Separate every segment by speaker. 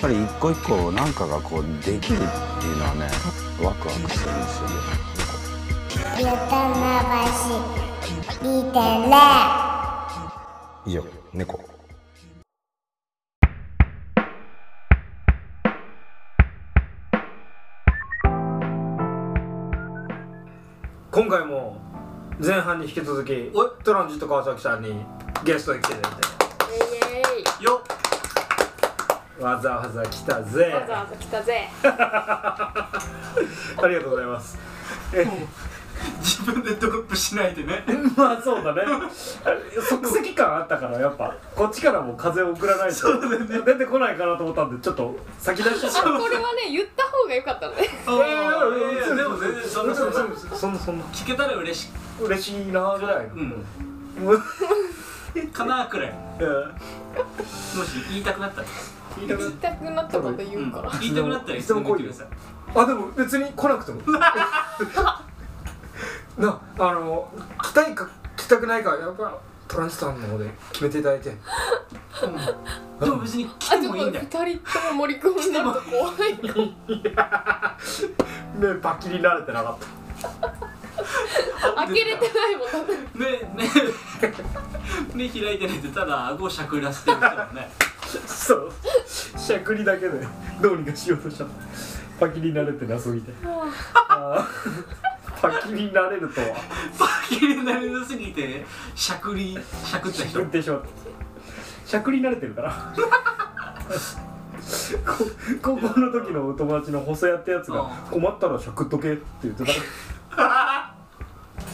Speaker 1: ぱり一個一個なんかがこうできるっていうのはねワクワクするんですよね
Speaker 2: ゆたまばし見てね
Speaker 3: 以上猫
Speaker 4: 今回も前半に引き続きおいトランジット川崎さんにゲストに来ていただいてよっわざわざ来たぜ
Speaker 5: わざわざ来た ぜ。
Speaker 4: ありがとうございます
Speaker 6: 自分でドロップしないでね
Speaker 4: まあそうだね即席感あったからやっぱこっちからも風を送らないと、出てこないかなと思ったんでちょっと先出しちゃった
Speaker 5: これはね、言った方が良かったね。
Speaker 6: あーいやいやでも全然そんなそんな
Speaker 4: そんなそんな
Speaker 6: 聞けたら嬉しい
Speaker 4: 嬉しいなぐらいの
Speaker 6: うん
Speaker 4: うん
Speaker 6: かなくらいもし言いたくなったら
Speaker 4: 言いたくな
Speaker 5: 言
Speaker 4: っ
Speaker 5: いたくなったこと言うから。
Speaker 6: うん言いたくなったら
Speaker 4: いつでも
Speaker 6: 言ってください
Speaker 4: たあでも別に来なくても なあの来たいか来たくないかやっぱトランジスタの方で決めていただいて
Speaker 6: でも別に来
Speaker 5: あ、
Speaker 6: て
Speaker 5: ちょっ
Speaker 6: もいい
Speaker 5: と
Speaker 6: んだよ
Speaker 5: 二人とも盛り込んだと怖いかも。
Speaker 4: 目バッキリ慣れてなかった
Speaker 5: 開けれてないもん、多分。
Speaker 6: 目 目目開いてないでただ顎をしゃくらせてるからね
Speaker 4: そうしゃくりだけでどうにかしようとしちゃったパキリ慣れてなすぎてあーパキリ慣れるとは
Speaker 6: バキになれなすぎてしゃくりしゃくった人
Speaker 4: 運転しまったしゃくり慣れてるから こ高校の時のお友達の細谷ってやつが「困ったらしゃくっとけ」って言って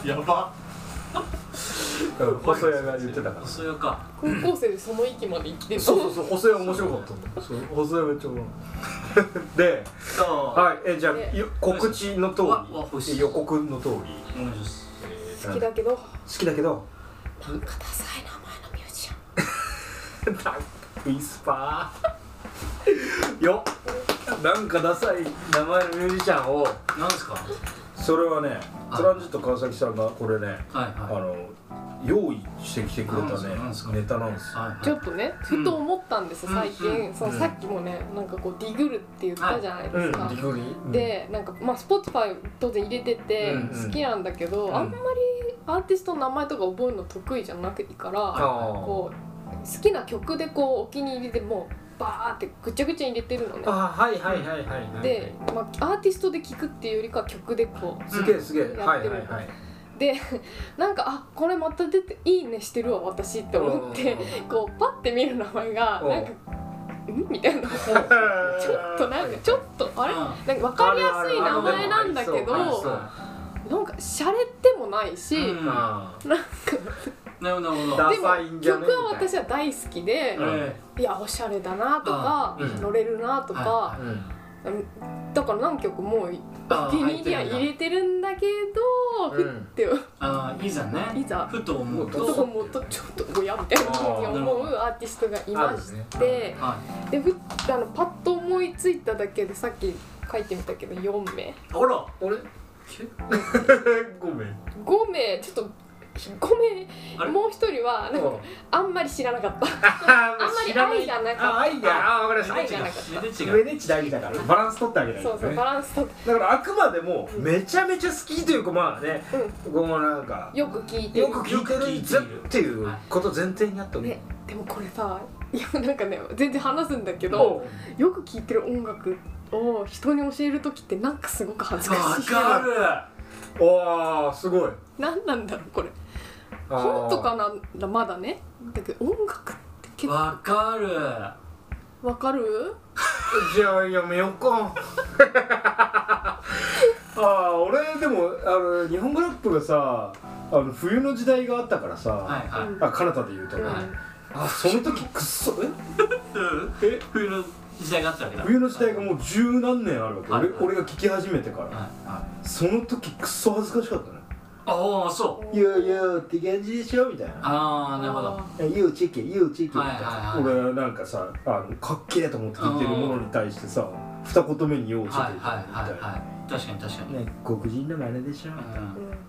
Speaker 6: やば
Speaker 4: たから細谷が言ってたから
Speaker 6: それか
Speaker 5: 高校生でその域まで行ってる。
Speaker 4: そうそうそう細谷面白かったそう細谷めっちゃ面白い で、
Speaker 6: そう
Speaker 4: はい、えじゃあよ告知の通
Speaker 6: わわ欲し
Speaker 4: り
Speaker 6: い
Speaker 4: 予告の通り
Speaker 6: お願いします
Speaker 5: 好きだけど、なんか
Speaker 4: 好きだけど
Speaker 5: ダサい名前のミュージアム。
Speaker 4: ウィスパーよっなんかダサい名前のミュージシャンを
Speaker 6: 何ですか
Speaker 4: それはね
Speaker 6: あ
Speaker 4: トランジット川崎さんがこれね
Speaker 6: はい
Speaker 4: あ
Speaker 6: は
Speaker 4: の用意してきてくれたね
Speaker 6: なんですか
Speaker 4: ネタなんです
Speaker 6: い
Speaker 4: よ
Speaker 6: はい
Speaker 5: ちょっとね、ふと思ったんですよ、
Speaker 6: うん
Speaker 5: 最
Speaker 6: う
Speaker 5: 近。
Speaker 6: ん
Speaker 5: そのさっきもね、なんかこう、ディグルって言ったじゃないですか
Speaker 4: リ。グリ
Speaker 5: で、なんか、まあ、Spotify 当然入れてて
Speaker 4: うんうん
Speaker 5: 好きなんだけど、
Speaker 4: ん
Speaker 5: あんまりアーティストの名前とか覚えるの得意じゃなくてから、
Speaker 4: あ
Speaker 5: こう好きな曲でこうお気に入りでもうバーってぐちゃぐちゃに入れてるのね
Speaker 4: あはいはいはいはいはい
Speaker 5: で、まあ、アーティストで聴くっていうよりかは曲でこう
Speaker 4: すげえすげえ
Speaker 5: やってる
Speaker 4: はいはいはい
Speaker 5: で なんかあこれまた出ていいねしてるわ私って思ってこうパッて見る名前が
Speaker 4: うん
Speaker 5: なんか「ん?」みたいなちょっとなんかちょっとあれ
Speaker 6: うん
Speaker 5: なんか分かりやすい名前なんだけど
Speaker 4: あるあるある
Speaker 6: そう
Speaker 5: なんか洒落てもないし、
Speaker 6: うん
Speaker 4: あ
Speaker 5: なんか
Speaker 6: なるほどなるほど
Speaker 4: ダ
Speaker 5: でも
Speaker 4: サいんじゃね
Speaker 5: 曲は私は大好きで
Speaker 4: う、ん
Speaker 6: え
Speaker 5: いやおしゃれだなとか、
Speaker 4: うん
Speaker 5: 乗れるなとか、
Speaker 6: は
Speaker 4: ーうん
Speaker 5: だから何曲もお
Speaker 6: あー
Speaker 5: 気に入りは入れてるんだけど、
Speaker 4: うん
Speaker 5: ふって
Speaker 6: ああいざね
Speaker 5: いざ
Speaker 6: ふと思うと
Speaker 5: どこもとちょっと親みたいな感じに思うアーティストがいまして、
Speaker 6: はい
Speaker 5: でふあのパッと思いついただけでさっき書いてみたけど4名
Speaker 6: あら
Speaker 4: 俺ごめん
Speaker 5: 5名ちょっと5
Speaker 6: あ
Speaker 5: 名
Speaker 6: れ
Speaker 5: もう一人はなんかあんまり知らなかった
Speaker 4: あ
Speaker 5: あんまり愛がなか
Speaker 4: あ
Speaker 5: っ
Speaker 4: 愛があ分かりました
Speaker 5: 愛
Speaker 4: 愛
Speaker 5: が
Speaker 4: がな
Speaker 5: なか
Speaker 4: か
Speaker 5: っ
Speaker 4: った
Speaker 6: めで
Speaker 4: た
Speaker 6: 違
Speaker 4: 上
Speaker 6: う
Speaker 4: で一大事だからバランス取ってあげない
Speaker 5: そう
Speaker 4: と
Speaker 5: そう
Speaker 4: ね
Speaker 5: バランスと
Speaker 4: だからあくまでもめちゃめちゃ好きというかまあねこうなんか
Speaker 5: よく聞いて
Speaker 4: よ
Speaker 5: る
Speaker 4: く聞いてるぜっていうこと前提にあったの
Speaker 5: ねでもこれさいやなんかね全然話すんだけど
Speaker 4: ど
Speaker 5: よく聴いてる音楽を人に教える時ってなんかすごく恥ず
Speaker 6: わ
Speaker 5: かしい
Speaker 6: かる
Speaker 4: うわあすごい
Speaker 5: 何なんだろうこれ
Speaker 4: あー
Speaker 5: 本とかなんだまだねだけど音楽って結構
Speaker 6: わかる
Speaker 5: わかる
Speaker 4: じゃあやめようか ああ俺でもあの日本語ラップがさあの冬の時代があったからさ、
Speaker 6: はいはい
Speaker 5: うん
Speaker 4: あカナダで言うとね、
Speaker 5: うん
Speaker 4: あその時くっそえ
Speaker 6: うん
Speaker 4: え
Speaker 6: 冬の時代があったわけだ
Speaker 4: 冬の時代がもう十何年あるわけ、
Speaker 6: はい
Speaker 4: 俺俺が聞き始めてから、
Speaker 6: はいはい
Speaker 4: その時くっそ恥ずかしかったね
Speaker 6: ああそ
Speaker 4: 「
Speaker 6: う
Speaker 4: ユーユーって感じでしょ」みたいな
Speaker 6: ああなるほど
Speaker 5: あ
Speaker 4: 「ユーチキンユーチキン」みたいな、
Speaker 6: はいはい
Speaker 4: 俺なんかさあのかっけえと思って聞いてるものに対してさ二言目に「ようチキン」
Speaker 6: はい
Speaker 4: み
Speaker 6: はいは
Speaker 4: た
Speaker 6: い
Speaker 4: いな
Speaker 6: は確かに確かに、
Speaker 4: ね黒人の真似でしょ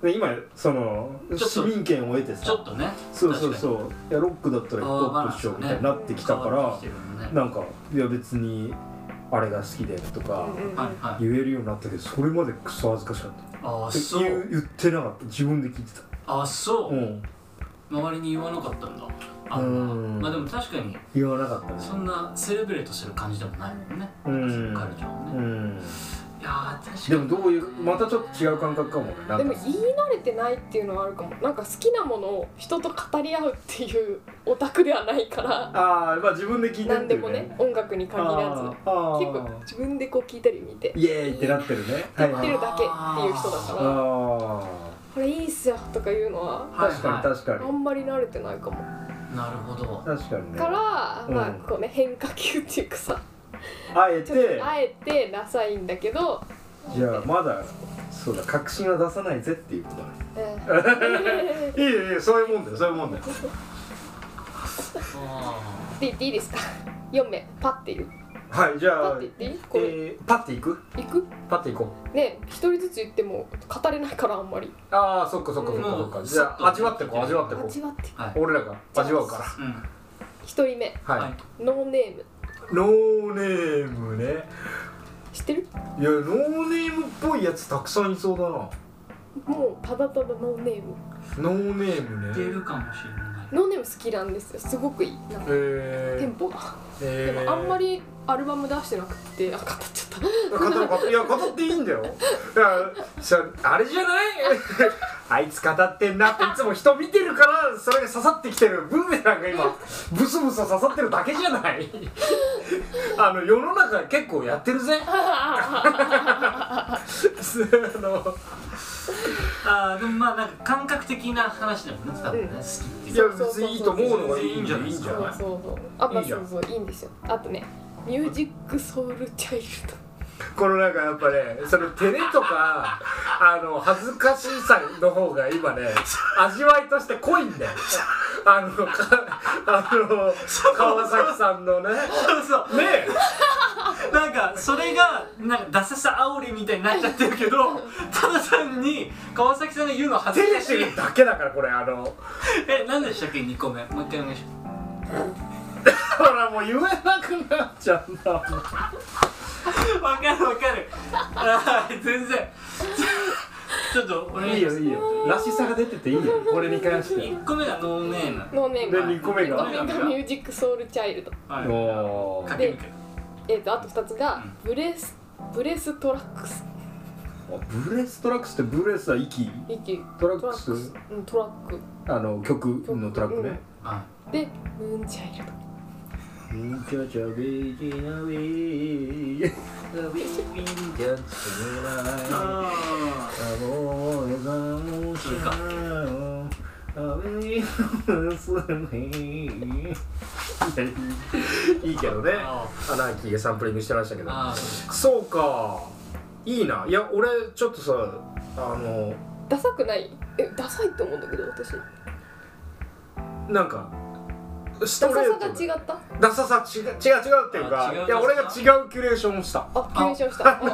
Speaker 6: う
Speaker 4: で今その
Speaker 6: ちょっと
Speaker 4: 市民権を得て
Speaker 6: ん、ちょ
Speaker 4: さ
Speaker 6: っとね
Speaker 4: そうそうそうういやロックだったらヒップホップしようみたいになってきたから
Speaker 6: は
Speaker 4: なんかいや別にあれが好きでとか
Speaker 5: うんうん
Speaker 6: いはい
Speaker 4: 言えるようになったけどそれまでクソ恥ずかしかった
Speaker 6: ああそ
Speaker 4: 言
Speaker 6: う
Speaker 4: う言ってなかった自分で聞いてた
Speaker 6: あそう、
Speaker 4: うん
Speaker 6: 周りに言わなかったんだあ
Speaker 4: うん
Speaker 6: まあでも確かに
Speaker 4: 言わなかったね
Speaker 6: そんなセレブレートする感じでもないもんね
Speaker 4: うん
Speaker 6: 彼女もね、
Speaker 4: うん
Speaker 6: いやー確かに
Speaker 4: でもどういうまたちょっと違う感覚かもねなんか
Speaker 5: でも言い慣れてないっていうのはあるかもなんか好きなものを人と語り合うっていうオタクではないから
Speaker 4: ああまあ自分で聞いてる
Speaker 5: 何
Speaker 4: って
Speaker 5: で
Speaker 4: いう
Speaker 5: もね音楽に限らず
Speaker 4: あーあー
Speaker 5: 結構自分でこう聞いたり見て
Speaker 4: イエーイってなってるねは
Speaker 5: や
Speaker 4: い
Speaker 5: っ
Speaker 4: は
Speaker 5: て
Speaker 4: い
Speaker 5: るだけっていう人だから
Speaker 4: あ
Speaker 5: これいいっすよとかいうのは
Speaker 4: あ確かに
Speaker 6: は
Speaker 4: 確か
Speaker 5: あ
Speaker 4: に
Speaker 5: んまり慣れてないかも
Speaker 6: いなるほど
Speaker 4: 確かにね
Speaker 5: から
Speaker 4: うん
Speaker 5: まあこうね変化球っていうかさ
Speaker 4: あえ
Speaker 5: ちょっ
Speaker 4: て
Speaker 5: とあえてダサいんだけど
Speaker 4: じゃあまだそうだ確信は出さないぜっていうことだね
Speaker 5: え ー
Speaker 4: いいいいそういうもんだよそういうもんだよ
Speaker 6: あ
Speaker 5: って言っていいですか4名パッて言う
Speaker 4: はいじゃ
Speaker 5: パッ
Speaker 4: あ
Speaker 5: て言っていいこれ
Speaker 4: えーパッていく
Speaker 5: 行く
Speaker 4: パッていこう
Speaker 5: ね一人ずつ言っても語れないからあんまり
Speaker 4: ああそっかそっかそっか
Speaker 6: うん
Speaker 4: そっかじゃあ味わってこう味わってこ
Speaker 5: 味わって
Speaker 6: あはい、
Speaker 4: う俺らが味わうか
Speaker 6: うん
Speaker 5: 一人目
Speaker 4: らはい
Speaker 5: ノーネーム
Speaker 4: ノーネームね
Speaker 5: 知ってる
Speaker 4: いやノーネームっぽいやつたくさんいそうだな
Speaker 5: もうただただノーネーム
Speaker 4: ノーネーム
Speaker 6: 出
Speaker 4: ね
Speaker 6: るかもしれない
Speaker 5: ノーネーム好きなんですよすごくいいなんか
Speaker 4: え
Speaker 5: テンポが
Speaker 4: え
Speaker 5: でもあんまりアルバム出してなくてあ語っちゃっ
Speaker 4: 語る語るいや語っていいんだよいやそあれじゃない あいつ語ってんなっていつも人見てるからそれが刺さってきてるブーメランが今ブスブス刺さってるだけじゃない あの世の中結構やってるぜ あの
Speaker 6: あーでもまあなんか感覚的な話だもんね多分
Speaker 5: う
Speaker 6: ね、
Speaker 5: ん
Speaker 6: 好きって
Speaker 4: い
Speaker 6: いう
Speaker 4: や別にいいと思うのがいいんじゃないいいんじ
Speaker 5: た
Speaker 4: ゃ
Speaker 5: そ
Speaker 4: な
Speaker 5: う
Speaker 4: い
Speaker 5: そうそうあまあ
Speaker 4: いいじ
Speaker 5: そ
Speaker 4: ゃん
Speaker 5: うそういいんですよあとねミュージックソウルチャイル
Speaker 4: このなんかやっぱねその照れとかあの恥ずかしさの方が今ね味わいとして濃いんだよあのかあの川崎さんのねね
Speaker 6: そうそうなんかそれがなんかダサさ煽りみたいになっちゃってるけど ただ単に川崎さんが言うのは
Speaker 4: 照
Speaker 6: ず
Speaker 4: れ
Speaker 6: かしてい
Speaker 4: るだけだからこれあの
Speaker 6: え何でしたっけ2個目もう一回お願いしま
Speaker 4: ほらもう言えなくなっちゃうんだ
Speaker 6: すわかるわかる あー全然ちょっとお願いします
Speaker 4: いいよらしさが出てていいよこれに関して
Speaker 6: 1個目がノーネーム
Speaker 5: ドノーネーム
Speaker 4: で二個目が
Speaker 5: 二個目がミュージックソウルチャイルド
Speaker 6: はい
Speaker 4: おー
Speaker 6: 駆け抜け
Speaker 5: えっとあと2つがブレスブレストラックス
Speaker 4: ブレストラックスってブレスは息
Speaker 5: 息
Speaker 4: トラックス
Speaker 5: うんトラック
Speaker 4: あの曲のトラックね
Speaker 6: は
Speaker 5: でムーンチャイルド
Speaker 4: うんちょちょびじなびー
Speaker 6: いあ
Speaker 4: いいけどね
Speaker 6: ーあ
Speaker 4: アナーキーがサンプリングしてましたけ
Speaker 6: ー
Speaker 4: ど
Speaker 6: あ
Speaker 4: そうかいいないや俺ちょっとさあの
Speaker 5: ダサくないえダサいと思うんだけど私
Speaker 4: なんかス
Speaker 5: ダ
Speaker 4: トレ
Speaker 5: サ
Speaker 4: ー
Speaker 5: さが
Speaker 4: ト
Speaker 5: 違った
Speaker 4: ダサさ違う違う違うっていう
Speaker 6: あ
Speaker 4: か
Speaker 6: 違う
Speaker 4: いや俺が違うキュレーションをした
Speaker 5: あキュレーションしたあ
Speaker 6: ー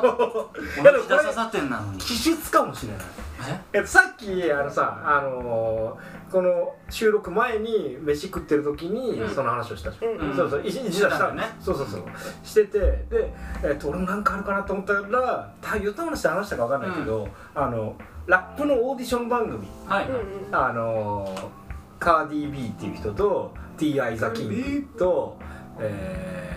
Speaker 4: やで
Speaker 6: 同
Speaker 4: も
Speaker 6: じ
Speaker 4: これ
Speaker 6: ダサさ点なのに
Speaker 4: 気質かもしれない
Speaker 6: え
Speaker 4: えっとさっきあのさあのーこの収録前に飯食ってる時に
Speaker 5: うん
Speaker 4: その話をしたじゃん、
Speaker 5: うん
Speaker 6: うん
Speaker 4: そうそう一時だした
Speaker 6: したんだよね
Speaker 4: そうそうそうしててで、えっと俺もなんかあるかなと思ったらた言った話して話したか分かんないけど、あのラップのオーディション番組
Speaker 6: はい、
Speaker 5: うんう
Speaker 6: はい
Speaker 5: ん
Speaker 4: あのーカーディー・ビーっていう人と T.I. ザ・キングと、えー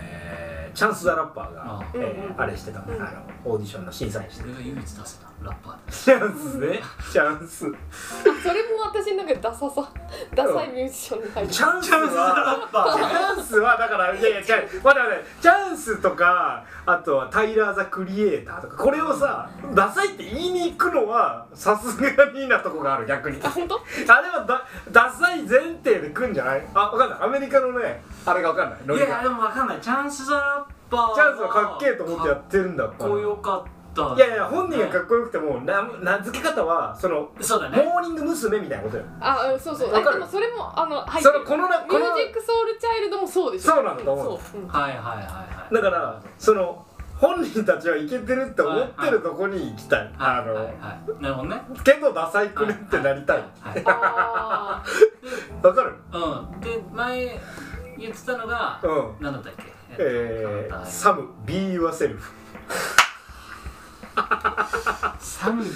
Speaker 4: チャンス・ザ・ラッパーが
Speaker 6: あ、
Speaker 4: えー
Speaker 5: うんうん
Speaker 4: あれしてたの,、
Speaker 5: うん
Speaker 4: あのオーディションの審査員して
Speaker 6: こ
Speaker 4: た
Speaker 6: れが唯一出せたラッパーで
Speaker 4: チャンスねチャンス
Speaker 5: それも私の中でダサさダサいミュージシャンに入る
Speaker 4: チャンスは
Speaker 6: パ
Speaker 4: チャンスはだからいやいや違うまだねチャンスとかあとはタイラー・ザ・クリエイターとかこれをさダサいって言いに行くのはさすがになとこがある逆に
Speaker 5: あ本当
Speaker 4: あれはだダサい前提で来んじゃないあ分かんないアメリカのねあれが分かんないノ
Speaker 6: い
Speaker 4: リ
Speaker 6: やいや
Speaker 4: が
Speaker 6: でもわかんないチャンス・ザ・ラッパーは
Speaker 4: チャンスはかっけえと思ってやってるんだ
Speaker 6: かっこよかった
Speaker 4: いやいや本人がかっこよくてもな名付け方はその
Speaker 6: そうだね
Speaker 4: モーニング娘。みたいなことよ
Speaker 5: あうんそうそう
Speaker 4: わ
Speaker 5: あ
Speaker 4: か
Speaker 5: で
Speaker 4: る
Speaker 5: もそれもあの入って
Speaker 4: そ
Speaker 5: る
Speaker 4: のこのな
Speaker 5: ミュ
Speaker 4: この
Speaker 5: ージックソウルチャイルドもそうでしょ
Speaker 4: そうなんだと思う
Speaker 5: そううん
Speaker 6: はいはいはいはい
Speaker 4: だからその本人たちはイケてるって思ってるとこに行きたい、
Speaker 6: はい
Speaker 4: あの、
Speaker 6: はいはいなるほどね
Speaker 4: けどダサいくねってなりたいわ、
Speaker 6: はいはい
Speaker 5: あ
Speaker 4: かる
Speaker 6: うんで前言ってたのが、
Speaker 4: うん
Speaker 6: 何だったっけ
Speaker 4: え
Speaker 6: っと
Speaker 4: ー、サム Be yourself
Speaker 6: サム・ビ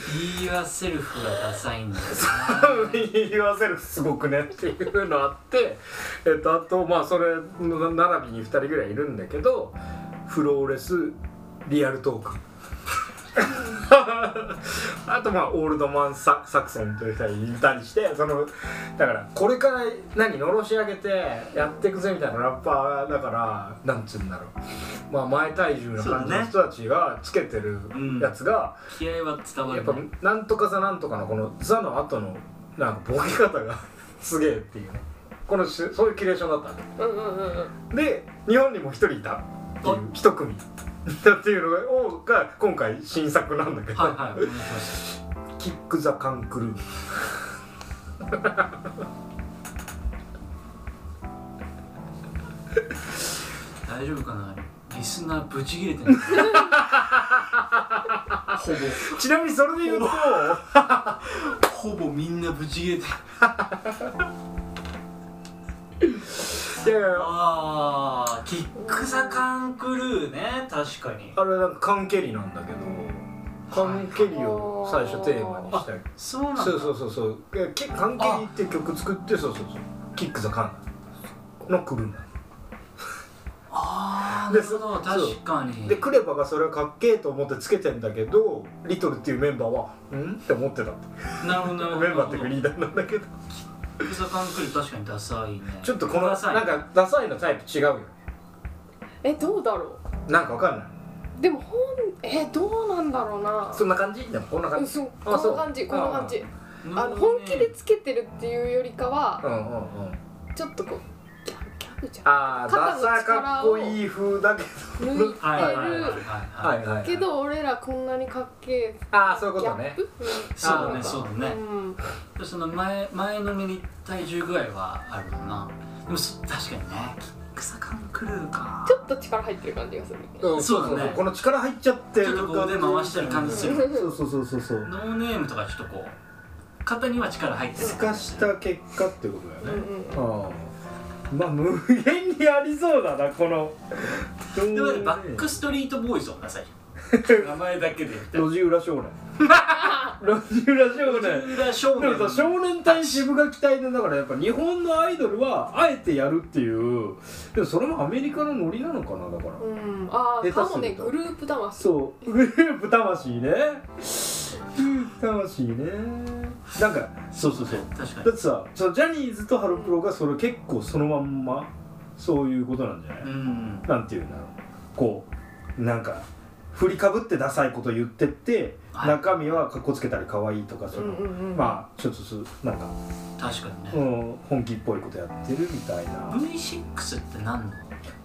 Speaker 6: ー・ワセルフがダサいんだよ
Speaker 4: サム Be yourself すごくねっていうのあってえっとあとまあそれの並びに2人ぐらいいるんだけどフローレスリアルトーク あとまあオールドマンササクソンという人にいたりしてそのだからこれから何のろし上げてやっていくぜみたいなラッパーだからなんつうんだろうまあ前体重の感じの人たちがつけてるやつが、
Speaker 6: な気合は伝わ
Speaker 4: やっ
Speaker 6: る、
Speaker 4: ぱ
Speaker 6: ね、
Speaker 4: なんとかザなんとかのこのザの後のなんかボケ方が すげえっていうねこのしそういうキュレーションだったんで
Speaker 5: ーうんうんうんうん
Speaker 4: で日本にも一人いたっていう一組だっていうのがをが今回新作なんだけど、
Speaker 6: はいはい思い出し まし
Speaker 4: キック・ザ・カン・クルー
Speaker 6: た大丈夫かなリスナーブチ切れてないほ
Speaker 4: ちなみにそれで言うと
Speaker 6: ぼほぼみんなブチ切れてる
Speaker 4: いやいや
Speaker 6: あーキック・ザ・カン・クルーね確かに
Speaker 4: あれなんかカン・ケリなんだけどカン・ケリを最初テーマにしたい
Speaker 6: そうなんだ
Speaker 4: そうそうそうそういやキカン・ケリって曲作ってそうそうそうキック・ザ・カンのクルーなの
Speaker 6: ああ
Speaker 4: で
Speaker 6: なるほど
Speaker 4: そう
Speaker 6: 確かに
Speaker 4: でクレバがそれをかっけえと思ってつけてんだけどリトルっていうメンバーは「ん?」って思ってたって
Speaker 6: なるほどなるほど
Speaker 4: メンバーっていうかリーダーなんだけど
Speaker 6: キック・ザ・カン・クルー確かにダサいね
Speaker 4: ちょっとこのな
Speaker 6: ダ
Speaker 4: ん
Speaker 6: サい
Speaker 4: かダサいのタイプ違うよね
Speaker 5: えどうだろ
Speaker 4: なんかわかんないう
Speaker 5: でも本えどうなんだろうな
Speaker 4: そんな感じでもこんな
Speaker 5: う
Speaker 4: 感
Speaker 5: ん
Speaker 4: じ
Speaker 5: そうこ
Speaker 4: あそ
Speaker 5: の
Speaker 4: う
Speaker 5: 感じこの感じあ
Speaker 6: なる
Speaker 5: の
Speaker 6: ほど
Speaker 5: 本
Speaker 6: ね
Speaker 5: 気でつけてるっていうよりかは
Speaker 4: うんうんうん
Speaker 5: ちょっとこうギャギャグじゃん
Speaker 4: ああダサかっこいい風だけ ど
Speaker 5: 抜い
Speaker 6: はいはいはいはい
Speaker 5: て
Speaker 6: は
Speaker 4: はいいはい
Speaker 5: るけど俺らこんなにかっけえ
Speaker 4: ああそういうこ
Speaker 5: ギャ
Speaker 4: と
Speaker 5: ッ
Speaker 4: ね
Speaker 5: プ
Speaker 6: そうだねそう
Speaker 5: う
Speaker 6: だね
Speaker 5: ん
Speaker 6: でその前前のめり体重具合はあるのなでもそ確かにねキックサカンクルーか
Speaker 5: ちょっと力入ってる感じがする
Speaker 4: うん
Speaker 6: そうだね
Speaker 4: この力入っちゃってる
Speaker 6: ちょっとこう腕回してる感じする
Speaker 4: そうそうそうそうそう
Speaker 6: ノーネームとかちょっとこう肩には力入ってる
Speaker 4: 透かした結果ってことだよね、
Speaker 5: うんうん
Speaker 4: うんまあ無限にありそうだなこの
Speaker 6: でもねバックストリートボーイズをなさい 名前だけで言っ
Speaker 4: 路地裏 少年路地裏少
Speaker 6: て
Speaker 4: 年
Speaker 6: 裏少
Speaker 4: でもさ
Speaker 6: 年
Speaker 4: 少年隊渋垣隊でだからやっぱ日本のアイドルはあえてやるっていうでもそれもアメリカのノリなのかなだから
Speaker 5: うん、ああ、
Speaker 4: 下手
Speaker 5: か
Speaker 4: す
Speaker 5: も
Speaker 4: る
Speaker 5: ね、
Speaker 4: と
Speaker 5: グループ魂。
Speaker 4: そうグループ魂ねグループ魂ねなんかそうそうそう
Speaker 6: 確か
Speaker 4: だってさそのジャニーズとハロプロがそれ結構そのまんまそういうことなんじゃない、
Speaker 6: にうん
Speaker 4: なんていうんだろうこうなんか振りかぶってダサいこと言ってって、
Speaker 6: はい
Speaker 4: 中身はかっこつけたり可愛いとか
Speaker 5: う
Speaker 4: その、
Speaker 5: んうんうん。
Speaker 4: まあちょっとすなんか、
Speaker 6: 確かに
Speaker 4: う
Speaker 6: ね
Speaker 4: ん、本気っぽいことやってるみたいな
Speaker 6: V6 って何の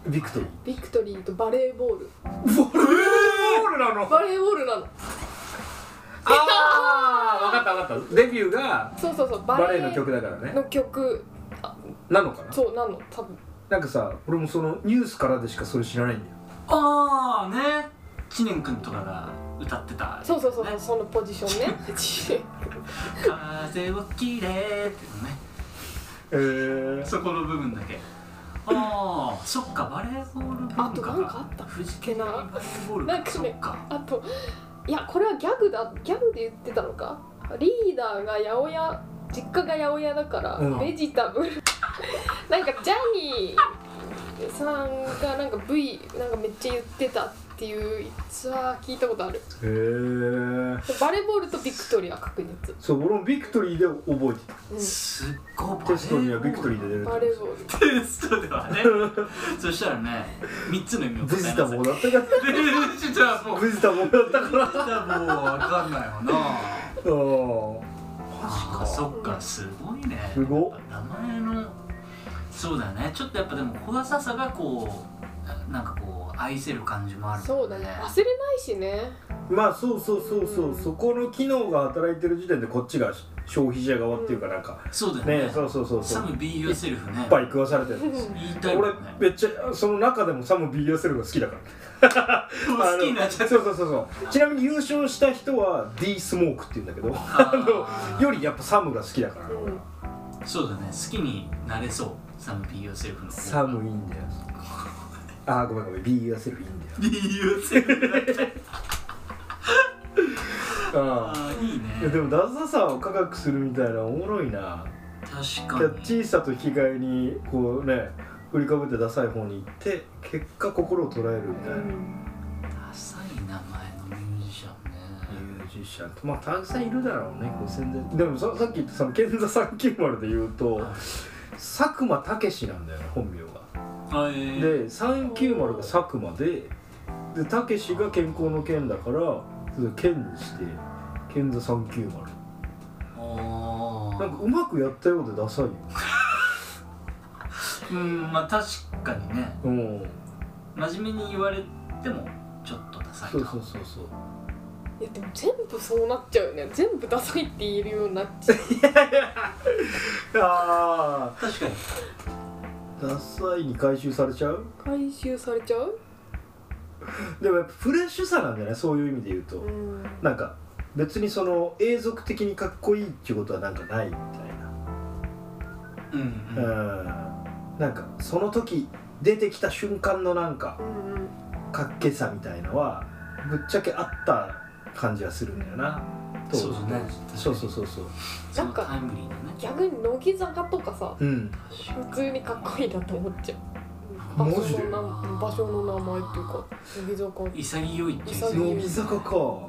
Speaker 4: ビクトリー
Speaker 5: ビクトリーとバレーボール。
Speaker 4: ボルなの
Speaker 5: バレーボールなの。
Speaker 4: ああ分かった分かったデビューが
Speaker 5: そうそうそう、
Speaker 4: バレエの曲だからね
Speaker 5: の曲。
Speaker 4: なのかな
Speaker 5: そう、なの、多分。
Speaker 4: なんかさ俺もそのニュースからでしかそれ知らないんだよ
Speaker 6: ああね知念君とかが歌ってた
Speaker 5: そうそうそう
Speaker 6: ね
Speaker 5: そう、そのポジションね。
Speaker 6: 風をきれいっていうね
Speaker 4: へえ
Speaker 6: そこの部分だけああそっかバレーボール文化
Speaker 5: あとなんかあった
Speaker 6: 藤木のバレーボール
Speaker 5: なんかね
Speaker 6: そっか
Speaker 5: あと。いや、これはギャグだ、ギャグで言ってたのか。リーダーが八百屋。実家が八百屋だから、
Speaker 4: うん
Speaker 5: ベジタブル。 なんかジャニー。さんがなんか V なんかめっちゃ言ってたっていう逸話聞いたことある
Speaker 4: へえ
Speaker 5: バレーボールとビクトリーは確実
Speaker 4: そう俺もビクトリーで覚えてた
Speaker 6: すっごいバレーボー
Speaker 4: テ
Speaker 6: ル
Speaker 4: ストにはビクトリーで出るってこ
Speaker 5: バ
Speaker 4: とで
Speaker 5: レ
Speaker 4: す
Speaker 5: ーボール
Speaker 6: テストでは ねそしたらね三つの意味を
Speaker 4: ビ
Speaker 6: 答え
Speaker 4: ジ
Speaker 6: な
Speaker 4: タ
Speaker 6: さ
Speaker 4: ー
Speaker 6: い
Speaker 4: もだ ったか
Speaker 6: ビジターも
Speaker 4: ら
Speaker 6: うビ
Speaker 4: ビジターもだったから
Speaker 6: ジターもうわかんないよなあーそっかすごいね
Speaker 4: すごっ
Speaker 6: やっぱ名前のそうだよねちょっとやっぱでも小笠さがこうななんかこう愛せる感じもある
Speaker 5: そうだね忘れないしね
Speaker 4: まあそうそうそうそうそこの機能が働いてる時点でこっちが消費者側っていうかなんか、
Speaker 6: そうだよね
Speaker 4: ねそうそうそうそ
Speaker 6: サ
Speaker 4: うい
Speaker 6: ム Be Yourself ね
Speaker 4: っぱい食わされてるんです
Speaker 6: 言いたいも
Speaker 4: 俺
Speaker 6: んね
Speaker 4: めっちゃその中でもサム BSL が好きだから
Speaker 6: 好きになっちゃ
Speaker 4: あ
Speaker 6: っ
Speaker 4: のそう
Speaker 6: た
Speaker 4: そうそうそうちなみに優勝した人は D スモークっていうんだけどあのよりやっぱサムが好きだから俺は
Speaker 6: そうだね好きになれそうサム Be Yourself の
Speaker 4: サムいいんだよあーごめんごめん BSL いいんだよ
Speaker 6: Be Yourself だった
Speaker 4: あ
Speaker 6: あーいい
Speaker 4: ーいや
Speaker 6: ね
Speaker 4: でもダサさを科学するみたいなおもろいな
Speaker 6: 確
Speaker 4: キャ
Speaker 6: か
Speaker 4: ッチ
Speaker 6: に
Speaker 4: ーさと引き換えにこうね振りかぶってダサい方に行って結果心を捉えるみたいな、
Speaker 6: ダサい名前のミュージシャンね
Speaker 4: ミュージシャンまあたくさんいるだろうねこう宣伝でもささっき言ったその剣座390で言うと佐久間武史なんだよね本名が。
Speaker 6: あえー
Speaker 4: で390が佐久間でで武史が健康の剣だからそれ剣にして剣座390
Speaker 6: お
Speaker 4: なん
Speaker 6: ー
Speaker 4: かうまくやったようでダサいよ。
Speaker 6: うんまあ確かにね
Speaker 4: うん、
Speaker 6: 真面目に言われてもちょっとダサい
Speaker 4: そう
Speaker 6: か
Speaker 4: そうそうそう。
Speaker 5: いやでも全部そうなっちゃうよね全部ダサいって言えるようになっちゃう
Speaker 4: あ
Speaker 6: 確かに
Speaker 4: あダサいに回収されちゃう
Speaker 5: 回収されちゃう
Speaker 4: でもやっぱフレッシュさなんじゃないそういう意味で言うと。
Speaker 5: うん
Speaker 4: なんか別にその永続的にかっこいいっていうことはなんかないみたい
Speaker 6: うん
Speaker 4: な、
Speaker 6: うん
Speaker 4: うん、なんかその時出てきた瞬間のなんか
Speaker 5: うんうん
Speaker 4: かっけさみたいのはぶっちゃけあった感じはするんだよな当時
Speaker 6: そうだね
Speaker 4: そうそうそうそう
Speaker 6: そ
Speaker 5: な
Speaker 6: の
Speaker 5: んか
Speaker 6: タイムリーなね
Speaker 5: 逆に乃木坂とかさ
Speaker 4: うん
Speaker 5: 普通にかっこいいなと思っちゃう
Speaker 4: マジで
Speaker 5: 場所の名場所の名前っていうか乃木坂
Speaker 6: 潔いっていう
Speaker 5: 潔い
Speaker 4: 乃木坂か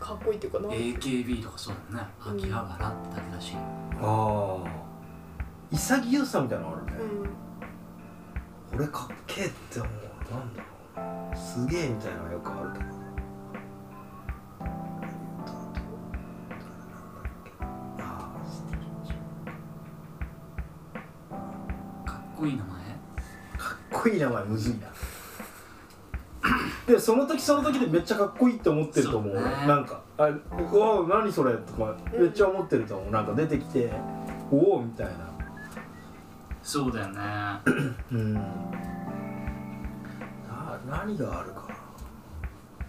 Speaker 5: かっこいいっていうかな
Speaker 6: AKB とかそうだね秋葉原ってだけだし
Speaker 4: ああ潔さみたいなのあるね、
Speaker 5: う
Speaker 4: 俺かっけえって思うなんだろうすげえみたいなのがよくあると思うあー素
Speaker 6: かっこいい名前
Speaker 4: 敵かっこいい名前むずいなでもその時その時でめっちゃかっこいいって思ってると思う
Speaker 6: そうね
Speaker 4: なんか「あうわ何それ」とかめっちゃ思ってると思うなんか出てきて「おお」みたいな
Speaker 6: そうだよね
Speaker 4: うんな何があるかな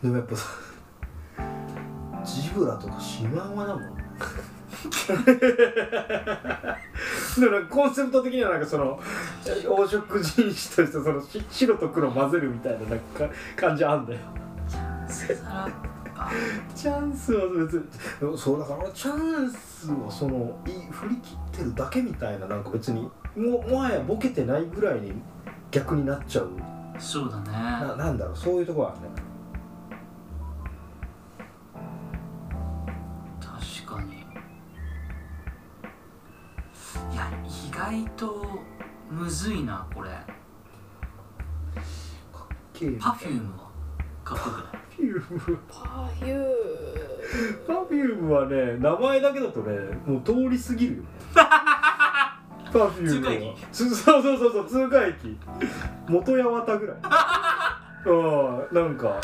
Speaker 4: でもやっぱさジブラとかシマウマだもん でもなんかコンセプト的にはなんかその黄色人種としてそのし白と黒混ぜるみたいななんか感じあんだよ
Speaker 6: さらば
Speaker 4: チャンスは別にそうだからチャンスをそのい振り切ってるだけみたいななんか別にももはやボケてないぐらいに逆になっちゃう
Speaker 6: そうだね
Speaker 4: ななんだろうそういうところはね
Speaker 6: 確かにいや意外とむずいなこれパフュームはかっこよくない
Speaker 4: フューム
Speaker 5: んパフュー
Speaker 4: パフュームはね名前だけだとねもう通り過ぎるよ ねパフューム
Speaker 6: 通過
Speaker 4: はつそうそうそうそう通過駅元八幡 ぐらいうんなんか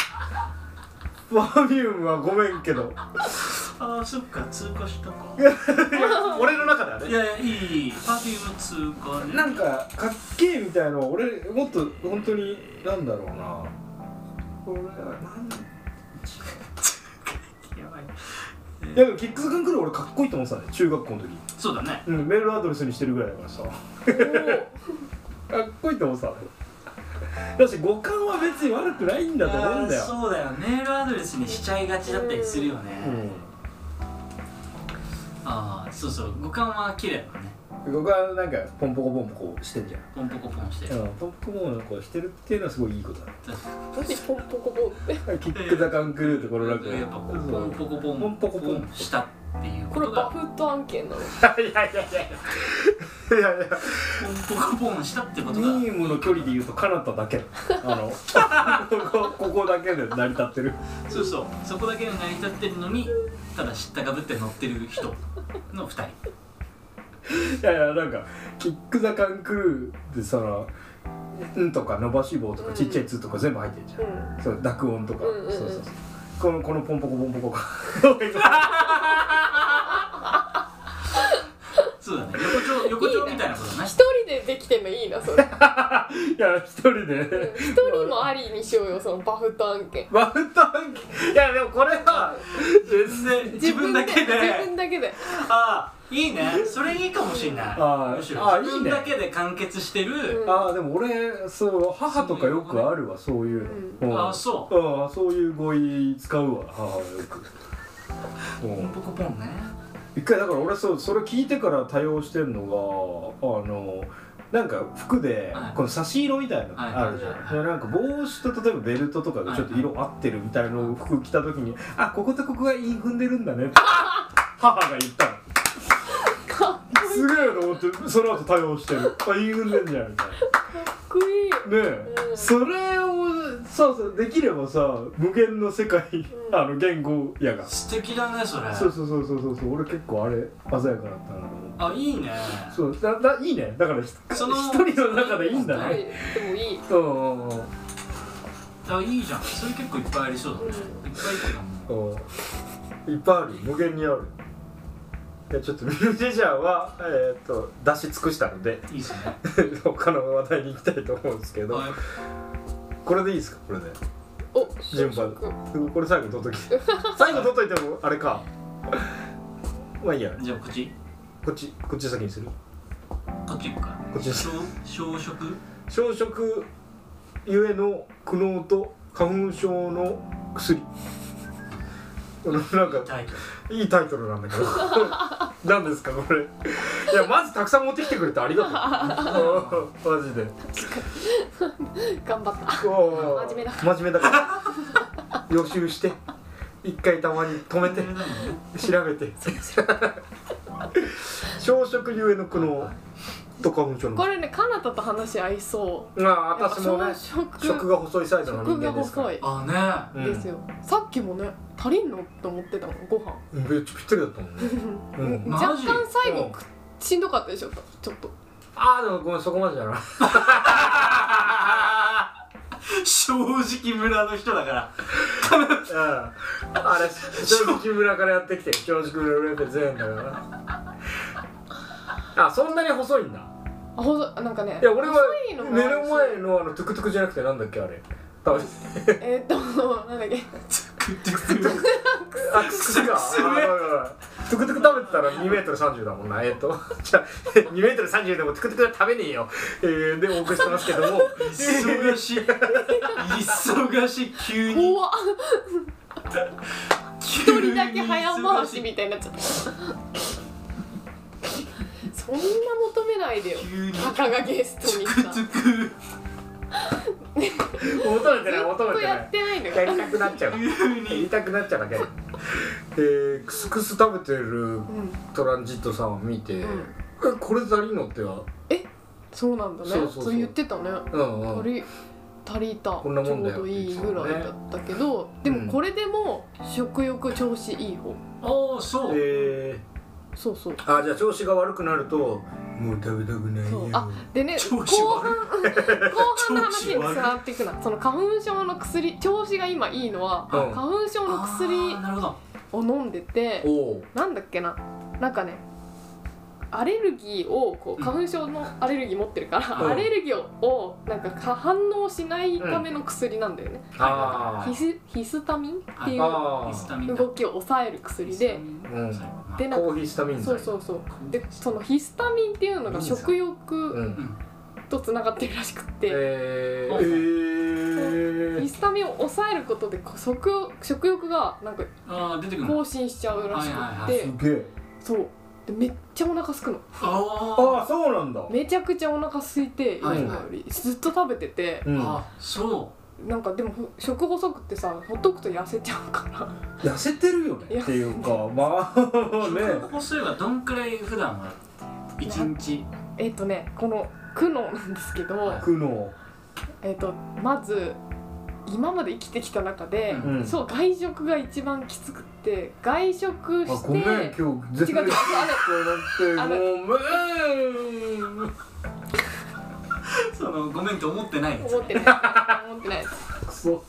Speaker 4: パフュームはごめんけど
Speaker 6: ああそっか通過したか
Speaker 4: 俺の中ではね
Speaker 6: いやいやいいいいパフューム通過ね
Speaker 4: なんかかっけえみたいの俺もっと本当になんだろうな俺はなん
Speaker 6: やばい
Speaker 4: いやでもキックスくん来る俺かっこいいと思ってたね中学校の時
Speaker 6: そうだね
Speaker 4: うん、メールアドレスにしてるぐらいだからさか
Speaker 5: ム
Speaker 4: っこいいと思ってただし五感は別に悪くないんだと思うんだよ
Speaker 6: あーそうだよメールアドレスにしちゃいがちだったりするよね、ああそうそう五感は綺麗だもんね
Speaker 4: うん、五感なんかポンポコポンポコしてんじゃん
Speaker 6: ポンポコポンして
Speaker 4: うん、ポンポコポンポコしてるっていうのはすごいいいことだ
Speaker 5: 何ポンポコポンって
Speaker 4: キック・ザ・カン・クルーとこのなんか
Speaker 6: やっぱこうポンポコポン
Speaker 4: ポンポコポン
Speaker 6: したっていうこ
Speaker 5: これ
Speaker 6: と
Speaker 5: バ
Speaker 6: が
Speaker 5: フット案件なの
Speaker 4: いやいやいやいやいやいや
Speaker 6: ポンポコポンしたってことが
Speaker 4: ミームの距離で言うとカナタだけあの ここここだけで成り立ってる
Speaker 6: そうそうそこだけで成り立ってるのにただ知ったかぶって乗ってる人の2人
Speaker 4: いやいやなんかキック・ザ・カン・クルーでその「ん」とか伸ばし棒とかちっちゃい「つ」とか全部入ってるじゃん、
Speaker 5: うん
Speaker 4: そう濁音とか、
Speaker 5: うんうんうん
Speaker 4: そうそうそうこのこのポンポコポンポコが
Speaker 5: てんのいいなそ れ
Speaker 4: いや一人で
Speaker 5: 一人もありにしようよそのバフト案件
Speaker 4: バフトンいやでもこれは
Speaker 6: 全然自分だけで
Speaker 5: 自分だけで
Speaker 6: ああいいねそれいいかもしれない
Speaker 4: ああ
Speaker 6: むし
Speaker 4: ああ
Speaker 6: ろ
Speaker 4: いいね
Speaker 6: 自分だけで完結してる
Speaker 4: ああでも俺そう母とかよくあるわそういうの、うん
Speaker 6: ああそう
Speaker 4: ああそういう語彙使うわ母はよく、う
Speaker 6: ポン
Speaker 4: ん
Speaker 6: ポコポンね
Speaker 4: 一回だから俺そうそれ聞いてから対応してんのがあのなんか服で
Speaker 6: はい
Speaker 4: この差し色みたいなの
Speaker 6: はい
Speaker 4: あるじゃん、
Speaker 6: は
Speaker 4: で
Speaker 6: い
Speaker 4: なんか帽子と例えばベルトとかがちょっと色合ってるみたいのを服着た時に「あこことここがいい踏んでるんだね」 って母が言ったの
Speaker 5: かっ
Speaker 4: すげえと思ってその後対応してる「あいい踏んでんじゃん」みたいな。
Speaker 5: こいい
Speaker 4: ねえ、
Speaker 5: うん
Speaker 4: それをささできればさ無限の世界、
Speaker 5: ん
Speaker 4: あの言語やが、
Speaker 6: 素敵だねそれ
Speaker 4: そうそうそうそうそうそう俺結構あれ鮮やかだったな
Speaker 6: あいいね
Speaker 4: そうだだいいねだからひ
Speaker 6: その
Speaker 4: 一人の中でいいんだね
Speaker 5: 一人でもいい
Speaker 4: うんうんうんうん
Speaker 6: あいいじゃんそれ結構いっぱいありそうだねいっぱいいるかも
Speaker 4: いっぱいある無限にあるいやちょっとミュージシャンは、えー、と出し尽くしたので
Speaker 6: いいですね
Speaker 4: 他の話題に行きたいと思うんですけど
Speaker 6: はい
Speaker 4: これでいいですかこれで
Speaker 5: お
Speaker 4: 順番これ最後届 き最後届いてもあれかまあいいや
Speaker 6: じゃあこっち
Speaker 4: こっちこっち先にする
Speaker 6: こっち行くか
Speaker 4: こっちです
Speaker 6: 小小食
Speaker 4: 小食ゆえの苦悩と花粉症の薬このなんか
Speaker 6: タイトル
Speaker 4: いいタイトルなんだけど 何ですかこれいやまずたくさん持ってきてくれてありがとう マジで
Speaker 5: 頑張った
Speaker 4: おー
Speaker 5: 真面目だ
Speaker 4: 真面目だから予習して一回たまに止めて調べて小食ゆえの苦悩と花粉症の
Speaker 5: これねかなたと話合いそう
Speaker 4: まあ私もね
Speaker 5: やっぱ小食
Speaker 4: 食が細いサイズの人
Speaker 5: 食が
Speaker 4: 間ですから
Speaker 5: 細い
Speaker 6: あ
Speaker 4: うん
Speaker 5: ですよ、さっきもね足りんのって思ってたもんご飯
Speaker 4: めっちゃぴったりだったもんね、うん
Speaker 6: マジ
Speaker 5: 若干最
Speaker 4: う
Speaker 5: 後
Speaker 4: ん
Speaker 5: くしんどかったでしょちょっと
Speaker 4: ああでもごめんそこまでじゃない
Speaker 6: ね正直村の人だから
Speaker 4: あれ正直村からやってきて正直村裏って全員だからあそんなに細いんだ
Speaker 5: あほそなんかね
Speaker 4: いや俺は
Speaker 5: 細いのも
Speaker 4: 目
Speaker 5: ある
Speaker 4: の
Speaker 5: し
Speaker 4: 前のあのトゥクトゥクじゃなくてなんだっけあれ多分
Speaker 5: えーっとなんだっけ
Speaker 6: 食ってくる
Speaker 4: あ、クスか。
Speaker 6: すね
Speaker 4: あごめんごめんトゥクトゥク食べてたら2メートル30だもんな。えっと、じゃあ、2メートル30でもトゥクトゥクは食べねえよ。えー、で、お送りしてますけども。
Speaker 6: 忙しい忙しい急に
Speaker 5: 怖っ
Speaker 6: 一
Speaker 5: 一人だけ早回しみたいになっちゃったそんな求めないでよ
Speaker 6: 急に
Speaker 5: たかがゲストに
Speaker 6: く
Speaker 5: さ
Speaker 6: つく
Speaker 4: 求めてない、
Speaker 5: ず
Speaker 4: 求
Speaker 5: っ
Speaker 4: め
Speaker 5: と
Speaker 4: て
Speaker 5: や
Speaker 4: な
Speaker 5: っ
Speaker 4: い。
Speaker 5: てないの
Speaker 4: や
Speaker 5: よ
Speaker 4: りたくなっちゃう。
Speaker 6: 急
Speaker 4: や
Speaker 6: に
Speaker 4: りたくなっちゃうだけ。えー、クスクス食べてる
Speaker 5: うん
Speaker 4: トランジットさんを見て、
Speaker 5: うん
Speaker 4: えこれ足りんのっては、
Speaker 5: そうなんだね
Speaker 4: そ
Speaker 5: そうう
Speaker 4: そうそう
Speaker 5: 言ってたね
Speaker 4: うんう
Speaker 5: 足
Speaker 4: ん。
Speaker 5: り足りた
Speaker 4: こんなもんだよ
Speaker 5: ちょうどいいぐらいだったけど、で
Speaker 4: うん
Speaker 5: もこれでも食欲調子いい方
Speaker 6: ああそう、
Speaker 4: え
Speaker 5: そうそう
Speaker 4: ー、あ、じゃあ調子が悪くなると、もう食べたくない
Speaker 5: そ
Speaker 4: よ。
Speaker 5: うあ でね後
Speaker 6: 調子
Speaker 5: 半
Speaker 6: 悪
Speaker 5: 後半の話につ
Speaker 6: 調子悪い
Speaker 5: ながっていくなその花粉症の薬調子が今いいのは、
Speaker 4: うん
Speaker 5: 花粉症の
Speaker 6: あー
Speaker 5: 薬
Speaker 6: なるほど
Speaker 5: を飲んでて
Speaker 4: おう
Speaker 5: なんだっけななんかねアレルギーをこう花粉症のアレルギー持ってるから、
Speaker 4: うん
Speaker 5: アレルギーをなんかか反応しないための薬なんだよね、
Speaker 4: あ
Speaker 5: ヒスヒスタミンって
Speaker 4: ー
Speaker 5: いう
Speaker 4: あ
Speaker 6: ヒスタミンだ
Speaker 5: 動きを抑える薬で
Speaker 4: うん
Speaker 5: で
Speaker 4: ー
Speaker 5: なん
Speaker 4: コ
Speaker 5: か
Speaker 4: ーヒースタミン剤
Speaker 5: そうそうそうでそのヒスタミンっていうのが食
Speaker 4: う
Speaker 5: 欲
Speaker 4: ん
Speaker 5: とつながってるらしくって、
Speaker 4: え
Speaker 6: ー
Speaker 5: ヒスタミンを抑えることでこう食食欲がなんか
Speaker 6: ああ出てくる
Speaker 5: 更新しちゃうらし
Speaker 6: はい
Speaker 5: くっ
Speaker 6: はいは
Speaker 5: て
Speaker 6: い
Speaker 4: げえ
Speaker 5: そうでめっちゃお腹すくの
Speaker 6: あ
Speaker 4: ああそうなんだ
Speaker 5: めちゃくちゃお腹空いて今
Speaker 6: はい
Speaker 5: よりずっと食べてて
Speaker 4: う
Speaker 6: ー
Speaker 4: ん
Speaker 6: あそ
Speaker 5: なんかでもふ食細くってさほっとくと痩せちゃうから
Speaker 4: 痩せてるよねっていうかまあ
Speaker 6: う
Speaker 4: ね
Speaker 6: 食個数はどんくらい普段は一日
Speaker 5: えっ、とねこの苦悩なんですけど
Speaker 4: 苦悩
Speaker 5: えっ、とまず今まで生きてきた中で、
Speaker 4: うん
Speaker 5: そう外食が一番きつくって外食
Speaker 4: あ
Speaker 5: し
Speaker 4: ご
Speaker 5: て
Speaker 4: めん今日
Speaker 5: 違う違う
Speaker 4: な
Speaker 5: あ
Speaker 4: っ
Speaker 5: の
Speaker 4: てごめん
Speaker 6: そのごめんって思ってないやつ
Speaker 5: 思ってない思ってないです
Speaker 4: くそ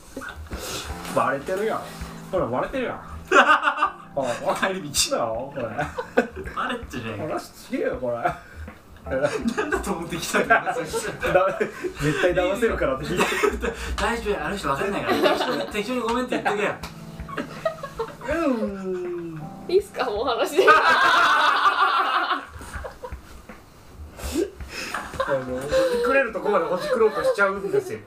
Speaker 4: バレてるやんほらバレてるやんああ
Speaker 6: 帰り道
Speaker 4: だよこれ
Speaker 6: バレットじゃない
Speaker 4: 話すげえよこれ
Speaker 6: なんだと思ってきたんだよ川崎さん
Speaker 4: だ 絶対騙せるからって聞いて
Speaker 6: 大丈夫やあの人分かんないから適当にごめんって言っとけよ
Speaker 5: いいっすかもう 話で
Speaker 4: あのほじくれるとこまでほじくろうとしちゃうんですよ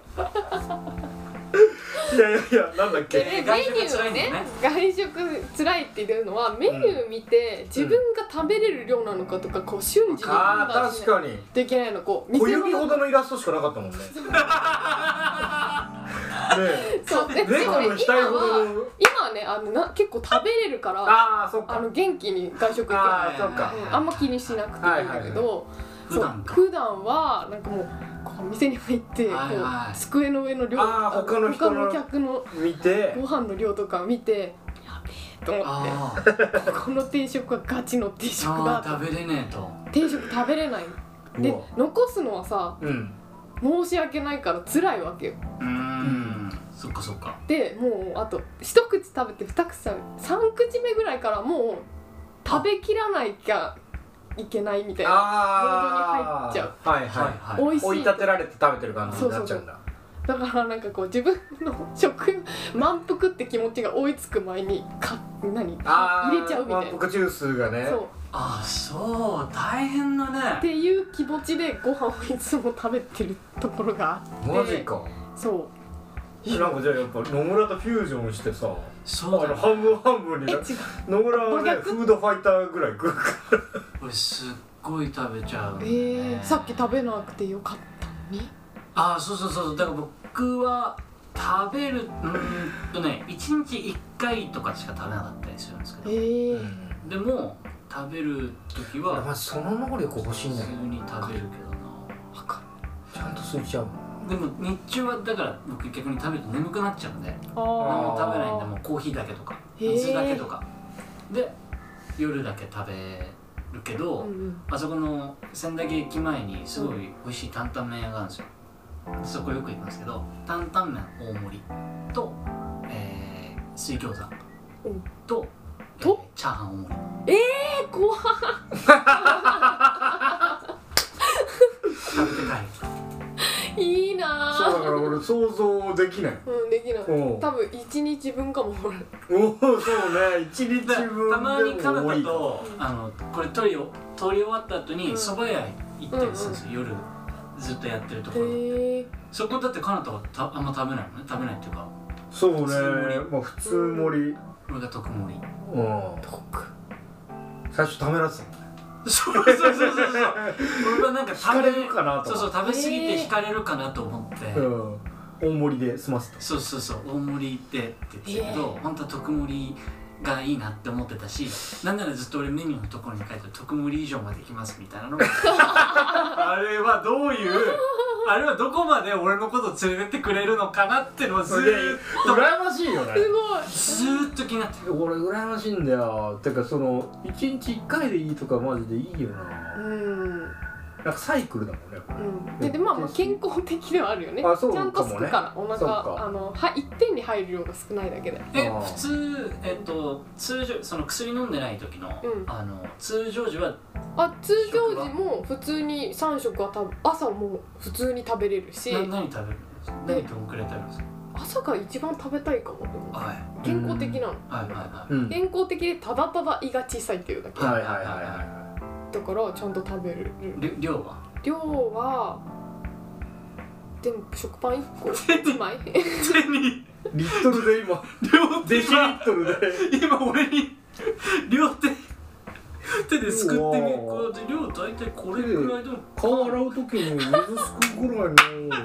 Speaker 4: いやいやいやなんだっ
Speaker 5: で
Speaker 4: け
Speaker 5: ねメ
Speaker 6: 外
Speaker 5: ニュ
Speaker 6: 食
Speaker 5: ー
Speaker 6: 辛
Speaker 5: を
Speaker 6: いんだ
Speaker 5: ね
Speaker 6: よね
Speaker 5: 外食辛いって言ってるのはメニュー見て、自分が食べれる量なのかとかこう瞬時に
Speaker 4: あー確
Speaker 5: に
Speaker 4: かに
Speaker 5: できないのこう
Speaker 4: 小
Speaker 5: 店
Speaker 4: 指
Speaker 5: の
Speaker 4: ほどのイラストしかなかったもんねねえ
Speaker 5: そうででも
Speaker 4: 猫
Speaker 5: ね
Speaker 4: の額
Speaker 5: 今
Speaker 4: ほどの
Speaker 5: は今はねあのな結構食べれるから
Speaker 4: ああそっ
Speaker 5: あ
Speaker 4: か
Speaker 5: の元気に外食行って
Speaker 4: あーそっか
Speaker 5: うんあんま気にしなくていいんだけど、
Speaker 6: はいはいはい
Speaker 5: そう普段はなんかもうこう店に入ってこう
Speaker 6: はいはい
Speaker 5: 机の上の量
Speaker 4: あー他の人の
Speaker 5: 他客の
Speaker 4: 見て
Speaker 5: ご飯の量とか見てやべえと思って
Speaker 6: あー
Speaker 5: この定食はガチの定食
Speaker 6: あ
Speaker 5: だ
Speaker 6: ー食べれねえと
Speaker 5: 定食食べれないうで
Speaker 4: わ
Speaker 5: 残すのはさ
Speaker 4: うん
Speaker 5: 申し訳ないから辛いわけよ
Speaker 6: うーんそっかそっか
Speaker 5: でもうあと一口食べて二口食べ三口目ぐらいからもう食べきらないきゃいけないみたいな
Speaker 4: ああ
Speaker 5: モードに入っちゃう
Speaker 4: はい
Speaker 6: はい
Speaker 4: は
Speaker 6: はい
Speaker 5: 美味
Speaker 4: い
Speaker 5: しい
Speaker 4: 追い立てられて食べてる感じになっちゃうんだ
Speaker 5: だからなんかこう自分の食満腹って気持ちが追いつく前にか何
Speaker 4: ああ
Speaker 5: 入れちゃうみたい
Speaker 4: 満
Speaker 5: な
Speaker 4: 腹ジュースがね
Speaker 5: そう
Speaker 6: ああそう大変だ
Speaker 5: っ
Speaker 6: ね
Speaker 5: ていう気持ちでご飯をいつも食べてるところがあって
Speaker 4: マジか
Speaker 5: そう
Speaker 4: なんかじゃあやっぱ野村とフュージョンしてさあ
Speaker 6: そうだ
Speaker 4: の
Speaker 6: ね
Speaker 4: 半分半分
Speaker 5: え
Speaker 4: に
Speaker 5: 違
Speaker 4: な
Speaker 5: う
Speaker 4: 野村はね
Speaker 5: 真逆
Speaker 4: フードファイターぐらい食うか
Speaker 6: 俺すっごい食べちゃう、
Speaker 5: え
Speaker 6: ね
Speaker 5: ー、さっき食べなくてよかったのに
Speaker 6: ああそうそうそうそうだから僕は食べるうーんとね1日1回とかしか食べなかったりするんですけ
Speaker 5: えー
Speaker 6: ど
Speaker 4: ら
Speaker 6: でも食べる時
Speaker 4: 俺
Speaker 6: は
Speaker 4: まずその能力欲しい
Speaker 6: 普
Speaker 4: んだ
Speaker 6: 通
Speaker 4: け
Speaker 6: に食べるけどな
Speaker 5: わかる
Speaker 4: どちゃんと吸いちゃう
Speaker 6: でも日中はだから僕逆に食べると眠くなっちゃうんで
Speaker 5: あ
Speaker 6: 何も食べないんでもうコーヒーだけとか
Speaker 5: へー
Speaker 6: 水だけとかで夜だけ食べるけ
Speaker 5: あ、
Speaker 6: ど、
Speaker 5: うんうん、
Speaker 6: あそこの仙台駅前にすごい美味しい担々麺屋があるんですよそこよく行くんですけど担々麺大盛りと、えー、水餃子
Speaker 5: うん
Speaker 6: と
Speaker 5: と
Speaker 6: えーチャーハン大盛
Speaker 5: え怖い
Speaker 6: り食べて帰る
Speaker 5: いいな
Speaker 4: そうだ
Speaker 5: ぁ
Speaker 4: から俺想像できない
Speaker 5: うんできない
Speaker 4: おう
Speaker 5: 多分一日分かも俺
Speaker 4: おおそうね一日
Speaker 6: で
Speaker 4: 分
Speaker 6: たまに
Speaker 4: で
Speaker 6: カナ
Speaker 4: も多
Speaker 6: ダ
Speaker 4: い
Speaker 6: とあのこれ取りを取り終わった後
Speaker 5: う
Speaker 6: に
Speaker 5: ん
Speaker 6: 蕎麦屋行ったりするんですよ、夜ずっとやってるところ
Speaker 5: へえ
Speaker 6: そこだってカナダはたあんま食べないのね食べないっていうか
Speaker 4: そうね
Speaker 6: 普通盛り
Speaker 4: まあ普通盛り
Speaker 6: 俺が特 盛り
Speaker 4: うん
Speaker 5: 特
Speaker 4: 最初ためらってた
Speaker 6: そうそうそうそうそう俺はなんか
Speaker 4: 惹か
Speaker 6: 食
Speaker 4: れ
Speaker 6: べ
Speaker 4: るかなと
Speaker 6: そう
Speaker 4: 思
Speaker 6: そうう食べ過ぎて惹かれるかなと思って、
Speaker 4: うん大盛りで済ませた
Speaker 6: そうそうそう大盛りでって言ってたけど、本当は特盛りがいいなって思ってたしなんならずっと俺メニューのところに書いてある特盛り以上まで行きますみたいなのが あれはどういうあれはどこまで俺のこと連れてってくれるのかなってのをず
Speaker 4: すげえ
Speaker 6: ーっ
Speaker 4: 羨ましいよね
Speaker 5: すごい
Speaker 6: ずーっと気になってる
Speaker 4: 俺羨ましいんだよてかその一日一回でいいとかマジでいいよ
Speaker 5: う
Speaker 4: なんなんかサイクルだもんね
Speaker 5: うんででまあまあ健康的ではあるよね
Speaker 4: あそう
Speaker 5: ちゃんとすくからお腹
Speaker 4: そうか
Speaker 5: あのは一点に入る量が少ないだけで
Speaker 6: え
Speaker 4: あー
Speaker 6: 普通えっと通常その薬飲んでない時の、
Speaker 5: うん
Speaker 6: あの通常時は
Speaker 5: あ通常時も普通に3食は多分朝も普通に食べれるし
Speaker 6: な何食べるんですか何どんくらい食べるんですか
Speaker 5: 朝が一番食べたいかもでも
Speaker 6: はい
Speaker 5: 健康的なの
Speaker 6: はいはいはい
Speaker 4: うん
Speaker 5: 健康的でただただ胃が小さいっていうだけ
Speaker 4: はいはいはいは
Speaker 5: だからちゃんと食べれる
Speaker 6: り量は
Speaker 5: 量はでも食パン1個1枚
Speaker 6: 手に
Speaker 4: いリットルで今
Speaker 6: 両
Speaker 4: デシリットルで
Speaker 6: 今俺に両手手ですくってみ
Speaker 4: うわー
Speaker 6: こうやって量大体これくらいでも
Speaker 4: 顔洗う時に水すくうぐ らいの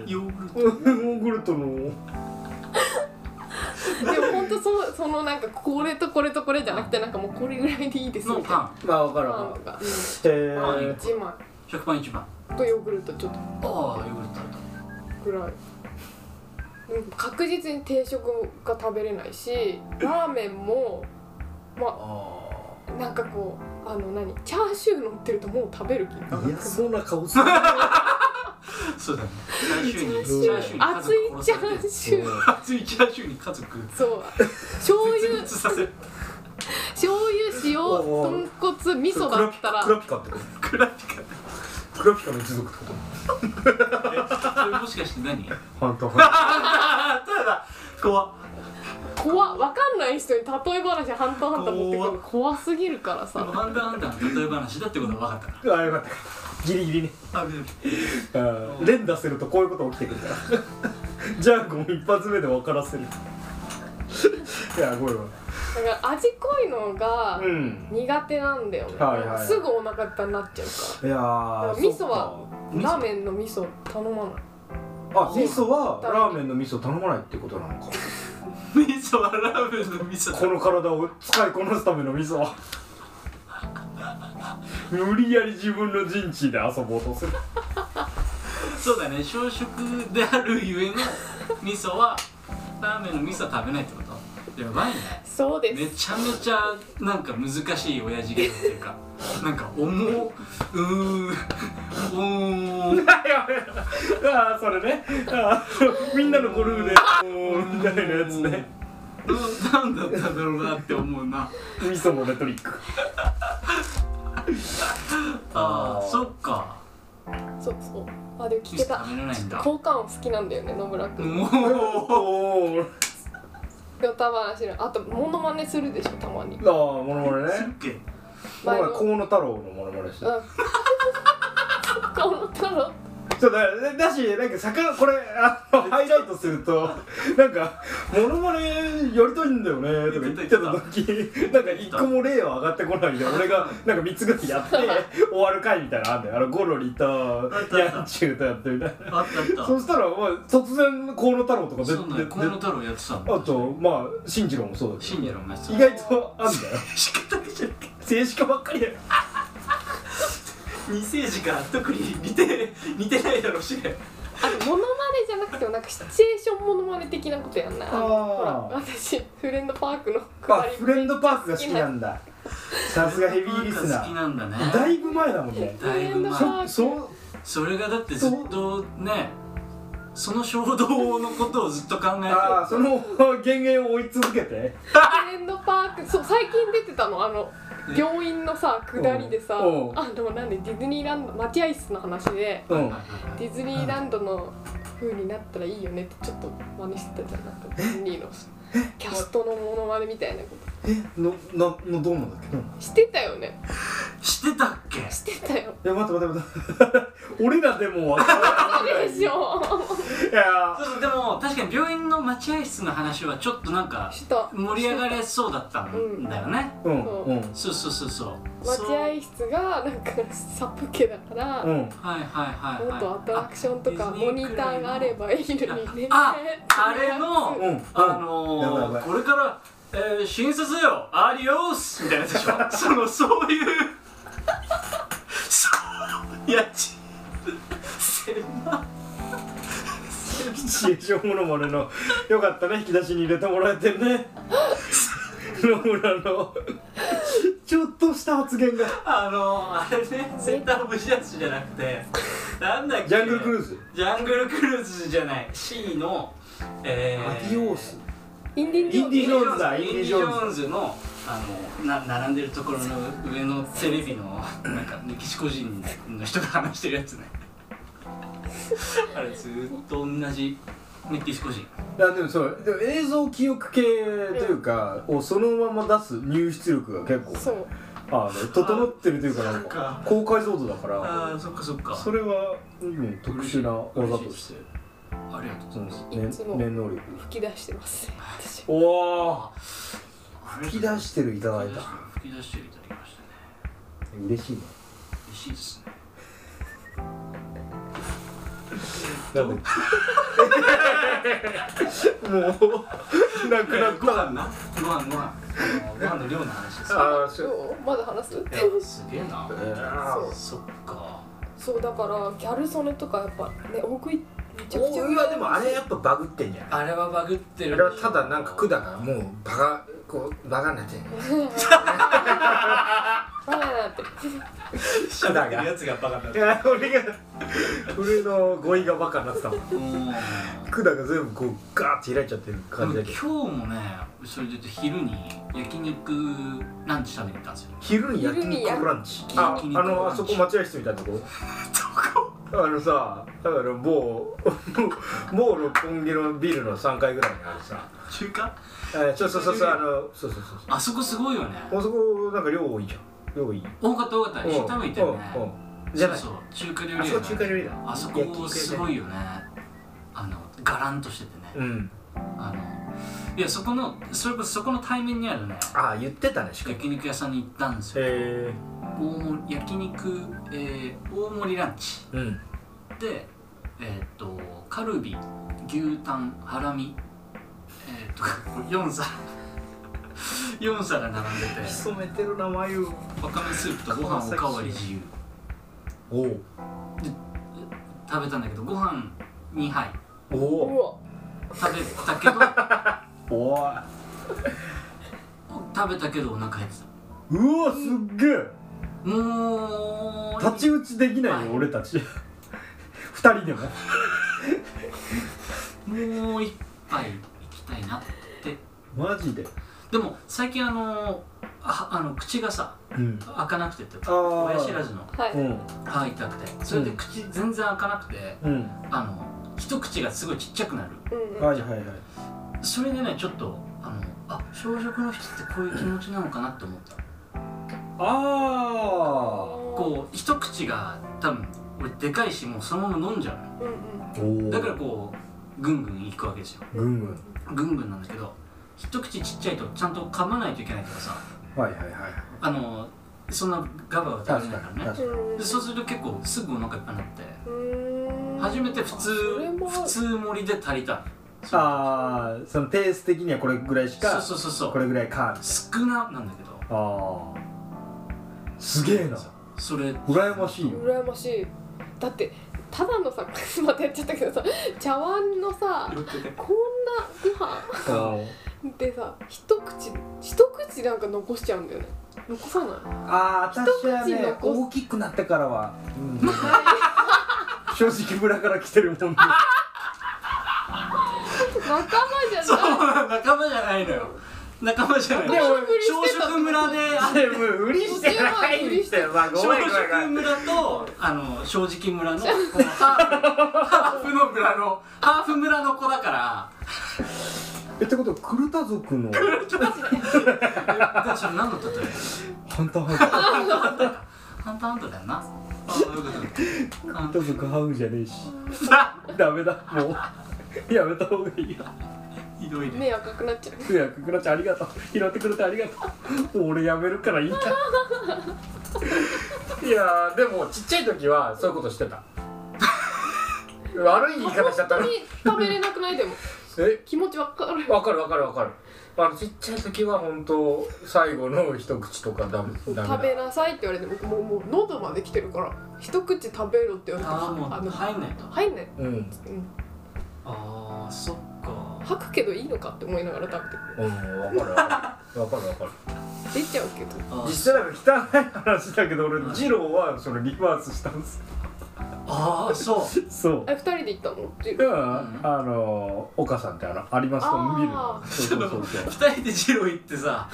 Speaker 6: ヨーグルト
Speaker 4: ヨーグルトの
Speaker 5: でもほんとそそのなんかこれとこれとこれじゃなくてなんかもうこれぐらいでいいです
Speaker 6: の
Speaker 5: みたいな
Speaker 6: パン
Speaker 4: まあ分か
Speaker 5: パン
Speaker 4: ら
Speaker 5: とか
Speaker 4: へ
Speaker 5: パン
Speaker 4: え
Speaker 5: 1枚
Speaker 6: 食パン一番
Speaker 5: とヨーグルトちょっと
Speaker 6: ああヨーグルトだと
Speaker 5: ぐらいうん確実に定食が食べれないしラーメンもま
Speaker 4: あ
Speaker 5: あなんかこうあの何チャーシュー乗ってるともう食べる気が
Speaker 4: あ嫌そうな顔する
Speaker 6: そうだねチャーシューに
Speaker 4: チ
Speaker 6: チ
Speaker 4: ャ
Speaker 6: ャ
Speaker 4: ー
Speaker 6: ー
Speaker 4: シ
Speaker 6: シ
Speaker 4: ュ
Speaker 5: 熱いチャーシ
Speaker 6: ューに家族殺されて
Speaker 5: ュー
Speaker 6: 熱いチャーシューに家族
Speaker 5: そう醤
Speaker 6: 絶
Speaker 5: 油
Speaker 6: 滅させる
Speaker 5: 醤油塩
Speaker 4: おうおう
Speaker 5: 豚骨味噌だったら
Speaker 4: クラピカってこと
Speaker 6: クラピカ
Speaker 4: クロピカに続くってこと
Speaker 6: それもしかして何
Speaker 4: 本 当
Speaker 6: ただ怖っ
Speaker 5: 怖っわかんない人に例え話ハンターハンター持ってくるの怖すぎるから
Speaker 6: でも
Speaker 5: さ
Speaker 6: ハンターハンターの例え話だってことは分かっ
Speaker 4: ああよかったギリギリね
Speaker 6: たあでも
Speaker 4: あー連打するとこういうこと起きてくるから ジャンゴも一発目で分からせ るいやごめんご
Speaker 5: だから味濃いのが
Speaker 4: めん
Speaker 5: 苦手なんだよね、
Speaker 4: はいはいはい
Speaker 5: すぐお腹いっぱいになっちゃうか
Speaker 4: いや
Speaker 5: らだ
Speaker 4: ー
Speaker 5: から味
Speaker 4: そっ
Speaker 5: 噌は
Speaker 4: か
Speaker 5: ラーメンの味噌頼まない
Speaker 4: あ味噌はラーメンの味噌頼まないってことなのか
Speaker 6: 味噌はラーメンの味噌
Speaker 4: この体を使いこなすための味噌は 無理やり自分の陣地で遊ぼうとする
Speaker 6: そうだね小食であるゆえの味噌はラーメンの味噌食べないってことやばいね
Speaker 5: そうで
Speaker 6: め
Speaker 5: す
Speaker 6: ちゃめちゃなんか難しい親父ゲームっていうかなんか重うーおー
Speaker 4: ああそれねあー みんなのゴルフでおーみたいなやつね
Speaker 6: うんなんだったんだろうなって思うな
Speaker 4: 味噌のレトリック
Speaker 6: あーそっか
Speaker 5: そうそうあでも聞
Speaker 6: 味
Speaker 5: け
Speaker 6: 噌
Speaker 5: た
Speaker 6: 食べれないんだ
Speaker 5: 好感音好きなんだよね野村
Speaker 6: お
Speaker 5: 君ん
Speaker 6: ー
Speaker 4: おお
Speaker 5: ヨタ話のあとモノマネするでしょたまに
Speaker 4: ああモノマネ
Speaker 6: すっ
Speaker 4: ね
Speaker 6: げえ
Speaker 4: この前
Speaker 5: 前の
Speaker 4: 河野太郎のモノマネして
Speaker 5: うん この太郎
Speaker 4: そうだだしなんか魚これあのハイライトするとなんか「モノマネやりたいんだよね」とか言ってた時なんか一個も例は上がってこない で俺がなんか3つぐらいやって終わる回みたいなのあんだよあのゴロリとヤンチューとやってみたい
Speaker 6: あったあった
Speaker 4: なそしたら、まあ、突然河野太郎とか出
Speaker 6: そうなんだよ河野
Speaker 4: て
Speaker 6: 太郎やってたんだ
Speaker 4: あとまあ進次郎もそうだけ
Speaker 6: 信じろお前
Speaker 4: ど意外とあん だよ
Speaker 6: 仕方がじゃなくて
Speaker 4: 政治家ばっかりだよ
Speaker 6: 二世時から特に似て似てないだろうしね
Speaker 5: あとモノマネじゃなくてもなんかシチュエーションモノマネ的なことやんないあの
Speaker 4: あー
Speaker 5: ほら私フレンドパークの
Speaker 4: あ
Speaker 5: 配り
Speaker 4: フレンドパークが好きなんださすがヘビーリスナ
Speaker 6: 好き
Speaker 4: ー
Speaker 6: なんだね
Speaker 4: だいぶ前だもんね
Speaker 5: フ
Speaker 6: だい
Speaker 5: レ
Speaker 6: ぶ
Speaker 5: ンドパ
Speaker 6: 前
Speaker 5: ーク
Speaker 4: そう
Speaker 6: それがだってずっとねその衝動のことをずっと考えてる
Speaker 4: ああその減塩を追い続けて
Speaker 5: フレンドパークそう最近出てたのあの
Speaker 6: ね
Speaker 5: 病院のさ下りでさあ
Speaker 4: うんうん
Speaker 5: のなんでディズニーランド待合室の話で
Speaker 4: うん
Speaker 5: ディズニーランドの風になったらいいよねってちょっと真似してたじゃんなんかディズニーのキャストのモノマネみたいなこ
Speaker 4: のののどうなんだっけ、
Speaker 5: としてたよね
Speaker 6: してたっけ
Speaker 5: してたよ
Speaker 4: いや待って待って 待って俺らでも分からない
Speaker 5: でしょ
Speaker 4: いや
Speaker 6: そうそうでも確かに病院の待合室の話はちょっとなんか
Speaker 5: した
Speaker 6: 盛り上がれそうだったんだよね、
Speaker 4: うん
Speaker 5: そう
Speaker 4: うん
Speaker 6: そうそうそうそうそう
Speaker 5: 待合室がなんかサプケだから、
Speaker 4: うん
Speaker 6: はいはいはい
Speaker 5: も
Speaker 6: は
Speaker 5: っ
Speaker 6: い
Speaker 5: とアトラクションとか
Speaker 6: あ
Speaker 5: モニターがあればいいのにね
Speaker 6: ああれの
Speaker 4: うんうん
Speaker 6: あの
Speaker 4: やばいやば
Speaker 6: ー、
Speaker 4: い
Speaker 6: これから、えー、診察だよアディオスみたいなやつでしょ そのそういうそうやち狭
Speaker 4: シチュエーションものまねのよかったね引き出しに入れてもらえてね野村のちょっとした発言が
Speaker 6: あのー、あれねセンターオブジャスじゃなくてなんだっけ
Speaker 4: ジャングルクルーズ
Speaker 6: ジャングルクルーズじゃない C のえー、
Speaker 5: インディンジ
Speaker 4: インデ
Speaker 5: ョーンズ
Speaker 4: ィジョーンズだ
Speaker 6: インディ・ジョーンズのあのな並んでるところの上のテレビのなんかメキシコ人の人が話してるやつ ねあれずっと同じメキシコ人
Speaker 4: いやでもそうでも映像記憶系というか、をそのまま出す入出力が結構
Speaker 5: そう
Speaker 4: あの整ってるというかなんか
Speaker 6: そっか
Speaker 4: 高解像度だから
Speaker 6: ああそっかそっか
Speaker 4: それは、うん、特殊な技として
Speaker 6: ありがとうございます
Speaker 4: うんね
Speaker 5: いつも
Speaker 4: 念能力
Speaker 5: 吹き出してますね私
Speaker 4: おお吹き出してるいただいた
Speaker 6: 吹き出していただきましたね
Speaker 4: 嬉しいね
Speaker 6: 嬉しいですね
Speaker 4: なんかもうなくなっ た
Speaker 6: ご飯なご飯ご飯あのご飯の量の話です
Speaker 4: ああ
Speaker 5: ど
Speaker 4: そう
Speaker 5: うまだ話す
Speaker 6: いやすげえな
Speaker 5: そう
Speaker 6: そっか
Speaker 5: そうだからギャル曽根とかやっぱね大食いめちゃくちゃ
Speaker 4: 大
Speaker 5: 上手
Speaker 4: 岩でもあれやっぱバグってんじゃない
Speaker 6: あれはバグって
Speaker 4: あ
Speaker 6: る
Speaker 4: れはただなんか管がもうバカこうバカになってる
Speaker 5: バカだって
Speaker 6: 喋ってるやつがバカだ
Speaker 4: いや俺が俺の語彙がバカになってたもん
Speaker 6: うん
Speaker 4: 管が全部こうガーッて開いちゃってる感じだ
Speaker 6: 今
Speaker 4: けど
Speaker 6: 日もねそれで言うと昼に焼肉ランチ食べに行ったんですよ
Speaker 4: 昼に焼肉ランチ
Speaker 6: 昼に
Speaker 4: あ
Speaker 6: 焼肉
Speaker 4: あ
Speaker 6: ラン
Speaker 4: の
Speaker 6: チ
Speaker 4: あそこ待合室みたいなとこあのさだから某某六本木のビルの3階ぐらいにあるさ
Speaker 6: 中華
Speaker 4: えーそうそうそうそうあのそうそうそうそ
Speaker 6: あそこすごいよね
Speaker 4: うあそこなんか量多いじゃん量いい
Speaker 6: 多かった多かった
Speaker 4: うん
Speaker 6: ひたむいたよね
Speaker 4: うんうんじゃない
Speaker 6: そうそう中華料理
Speaker 4: あ
Speaker 6: 屋
Speaker 4: そこ中華料理だ
Speaker 6: あそこすごいよねあのガランとしててね、
Speaker 4: うん
Speaker 6: あのいやそこのそれこそそこの対面にあるね
Speaker 4: あ言ってたねしかも
Speaker 6: 焼肉屋さんに行ったんですよ
Speaker 4: へ
Speaker 6: 大盛り焼肉、えー大盛りランチ
Speaker 4: えうん
Speaker 6: でえーっとカルビ牛タンハラミえーっと4 皿4皿並んでて
Speaker 4: めてる名前を
Speaker 6: わかめスープとご飯おかわり自由
Speaker 4: おう
Speaker 6: 食べたんだけどご飯2杯
Speaker 4: お お
Speaker 5: うわ
Speaker 6: 食べたけど
Speaker 4: おお
Speaker 6: 食べたけどお腹減って
Speaker 4: うわすっげえ
Speaker 6: たもう
Speaker 4: 太刀打ちできないよ俺たち 二人でも
Speaker 6: もう一杯行きたいなって
Speaker 4: マジで
Speaker 6: でも最近あのああの口がさ
Speaker 4: うん
Speaker 6: 開かなくてって
Speaker 4: あー
Speaker 6: 親知らずの
Speaker 5: はい、
Speaker 4: うん
Speaker 6: 歯痛くてそれで
Speaker 4: うん
Speaker 6: 口全然開かなくて、
Speaker 4: うん
Speaker 6: あの一口がすごいちっちゃくなる
Speaker 5: うんうん、
Speaker 4: はいはいはい
Speaker 6: それでねちょっとあのあ小食の人ってこういう気持ちなのかなって思った
Speaker 4: あ
Speaker 6: こう一口が多分俺でかいしもうそのまま飲んじゃう
Speaker 5: う
Speaker 6: の
Speaker 5: ん
Speaker 4: あお
Speaker 5: うん
Speaker 4: お
Speaker 6: だからこうぐんぐんいくわけですよ
Speaker 4: ぐんぐん
Speaker 6: ぐんぐんなんだけど一口ちっちゃいとちゃんと噛まないといけないからさ
Speaker 4: はいはいはい
Speaker 6: あのそんなガバガバ食べないからね
Speaker 4: 確
Speaker 5: うん
Speaker 6: でそうすると結構すぐお腹いっぱいになって
Speaker 5: うん
Speaker 6: 初めて普通
Speaker 5: それも
Speaker 6: 普通盛りで足りた
Speaker 4: ああそのペース的にはこれぐらいし
Speaker 6: そ
Speaker 4: か
Speaker 6: うそうそうそ
Speaker 4: こ
Speaker 6: う
Speaker 4: れぐらいか
Speaker 6: 少ななんだけど
Speaker 4: ああすげえな
Speaker 6: それ
Speaker 4: 羨ましいよ
Speaker 5: 羨ましいだってただのさ またやっちゃったけどさ茶碗のさこんなご飯でさ一口一口なんか残しちゃうんだよね残さない
Speaker 4: ああ私は
Speaker 5: 一口
Speaker 4: ね
Speaker 5: 残す
Speaker 4: 大きくなってからは、うん正直村から来てるもんで
Speaker 5: 仲間じゃ
Speaker 6: そう
Speaker 5: ない
Speaker 6: 仲間じゃないのよ仲間じゃない
Speaker 4: でも
Speaker 6: 小食村であ
Speaker 4: でも無理してない んですよまあご
Speaker 6: 小
Speaker 4: めんごめんごめ
Speaker 6: 食
Speaker 4: ん
Speaker 6: 村とあの正直村のこのハーフハーフの村のハーフ村の子だから
Speaker 4: えってことはクルタ族 の
Speaker 6: だからそれ何の例え
Speaker 4: ハンターハンター
Speaker 6: ハンターハンターだよなああよかったハン
Speaker 4: ク
Speaker 6: タ
Speaker 4: ルタ族ハウじゃ ねえしダメだもうやめた方がいいよ
Speaker 6: ひどいね
Speaker 5: 目赤くなっちゃう
Speaker 4: いやクラちゃんありがとう拾ってくれてありがとうもう俺やめるからいいかいやーでもちっちゃい時はそういうことしてた悪い言い方しちゃった
Speaker 5: 本
Speaker 4: な
Speaker 5: 当に食べれなくないでも
Speaker 4: え
Speaker 5: 気持ちわかる
Speaker 4: わかるわかるわかるあのちっちゃい時は本当最後の一口とかダメダメだ
Speaker 5: 食べなさいって言われて僕もうもう喉まで来てるから一口食べろって言われて
Speaker 6: ああもう
Speaker 5: の
Speaker 6: 入んないと
Speaker 5: 入んない、
Speaker 4: うん、
Speaker 5: うん、
Speaker 6: ああそっか
Speaker 5: 吐くけどいいのかって思いながら食
Speaker 4: うん、わかるわかるわかるわかる
Speaker 5: べてる出ちゃうけど
Speaker 6: あー
Speaker 4: 実際なんか汚い話だけど俺二郎はそれリバースしたんです
Speaker 6: あーそう
Speaker 4: そう
Speaker 5: え二人で行ったの
Speaker 4: では、あの岡さんってあの有馬スのビル
Speaker 5: あ
Speaker 4: のそうそうそうそう
Speaker 6: 二人でジロー行ってさ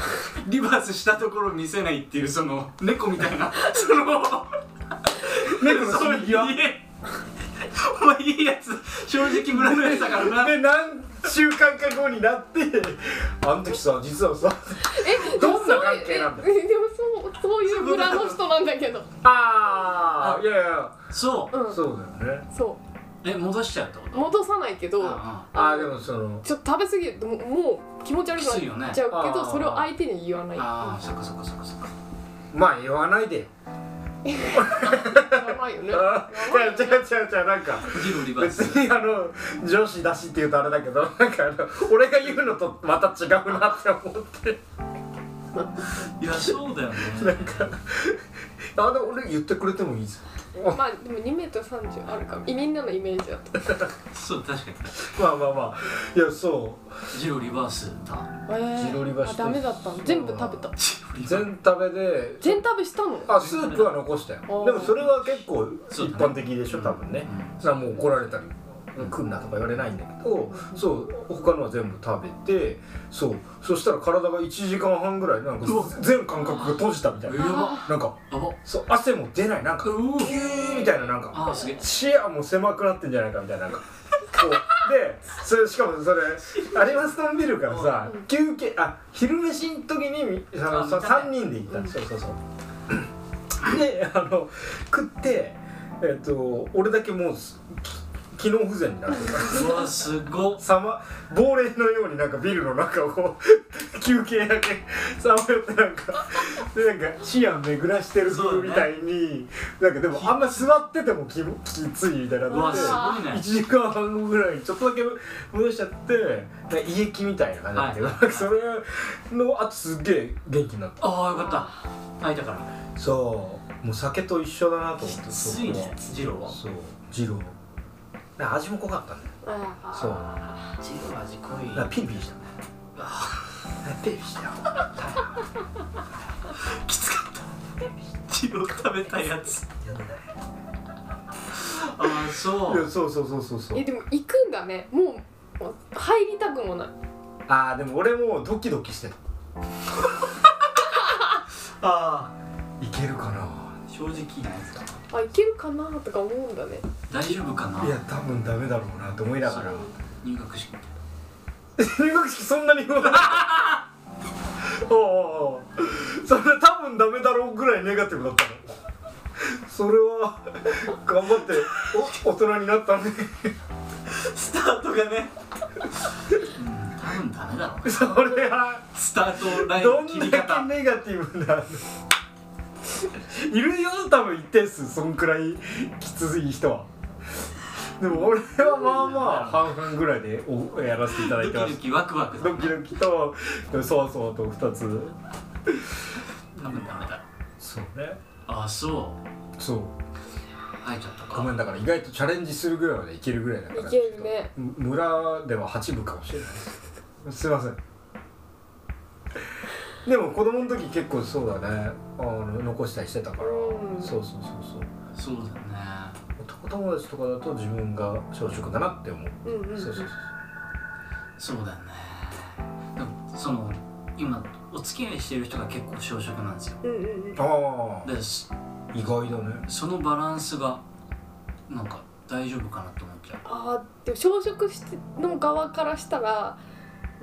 Speaker 6: リバースしたところ見せないっていうその猫みたいなその
Speaker 4: 猫の死に際
Speaker 6: そういえお前いいやつ正直村のやつだからな
Speaker 4: で何週間か後になってあの時さ実はさ
Speaker 5: え
Speaker 4: どんな関係なんだ
Speaker 5: そういうえでもそうそういう村の人なんだけど
Speaker 4: ああいやいや
Speaker 6: そう
Speaker 5: うんそ
Speaker 4: そうだよね
Speaker 5: う
Speaker 6: え戻しちゃうってこと
Speaker 5: 戻さないけど
Speaker 6: あ
Speaker 4: ああでもその
Speaker 5: ちょっと食べ過ぎるともうもう気持ち悪
Speaker 6: きつい
Speaker 5: く
Speaker 6: よ
Speaker 5: な
Speaker 6: ね
Speaker 5: っちゃうけど、
Speaker 4: あー
Speaker 5: それを相手に言わない
Speaker 6: あーそっかそっかそっかそっか
Speaker 4: まあ言わないでよ
Speaker 5: 言わな いよね
Speaker 4: あー違う違う違う違うなんか
Speaker 6: ジローリバー
Speaker 4: 別
Speaker 6: ス
Speaker 4: にあの上司だしっていうとあれだけどなんかあの俺が言うのとまた違うなって思って
Speaker 6: いやそうだよね
Speaker 4: なんかあでも俺言ってくれてもいいです
Speaker 5: まあでも2メートル30あるかみんなのイメージだと
Speaker 6: そう確かに
Speaker 4: まあまあまあいやそう
Speaker 6: ジロリバースだ
Speaker 5: え
Speaker 4: 自撮りは
Speaker 5: ー、
Speaker 4: し
Speaker 5: あ
Speaker 4: て
Speaker 5: ダメだったの全部食べた
Speaker 6: ジロリバー
Speaker 4: 全食べで
Speaker 5: 全食べしたの
Speaker 4: あスープは残したよ
Speaker 5: あー
Speaker 4: でもそれは結構一
Speaker 6: そうだね
Speaker 4: 般的でしょ多分ねそれはもう怒られたり来んなとか言われないんだけどそう他のは全部食べてそうそしたら体が1時間半ぐらいなんか
Speaker 6: うわ
Speaker 4: 全感覚が閉じたみたい
Speaker 6: ス
Speaker 4: な
Speaker 6: やば
Speaker 4: なんか
Speaker 6: やば
Speaker 4: そう汗も出ないなんか
Speaker 6: うお
Speaker 4: キューみたいななんか
Speaker 6: あーすげえ
Speaker 4: 視野も狭くなってんじゃないかみたいななんかこうでそれしかもそれアリマスタンビルからさ休憩あ昼飯の時にみあの
Speaker 6: あ
Speaker 4: さ
Speaker 6: 見た
Speaker 4: 3
Speaker 6: ね
Speaker 4: 人で行ったんですよそうそうそうであの食ってえっ、と俺だけもうすき機能不全になってる
Speaker 6: うわすごっ
Speaker 4: さま亡霊のようになんかビルの中を こう休憩だけさまよってなんかでなんか視野巡らしてる風みたいに、なんかでもあんま座っててもききついみたいな
Speaker 6: う
Speaker 4: の
Speaker 6: わ
Speaker 4: です
Speaker 6: ごい
Speaker 4: 1
Speaker 6: ね
Speaker 4: 時間半後ぐらいにちょっとだけ戻しちゃってなんか胃液みたいな感じだけど、
Speaker 6: はい
Speaker 4: なんかそれのあとすっげえ元気になった
Speaker 6: ああよかった開いたから
Speaker 4: そうもう酒と一緒だなと思って
Speaker 6: ついねジロは
Speaker 4: そう二郎なんか味も濃かったね
Speaker 5: あー
Speaker 4: そう
Speaker 6: ジロは味濃い
Speaker 4: なんかピリピリしたねピリピリしたよ
Speaker 6: きつかったジロ食べたやつああそ
Speaker 4: いや
Speaker 6: う
Speaker 4: そうそうそうそうそう
Speaker 5: えでも行くんだねもうもう入りたくもない
Speaker 4: ああでも俺もうドキドキ してた
Speaker 6: あ
Speaker 4: いけるかな
Speaker 6: あ正直いいですか
Speaker 5: あ行けるかなとか思うんだね
Speaker 6: 大丈夫かない
Speaker 4: や多分ダメだろうなと思いながら
Speaker 6: 入学式みたいな
Speaker 4: 入学式そんなに言うなおうおうおうそれ多分ダメだろうぐらいネガティブだったのそれは頑張ってお大人にな ったね
Speaker 6: スタートがねうん多分ダメだろう
Speaker 4: それは
Speaker 6: スタートライン
Speaker 4: ど
Speaker 6: の
Speaker 4: ん
Speaker 6: 切り
Speaker 4: だけ
Speaker 6: 方
Speaker 4: ネガティブないるよ多分一定数そんくらいきつい人はでも俺はまあまあ半々ぐらいでおやらせていただい
Speaker 6: ド
Speaker 4: てま
Speaker 6: キド
Speaker 4: す
Speaker 6: キワクワクだ
Speaker 4: ドキドキとそわそわと2つ
Speaker 6: 多分ダメだろう
Speaker 4: そうね
Speaker 6: ああそう
Speaker 4: そう
Speaker 6: 入っちゃったか
Speaker 4: ごめんだから意外とチャレンジするぐらいまでいけるぐらいだから
Speaker 5: いけるね
Speaker 4: ちょっと村では8部かもしれないですすいませんでも子供の時結構そうだねあの残したりしてたから、
Speaker 5: うん
Speaker 4: そうそうそうそう
Speaker 6: そうだね
Speaker 4: 男友達とかだと自分が小食だなって思う、
Speaker 5: うんうん、うん、
Speaker 4: そうそうそう
Speaker 6: そうだねでもその今お付き合いしてる人が結構小食なんですよ
Speaker 5: うんうんうん
Speaker 4: ああ
Speaker 6: でそ
Speaker 4: 意外だね
Speaker 6: そのバランスがなんか大丈夫かなと思っちゃう
Speaker 5: あーでも小食しての側からしたら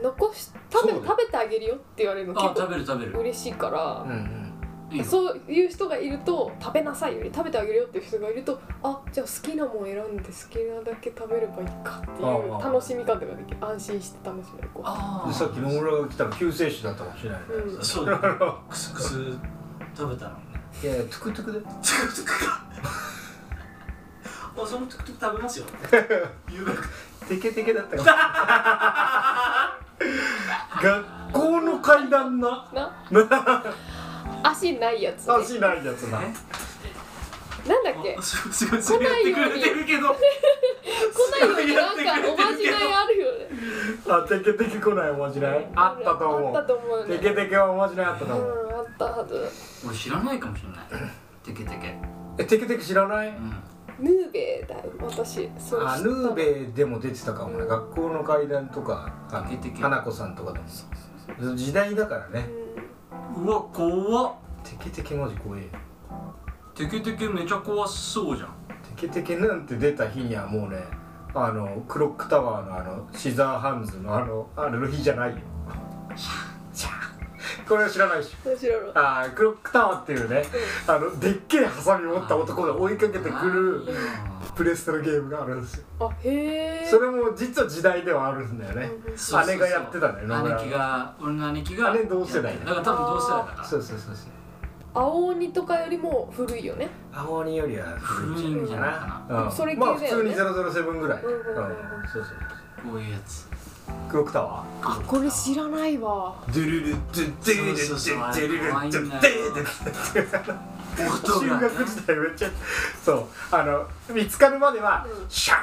Speaker 5: 残し食べ
Speaker 4: そうだよ
Speaker 5: 食べてあげるよって言われるの
Speaker 6: あ
Speaker 5: 結
Speaker 6: 食べる食べ
Speaker 5: 構
Speaker 6: る
Speaker 5: 嬉しいから、
Speaker 4: ん
Speaker 6: いいよ
Speaker 5: そういう人がいると食べなさいより食べてあげるよっていう人がいるとあじゃあ好きなもん選んで好きなだけ食べればいいかっていう楽しみ方ができる安心して楽しめるこう
Speaker 6: あ
Speaker 4: で
Speaker 6: あ
Speaker 4: さっき野村が来たら救世主だったかもしれないね、
Speaker 5: うん
Speaker 6: そうだねクスクス食べたのね
Speaker 4: いやいやトゥクトゥクで
Speaker 6: トゥクトゥクかあそのトゥクトゥク食べますよ留学
Speaker 4: テケテケだったかも 学校の階段な
Speaker 5: な足ないやつ、ね、
Speaker 4: 足ないやつな
Speaker 5: なんだっけ
Speaker 6: あすごいすごいすごいやってくれてるけど
Speaker 5: こんなになん
Speaker 6: すごいやってくれて
Speaker 5: かお
Speaker 6: るけど
Speaker 5: まじないあるよね
Speaker 4: あテケテケ来ないおまじないあったと思
Speaker 5: あった
Speaker 4: う
Speaker 5: と思うね
Speaker 4: テケテケはおまじないあったと
Speaker 5: う
Speaker 4: 思うん
Speaker 5: あったはず
Speaker 6: 俺知らないかもしれないテケテケ
Speaker 4: えテケテケ知らない
Speaker 6: うん
Speaker 5: ヌーベイだよ私そう
Speaker 4: あ
Speaker 5: 知った
Speaker 4: ヌーベイでも出てたかもね学校の階段とかあ
Speaker 6: テケテ
Speaker 4: の
Speaker 6: ケ
Speaker 4: 花子さんとかでも時代だからね
Speaker 6: うわ怖っ
Speaker 4: テケテケマジ怖えよ
Speaker 6: テケテケめちゃ怖そうじゃん
Speaker 4: テケテケなんて出た日にはもうねあのクロックタワーのあのシザーハンズのあのあのルフィじゃないよシャーこれは知らないでしょ
Speaker 5: うん、知らない
Speaker 4: あークロックタワーっていうねあのでっけえハサミ持った男が追いかけてく
Speaker 6: いい
Speaker 4: る
Speaker 6: な
Speaker 4: プレステのゲームがあるんですよ
Speaker 5: あへえ
Speaker 4: それも実は時代ではあるんだよね
Speaker 6: そうそうそう
Speaker 4: 姉がやってたね野村
Speaker 6: 姉貴が俺の姉貴が
Speaker 4: 姉同世代だ
Speaker 6: だから多分同世代だから
Speaker 4: そうそうそうそう
Speaker 5: 青鬼とかよりも古いよね
Speaker 4: 青鬼よりは
Speaker 6: 古いんじゃないか
Speaker 4: うん
Speaker 5: それ系
Speaker 4: ま
Speaker 5: だよ
Speaker 4: あ
Speaker 5: ね
Speaker 4: 普通に007ぐらい、
Speaker 5: うんうんうん
Speaker 4: そうそうそう
Speaker 6: なこういうやつ
Speaker 4: ククロックタワ
Speaker 5: あこれ知らないわ
Speaker 4: ードゥルルドゥドゥルルド
Speaker 6: そうそうそう
Speaker 4: ゥドゥルルドゥドゥルル
Speaker 6: 音
Speaker 4: 中
Speaker 6: が
Speaker 4: 学時代めっちゃそうあの見つかるまでは
Speaker 5: うん
Speaker 4: シャー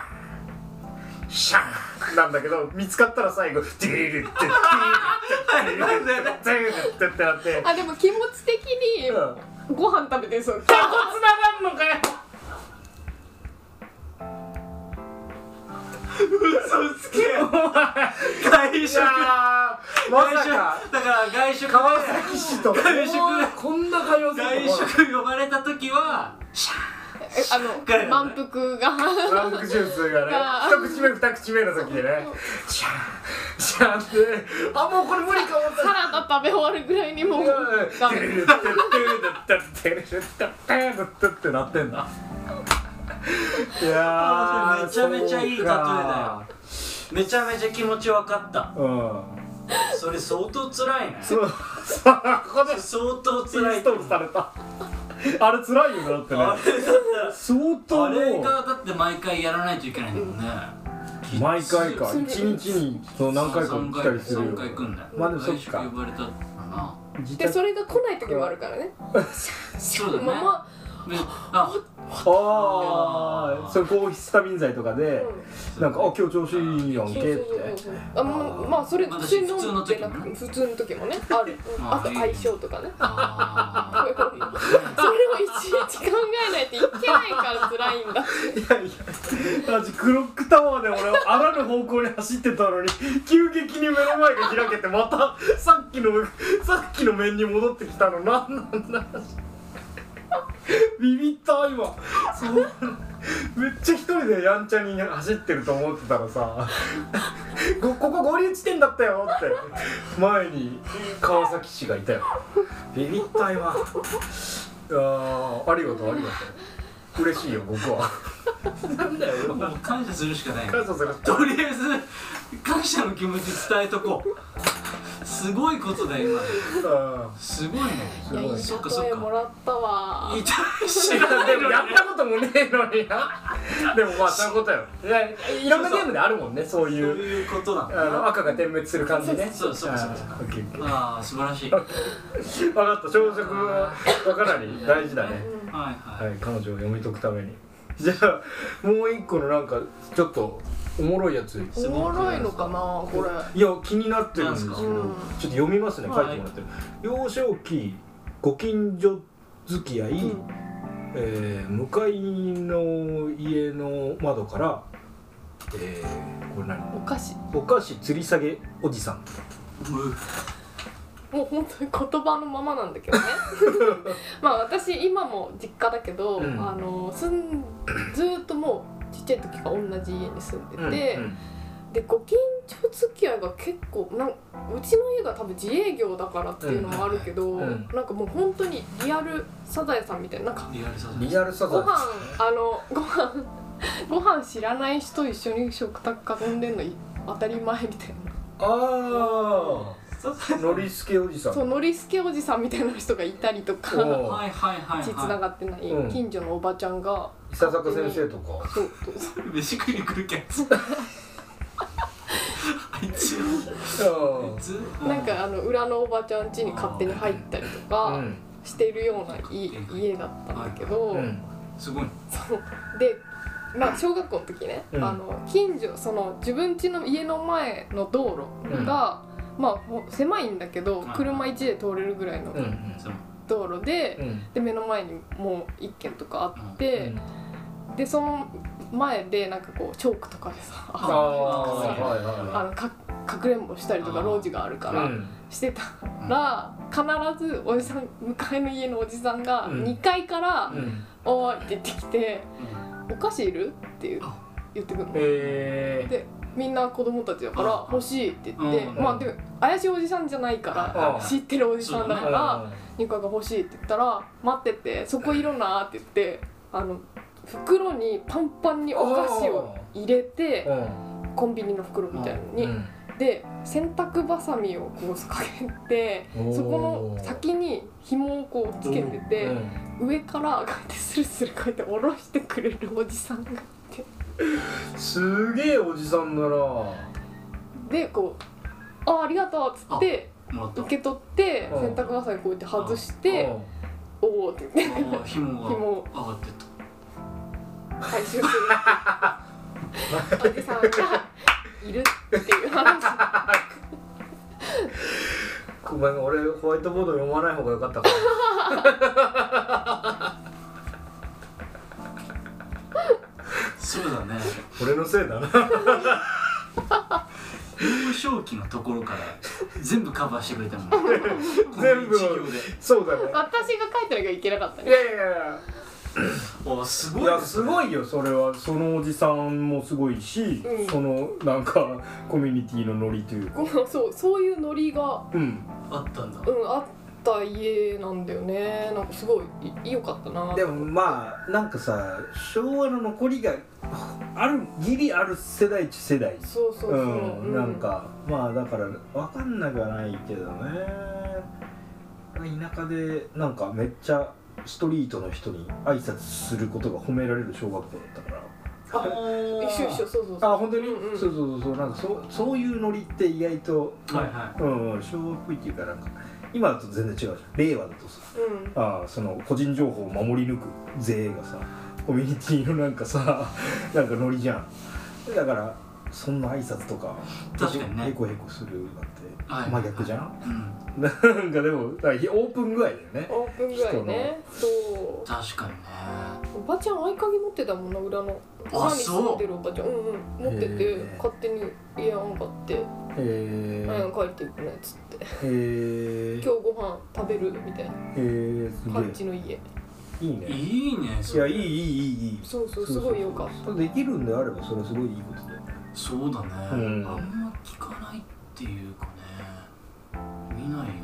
Speaker 4: ンシャーンなんだけど見つかったら最後ドゥルルドゥドゥルルドゥドゥルルドゥってなって
Speaker 5: あでも気持ち的に
Speaker 4: うん
Speaker 5: ご飯食べて そう
Speaker 4: 繋がんのかよ
Speaker 6: 嘘つけ外
Speaker 4: い
Speaker 6: 食
Speaker 4: やーま
Speaker 6: 外
Speaker 4: さ
Speaker 6: 食
Speaker 4: か
Speaker 6: だから外食
Speaker 4: 川崎市と
Speaker 6: 外食
Speaker 4: こんな会話する
Speaker 6: 外
Speaker 4: の
Speaker 6: 食呼ばれた時はシ
Speaker 5: えあの
Speaker 6: かりだね
Speaker 5: 満腹が
Speaker 4: ランクジュースがね
Speaker 5: あ
Speaker 4: 一口目二口目の時でねシャーシャーってあもうこれ無理かもって
Speaker 5: サラダ食べ終わるぐらいにもうダメ
Speaker 4: ってなってんだいやー
Speaker 6: めちゃめちゃいい例え
Speaker 4: そう
Speaker 6: だよ
Speaker 4: か
Speaker 6: ャーめちゃめちゃ気持ち分かった
Speaker 4: うん
Speaker 6: それ相当辛いね
Speaker 4: そうそうこの
Speaker 6: 相当辛
Speaker 4: イ
Speaker 6: い
Speaker 4: ンストールされたあれ辛いよなだってね
Speaker 6: あれだっ
Speaker 4: 相
Speaker 6: たら
Speaker 4: 当
Speaker 6: あ
Speaker 4: も
Speaker 6: れ
Speaker 4: う
Speaker 6: がだって毎回やらないといけないんだもんね
Speaker 4: 毎回か
Speaker 5: そう
Speaker 4: 一日にその何回か
Speaker 6: 3
Speaker 4: 来
Speaker 6: 回
Speaker 4: たりするよ
Speaker 6: 3回来んだよ
Speaker 4: まあでもそっか
Speaker 6: 外食呼ばれたのかな
Speaker 4: 自
Speaker 5: で
Speaker 4: 宅
Speaker 5: それが来ない時もあるからね
Speaker 6: そうだね
Speaker 5: まま
Speaker 6: であ
Speaker 4: ああそれこうヒスタミン剤とかで
Speaker 5: うん
Speaker 4: なんかあ今日調子いいやん
Speaker 5: そう
Speaker 4: け
Speaker 5: そ
Speaker 4: っ
Speaker 5: う
Speaker 4: て
Speaker 5: そうそうあもうまあそれ
Speaker 6: まあ
Speaker 5: 普通に飲んで
Speaker 6: 私
Speaker 5: なく
Speaker 6: 普
Speaker 5: 普通の時もねある、うん
Speaker 6: まあ
Speaker 5: あと相性とかね
Speaker 6: あ
Speaker 5: それをいちいち考えないといけないから辛いん だ
Speaker 4: いやいやマジクロックタワーで俺はあらぬ方向に走ってたのに急激に目の前が開けてまたさっきのさっきの面に戻ってきたのなんなんだビビった今そうめっちゃ一人でやんちゃに走ってると思ってたらさごここ合流地点だったよって前に川崎市がいたよビビった今あーありがとうありがとう嬉しいよ僕はなんだよ
Speaker 6: ーもう感謝するしかない
Speaker 4: 感謝する
Speaker 6: とりあえず感謝の気持ち伝えとこうすごいことだよ今
Speaker 4: あ
Speaker 6: すごいね
Speaker 5: いやいい
Speaker 6: そっかそっ
Speaker 5: 例えも
Speaker 6: から
Speaker 5: ったわ
Speaker 6: いた知ら
Speaker 4: ーでもやったこともねえのになでもまあそういうことよいやいろんなゲームであるもんねそう
Speaker 6: そう
Speaker 4: いう
Speaker 6: いうことなん
Speaker 4: あ
Speaker 6: だ
Speaker 4: の赤が点滅する感じね
Speaker 6: そうそうそうそう
Speaker 4: あーオッケーオッケー
Speaker 6: ああ素晴ら しいは
Speaker 4: 分
Speaker 6: い
Speaker 4: かった朝食はかなり大事だね
Speaker 6: は
Speaker 4: はいい彼女を読み解くためにじゃあもう一個のなんかちょっとおもろいやつ
Speaker 5: おもろいのかなこれ
Speaker 4: いや気になってるんですけどち
Speaker 6: う
Speaker 4: ょ
Speaker 5: ん
Speaker 4: っと読みますね書
Speaker 6: は
Speaker 4: いて
Speaker 6: い
Speaker 4: もらってる、幼少期ご近所付き合い、
Speaker 5: うん
Speaker 4: えー向かいの家の窓から、えーこれ何
Speaker 5: お菓子
Speaker 4: お菓子吊り下げおじさん
Speaker 6: う
Speaker 5: もう本当に言葉のままなん だけどねまあ私今も実家だけど、
Speaker 4: うん
Speaker 5: あの住んずーっともうちっちゃい時から同じ家に住んでて、
Speaker 4: うん
Speaker 5: でご近所付き合いが結構なんうちの家が多分自営業だからっていうのもあるけど、
Speaker 4: うんうん
Speaker 5: なんかもう本当にリアルサザエさんみたいななんか
Speaker 6: リアルさ
Speaker 4: うんリアルサザ
Speaker 5: ご
Speaker 4: エ
Speaker 5: 飯あのご飯 ご飯知らない人と一緒に食卓囲んでんのい当たり前みたいな
Speaker 4: ああのりすけおじさん
Speaker 5: そうノリスケおじさんみたいな人がいたりとか
Speaker 4: おう
Speaker 6: はいはいはい
Speaker 5: 血つな
Speaker 6: は
Speaker 5: がってない
Speaker 4: うん
Speaker 5: 近所のおばちゃんが、
Speaker 4: 伊佐坂先生とか
Speaker 5: そうそうそう
Speaker 6: い飯食いに来るけん あいつあいつ
Speaker 5: なんかあの裏のおばちゃん家に勝手に入ったりと
Speaker 4: う
Speaker 5: か
Speaker 4: ん
Speaker 5: してるような家家だったんだけど、
Speaker 4: うん
Speaker 6: すごい
Speaker 5: そうでまあ小学校の時ね、
Speaker 4: うん
Speaker 5: あの近所その自分家の家の前の道路が、まあほ狭いんだけど
Speaker 6: はい
Speaker 5: 車1で通れるぐらいの
Speaker 4: うんうん
Speaker 6: そう
Speaker 5: 道路で、
Speaker 4: うん
Speaker 5: で目の前にもう1軒とかあって、でその前でなんかこうチョークとかでさ
Speaker 4: ああはい
Speaker 5: あ
Speaker 4: は
Speaker 5: のかかくれんぼしたりとか
Speaker 6: あー
Speaker 5: 路地があるか
Speaker 4: いは
Speaker 5: ら、
Speaker 4: いうん
Speaker 5: してたら必ずおじさん向かいの家のおじさんが
Speaker 4: うん
Speaker 5: 2階から
Speaker 4: うん
Speaker 5: 「おーい」って言ってきて「お菓子いる?」って言う
Speaker 6: あ
Speaker 5: 言ってくるの。
Speaker 4: えー
Speaker 5: でみんな子供たちだから
Speaker 6: あ
Speaker 5: 「欲しい」って言って、
Speaker 6: うん
Speaker 5: まあでも怪しいおじさんじゃないから
Speaker 4: あ
Speaker 5: 知ってるおじさんだ
Speaker 4: う
Speaker 5: か
Speaker 4: ん
Speaker 5: ら「ニカが欲しい」って言ったら「待っててそこいろな」って言ってあの袋にパンパンにお菓子を入れて
Speaker 4: う
Speaker 5: コンビニの袋みたいなのに
Speaker 4: ん
Speaker 5: で洗濯ばさみをこうかけて
Speaker 4: おー
Speaker 5: そこの先に紐をこうつけてて、
Speaker 4: うん
Speaker 5: 上からこうやってスルスルこうやって下ろしてくれるおじさんがいて
Speaker 4: すげえおじさんだな
Speaker 5: でこう「あありがとう」っつって
Speaker 6: もらった
Speaker 5: 受け取って
Speaker 4: うん
Speaker 5: 洗濯ばさみこうやって外して
Speaker 4: うん
Speaker 5: 「おお」って言って
Speaker 6: あー紐が
Speaker 5: 紐
Speaker 6: 上がってった
Speaker 5: 回収するおじさんがいるっていう話
Speaker 4: ごめん俺ホワイトボード読まない方が良かったかも
Speaker 6: そうだね
Speaker 4: 俺のせいだな
Speaker 6: 幼少期のところから全部カバーしてくれたもんこの
Speaker 4: 全部
Speaker 6: 一行で
Speaker 4: そうだね
Speaker 5: 私が書いてなきゃいけなかった
Speaker 4: い
Speaker 5: ね
Speaker 4: やいやいや
Speaker 6: おす
Speaker 4: い
Speaker 6: ごい
Speaker 4: や
Speaker 6: です
Speaker 4: すごいよそれはそのおじさんもすごいし、
Speaker 5: うん
Speaker 4: そのなんかコミュニティのノリというか
Speaker 5: このそうそういうノリが、
Speaker 4: うん
Speaker 6: あったんだ
Speaker 5: うん、あった家なんだよねなんかすごいい良かったな
Speaker 4: でもまあなんかさ昭和の残りがあるギリある世代一世代
Speaker 5: そうそうそう、
Speaker 4: ん
Speaker 5: う
Speaker 4: なんかまあだから分かんなくはないけどね田舎でなんかめっちゃストリートの人に挨拶することが褒められる小学校だったから
Speaker 5: あ一緒一緒そうそうそう
Speaker 4: あ本当に、
Speaker 5: うんうん
Speaker 4: そうそうそうそうなんかそうそういうノリって意外と、
Speaker 6: はいは
Speaker 4: うんうん、昭和っぽいっていうかなんか今だと全然違うじゃん令和だとさ
Speaker 5: うん
Speaker 4: あーその個人情報を守り抜く税がさコミュニティのなんかさ なんかノリじゃんだからそんな挨拶とか
Speaker 6: 確かにね
Speaker 4: へこへこするなんて、
Speaker 6: はい
Speaker 4: 真逆じゃん
Speaker 6: うん
Speaker 4: なんかでもだからオープン具合だよね
Speaker 5: オープンぐらいねそう
Speaker 6: 確かにね
Speaker 5: おばちゃん合鍵持ってたもんな裏の
Speaker 6: あ
Speaker 5: 裏に
Speaker 6: そう
Speaker 5: 住んでるおばちゃんうんうん持って
Speaker 4: へ
Speaker 5: て
Speaker 4: ー
Speaker 5: 勝手に家を買って
Speaker 4: へ
Speaker 5: 「
Speaker 4: え
Speaker 5: うん帰ってくね」っつって
Speaker 4: へ
Speaker 5: 「
Speaker 4: え
Speaker 5: 今日ご飯食べる」みたいな
Speaker 4: へえす
Speaker 5: 感じ
Speaker 4: げ
Speaker 5: の家
Speaker 4: えいいね
Speaker 6: いいね
Speaker 4: いやいいいいいいいい
Speaker 5: そうそうすごい良かった
Speaker 4: たできるんであればそれはすごいいいことだよ
Speaker 6: そうだね、
Speaker 4: うん
Speaker 6: あんま聞かないっていうかね見ないよね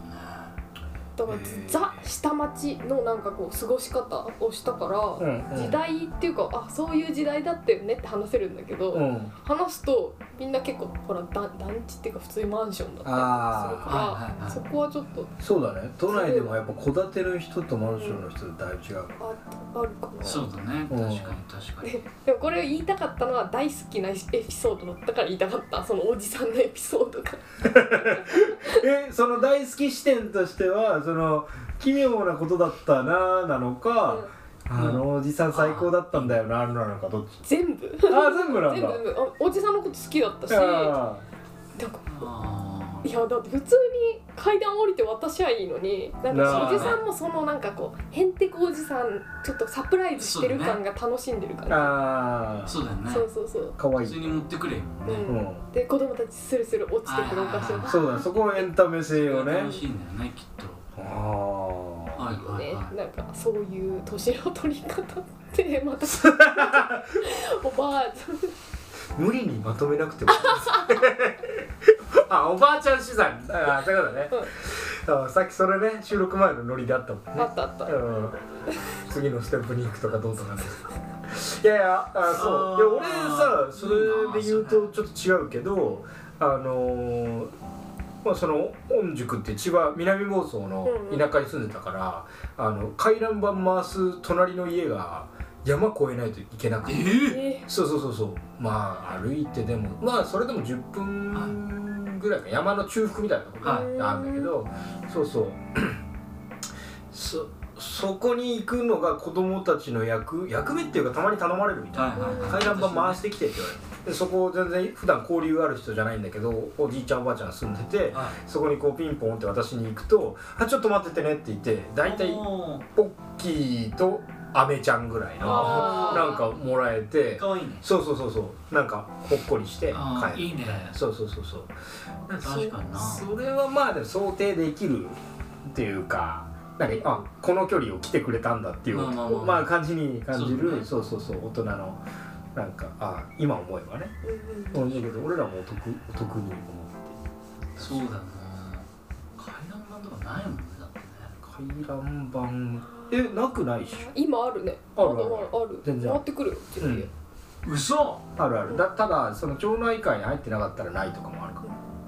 Speaker 5: だからザ下町のなんかこう過ごし方をしたか
Speaker 4: ん
Speaker 5: ら時代っていうかあそういう時代だったよねって話せるんだけ
Speaker 4: う
Speaker 5: ど
Speaker 4: ん
Speaker 5: 話すとみんな結構ほらだ団地っていうか普通にマンションだったりする
Speaker 4: あ
Speaker 6: はい
Speaker 5: か
Speaker 6: はいは
Speaker 5: ら
Speaker 6: い
Speaker 5: そこはちょっと
Speaker 4: あそうだね都内でもやっぱ戸建ての人とマンションの人でだいぶ違う
Speaker 5: ああるかな
Speaker 6: そうだね確
Speaker 4: うん
Speaker 6: かに確かに
Speaker 5: でもこれを言いたかったのは大好きなエピソードだったから言いたかったそのおじさんのエピソードが
Speaker 4: えその大好き視点としてはその奇妙なことだったななのか、あのおじさん最高だったんだよななのかどっち
Speaker 5: 全部
Speaker 4: あー全部なん
Speaker 5: 全部
Speaker 4: だ
Speaker 5: 全部あおじさんのこと好きだったしなんか
Speaker 4: あ
Speaker 6: あ
Speaker 5: いやだって普通に階段降りて渡しはいいのになん
Speaker 4: な
Speaker 5: か
Speaker 4: あ
Speaker 5: おじさんもそのなんかこうへんてこおじさんちょっとサプライズしてる感が楽しんでる
Speaker 4: ー
Speaker 5: から
Speaker 4: あ
Speaker 6: ーそうだよね
Speaker 5: そうそうそう
Speaker 4: ーかわい
Speaker 6: 普
Speaker 4: い
Speaker 6: 通に持ってくれよもんね、
Speaker 5: うん
Speaker 4: うん
Speaker 5: で子供たちスルスル落ちてくるお菓子を
Speaker 6: あ
Speaker 4: そうだねそこはエンタメ性をね
Speaker 6: 楽しいんだよねきっ
Speaker 4: あ
Speaker 6: と
Speaker 4: あ
Speaker 6: はい
Speaker 5: ね
Speaker 6: はいはい
Speaker 5: なんかそういう年の取り方って またおばあちゃん
Speaker 4: 無理にまとめなくても あおばあちゃん資産あそういうことね、あさっきそれね収録前のノリであったもんね
Speaker 5: あったあった
Speaker 4: うん次のステップに行くとかどうとかねいやいやあそういや俺さ
Speaker 6: あー
Speaker 4: それで言うとちょっと違うけどあのーまあ、その御宿って千葉南房総の
Speaker 5: うんうん
Speaker 4: 田舎に住んでたから、あの回覧板回す隣の家が山越えないといけなくて
Speaker 6: え
Speaker 5: え
Speaker 4: そうそうそうそうまあ歩いてでもまあそれでも10分ぐらいか山の中腹みたいなところ
Speaker 6: はい
Speaker 4: があるんだけど、そうそう そそこに行くのが子供たちの役役目っていうかたまに頼まれるみ
Speaker 6: ー
Speaker 4: たい
Speaker 6: はいはいは
Speaker 4: ない回覧板回してきてって言われてでそこ全然普段交流ある人じゃないんだけどおじいちゃんおばあちゃん住んでて
Speaker 6: は
Speaker 4: そこにこうピンポンって私に行くと「あちょっと待っててね」って言って
Speaker 6: い
Speaker 4: 大体
Speaker 6: おー
Speaker 4: ポッキーとアメちゃんぐらいの
Speaker 5: あー
Speaker 4: なんかもらえて
Speaker 6: かわいいね
Speaker 4: そうそうそうそうなんかほっこりして
Speaker 6: あー
Speaker 4: 帰る
Speaker 6: いいね
Speaker 4: そうそうそうそう
Speaker 6: 確かにな
Speaker 4: そそれはまあでも想定できるっていうかなんかあこの距離を来てくれたんだっていう
Speaker 6: まあまあまあ
Speaker 4: まあ感じに感じる
Speaker 6: そ
Speaker 4: そう,、そうそう大人のなんかあ今思えばね
Speaker 5: うんうん
Speaker 4: 同じだけど俺らもお得お得に思
Speaker 6: そうだな回覧板とかないもんねだってね
Speaker 4: う回覧板えなくないっし
Speaker 5: 今あるね
Speaker 4: あるある
Speaker 5: まだある
Speaker 4: 全然ある
Speaker 5: 回ってくるようち
Speaker 4: ょ、
Speaker 5: の家
Speaker 6: 嘘
Speaker 4: あるあるだただその町内会に入ってなかったらないとかもあるか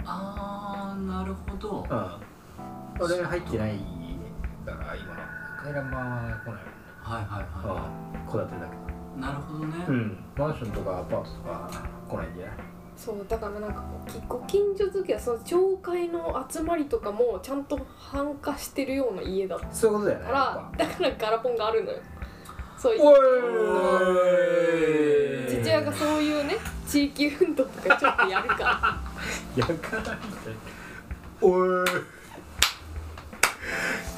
Speaker 6: あーなるほどはい
Speaker 4: らうん俺入ってないから今の回覧板は来ない
Speaker 6: はいは
Speaker 4: ああ戸建てだけ
Speaker 6: いなるほどね
Speaker 4: どうんマンションとかアパートとか来ないんじゃない
Speaker 5: そうだからなんかこうきご近所付きはその町会の集まりとかもちゃんと繁華してるような家だった
Speaker 4: そういうことだよね
Speaker 5: か
Speaker 4: やっぱ
Speaker 5: らだからガラポンがあるのよそういう
Speaker 4: おい
Speaker 5: 父親がそういうね地域運動とかちょっとやるか
Speaker 4: や
Speaker 5: ら
Speaker 4: かないでおい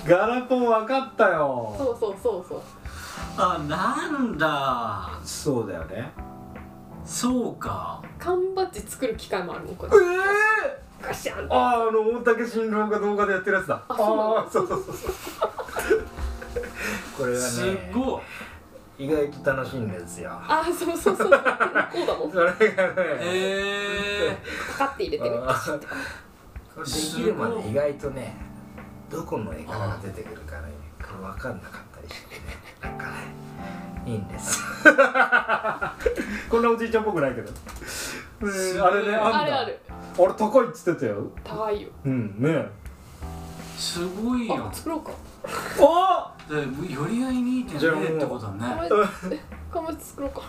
Speaker 4: ガラポン分かったよ
Speaker 5: そうそうそうそう
Speaker 6: あなんだ
Speaker 4: そうだよね
Speaker 6: そうか
Speaker 5: 缶バッジ作る機会もあるもんこれ
Speaker 4: ええ
Speaker 5: ガシャンって
Speaker 4: あああの大竹新郎が動画でやってるやつだ
Speaker 5: あそうなんだ
Speaker 4: ーそうそうそうそうこれはね
Speaker 6: すっごい
Speaker 4: 意外と楽しいんですよ
Speaker 5: あーそうそうそうこうだもん
Speaker 4: それがね、
Speaker 6: え
Speaker 5: パカって入れてね
Speaker 4: あーこれできるま
Speaker 6: すご
Speaker 4: で
Speaker 6: い
Speaker 4: 意外とねどこの絵柄が出てくるかねこれ分かんなかったりしてねなんかねいいんですこんなおじいちゃんっぽくないけど、
Speaker 6: す
Speaker 4: うん
Speaker 6: ごい
Speaker 4: あれねあんだ
Speaker 5: あるある
Speaker 4: 俺高いっつってたよ
Speaker 5: 高いよ
Speaker 4: うんね
Speaker 6: ー、すごいよ
Speaker 5: あ作ろうか
Speaker 4: お
Speaker 6: だより合いにいい点
Speaker 4: じゃあもう
Speaker 6: 出るってことだ ね
Speaker 5: これ缶バッジ作ろうか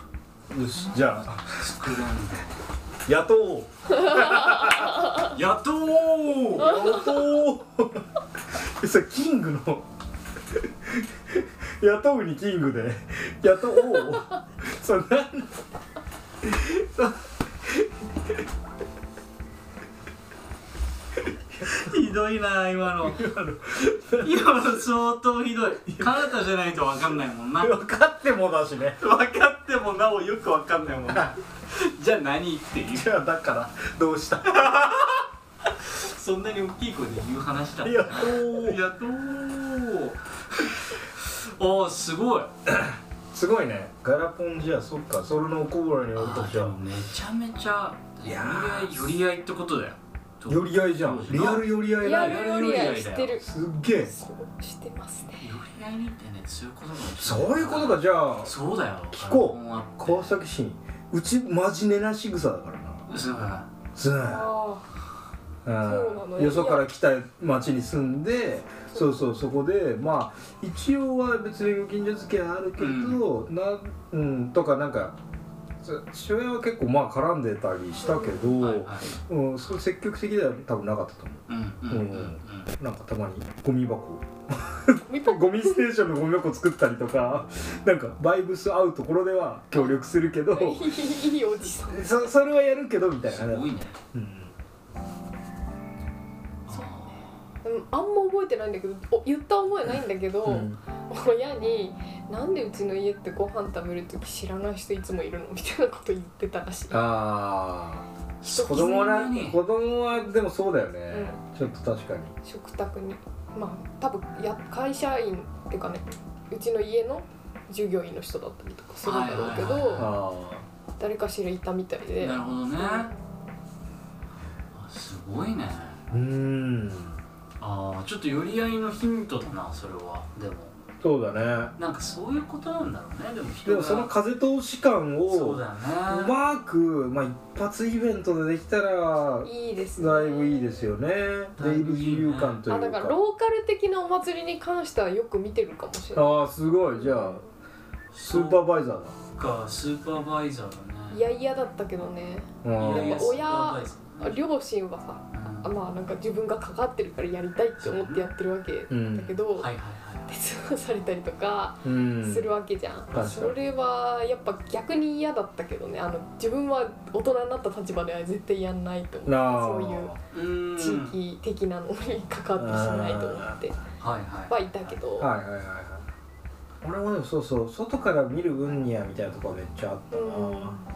Speaker 4: よしじゃあ
Speaker 6: 作るんで
Speaker 4: 野党
Speaker 6: やっとー
Speaker 4: 野党それキングの雇うにキングで雇おうそれなんだ
Speaker 6: ひどいな今 の今の相当ひどいカナタじゃないと分かんないもんな
Speaker 4: 分かってもだしね
Speaker 6: 分かってもなおよく分かんないもんな じゃあ何っていう
Speaker 4: じゃあだからどうした
Speaker 6: そんなに大きい声で言う話だった
Speaker 4: い
Speaker 6: な
Speaker 4: やおー
Speaker 6: やっとーおーすごい
Speaker 4: すごいねガラポンじゃあそっかそれのコーラに
Speaker 6: あ
Speaker 4: よると
Speaker 6: ー
Speaker 4: じ
Speaker 6: で
Speaker 4: ゃ
Speaker 6: もめちゃめちゃ
Speaker 4: い
Speaker 6: 寄
Speaker 4: や
Speaker 6: り合い寄り合いってことだよ
Speaker 4: あ寄り合いじゃんリアル寄り合い
Speaker 5: リア
Speaker 4: だ
Speaker 5: ル
Speaker 4: ね
Speaker 5: より合いしてる
Speaker 4: すっげえ
Speaker 5: そうしてますね
Speaker 6: 寄り合いにってねそういうことかもしれない
Speaker 4: そういうことかじゃあ
Speaker 6: そうだよ
Speaker 4: 聞こう
Speaker 6: うは
Speaker 4: 川崎市うちマジ寝なしぐさだからな
Speaker 6: そうだ
Speaker 4: すね
Speaker 5: あそうなの
Speaker 4: うん
Speaker 5: よ
Speaker 4: よそから来た町に住んでそうそうそこでまあ一応は別にご近所付き合いあるけど、なうんとかなんかそう父親は結構まあ絡んでたりしたけど、
Speaker 6: はいはい
Speaker 4: うん、そう積極的では多分なかったと思
Speaker 6: うんうんうんうん
Speaker 4: うなんかたまにゴミ箱
Speaker 5: みっぱ
Speaker 4: ゴミステーションのゴミ箱作ったりとか なんかバイブス合うところでは協力するけど
Speaker 5: いいいいおじさん
Speaker 4: そそれはやるけどみたい
Speaker 6: す
Speaker 4: な、
Speaker 6: ごいね
Speaker 4: うん、
Speaker 5: そううんあんま覚えてないんだけどお言った覚えないんだけど、
Speaker 4: うん
Speaker 5: 親に「なんでうちの家ってご飯食べる時知らない人いつもいるの?」みたいなこと言ってたらしい。
Speaker 4: ああ
Speaker 5: 人
Speaker 4: 子供な
Speaker 6: 絆ね
Speaker 4: 子供はでもそうだよね、ちょっと確かに
Speaker 5: 食卓にまあ多分や会社員っていうかねうちの家の従業員の人だったりとかするんだろうけ
Speaker 6: はいはいはい
Speaker 5: ど
Speaker 4: あ
Speaker 5: 誰かしらいたみたいで
Speaker 6: なるほどねあすごいね
Speaker 4: あうん
Speaker 6: ああちょっと寄り合いのヒントだなそれはでも
Speaker 4: そうだね
Speaker 6: なんかそういうことなんだろうねでも
Speaker 4: で
Speaker 6: 人が
Speaker 4: もその風通し感
Speaker 6: そう
Speaker 4: を
Speaker 6: だよ
Speaker 4: う
Speaker 6: ね
Speaker 4: まく、まあ、一発イベントでできたら
Speaker 5: いいですね
Speaker 4: だいぶいいですよね出
Speaker 6: だい
Speaker 4: 入
Speaker 6: ぶ
Speaker 4: り
Speaker 6: いいね
Speaker 4: 自由感とい
Speaker 5: あだ
Speaker 4: う
Speaker 5: か
Speaker 4: から
Speaker 5: ローカル的なお祭りに関してはよく見てるかもしれない
Speaker 4: ああすごいじゃあスーパーバイザーだ
Speaker 6: そっかスーパーバイザーだね
Speaker 5: いやいやだったけどね
Speaker 4: うん
Speaker 5: やいや
Speaker 6: スーパーバイザー
Speaker 5: 両親はさあまあなんか自分がかかってるからやりたいって思ってやってるわけ
Speaker 4: う
Speaker 5: だけ
Speaker 4: ん、
Speaker 6: うん
Speaker 5: ど、
Speaker 6: はいはいは
Speaker 5: 手伝わされたりとか
Speaker 4: うん、
Speaker 5: するわけじゃん、
Speaker 4: 確かに
Speaker 5: それはやっぱ逆に嫌だったけどねあの自分は大人になった立場では絶対やんないと
Speaker 4: なあ
Speaker 5: 思うそういう
Speaker 6: いうん
Speaker 5: 地域的なのに関わってしないと思って
Speaker 6: はいはい
Speaker 5: はいたけど、
Speaker 4: はいはいはいはい俺もでもそうそう外から見る分にはみたいなとこはめっちゃあったな、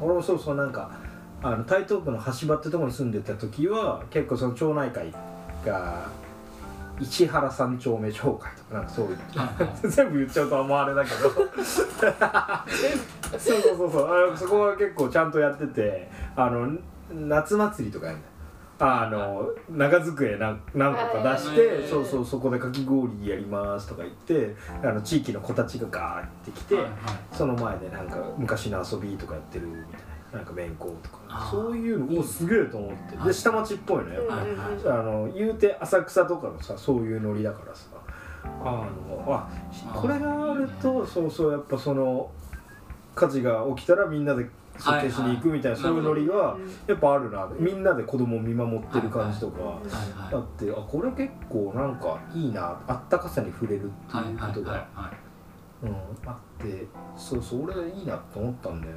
Speaker 4: 俺もそうそうなんかあの台東区の橋場ってとこに住んでた時は結構その町内会が市原三丁目町会とかなんかそういう
Speaker 6: はいはい
Speaker 4: 全部言っちゃうとあんまあれだけど そうそうそうそうあのそこは結構ちゃんとやっててあの夏祭りとかやるんだよあの長机な何個か出し
Speaker 6: はい
Speaker 4: てそうそうそこでかき氷やりますとか言ってあの地域の子たちがガーって来て、
Speaker 6: はいはい
Speaker 4: その前でなんか昔の遊びとかやってるみたいななんか面講とか
Speaker 6: あー
Speaker 4: そういうのをすげえと思って
Speaker 6: はい
Speaker 4: で下町っぽいのやっぱ
Speaker 5: うんうん
Speaker 6: はい
Speaker 4: あの言うて浅草とかのさそういうノリだからさあのあこれがあるとそうそうやっぱその火事が起きたらみんなで設定しに行くみたいな、
Speaker 6: はい
Speaker 4: そういうノリが
Speaker 5: うん
Speaker 4: やっぱあるなみんなで子供を見守ってる感じとか、
Speaker 6: はい
Speaker 4: だ
Speaker 6: は
Speaker 4: ってあこれ結構なんかいいなあったかさに触れるって
Speaker 6: い
Speaker 4: いう
Speaker 6: は
Speaker 4: こ
Speaker 6: い
Speaker 4: とが、
Speaker 6: はいはい
Speaker 4: うん、あってそうそう俺いいなと思ったんだよ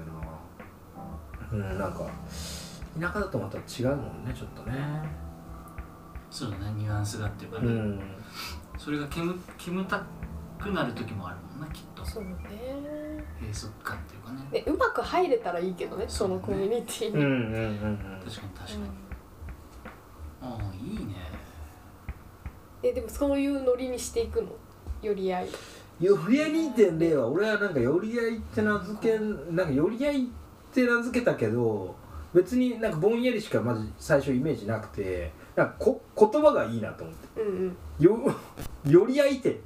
Speaker 4: なうんなんか田舎だとまた違うもんねちょっとね
Speaker 6: そうだねニュアンスがっていうか
Speaker 4: う
Speaker 6: ね、
Speaker 4: ん
Speaker 6: それが煙煙たくなる時もあるもんなきっと
Speaker 5: そうね
Speaker 6: 閉塞感っていうかね
Speaker 5: ねうまく入れたらいいけどねそのコミュニティ
Speaker 4: うんうん
Speaker 5: に、
Speaker 4: うんうん
Speaker 6: 確かに確か
Speaker 5: う
Speaker 6: に、
Speaker 5: ん
Speaker 6: ああいいね
Speaker 5: えでもそういうノリにしていくのより合い
Speaker 4: よりあい2.0は俺はなんかよりあいって名付けんなんかよりあいって名付けたけど別になんかぼんやりしかまず最初イメージなくてなんかこ言葉がいいなと思って
Speaker 5: うんうん
Speaker 4: よよりあいて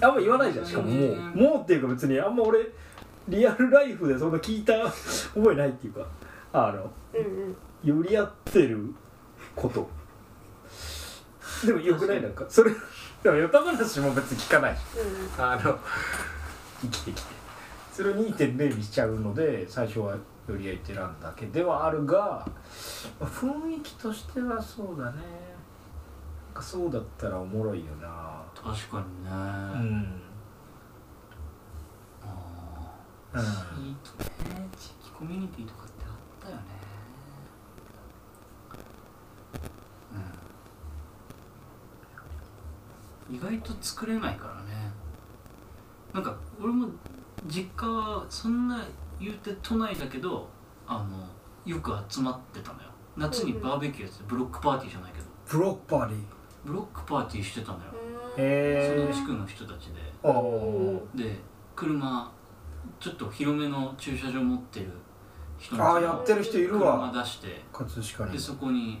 Speaker 4: あんま言わないじゃんしかももう
Speaker 6: うん
Speaker 4: もうっていうか別にあんま俺リアルライフでそんな聞いた覚えないっていうかあの
Speaker 5: うんうん
Speaker 4: 寄り合ってることでもよくないなんかそれでもヨタ話も別に聞かないしあの生きてきてそれを2.0にしちゃうので最初はより合いて選んだけではあるがまあ雰囲気としてはそうだねなんかそうだったらおもろいよな
Speaker 6: 確かにね、
Speaker 4: うん、
Speaker 6: あ
Speaker 4: うん
Speaker 6: あ地域ね地域コミュニティとかってあったよねうん意外と作れないからねなんか俺も実家はそんな言うて都内だけどあのよく集まってたのよ夏にバーベキューやっててブロックパーティーじゃないけど
Speaker 4: ブロッコリー
Speaker 6: ブロックパーティーしてたのよ
Speaker 5: うん
Speaker 6: そ
Speaker 4: へ
Speaker 6: の
Speaker 4: え
Speaker 6: 地区の人たちで
Speaker 4: あー
Speaker 6: で車ちょっと広めの駐車場持ってる人
Speaker 4: あーや
Speaker 6: の
Speaker 4: ってる人いる
Speaker 6: 車
Speaker 4: わ
Speaker 6: 出して
Speaker 4: 葛飾
Speaker 6: で
Speaker 4: に
Speaker 6: そこに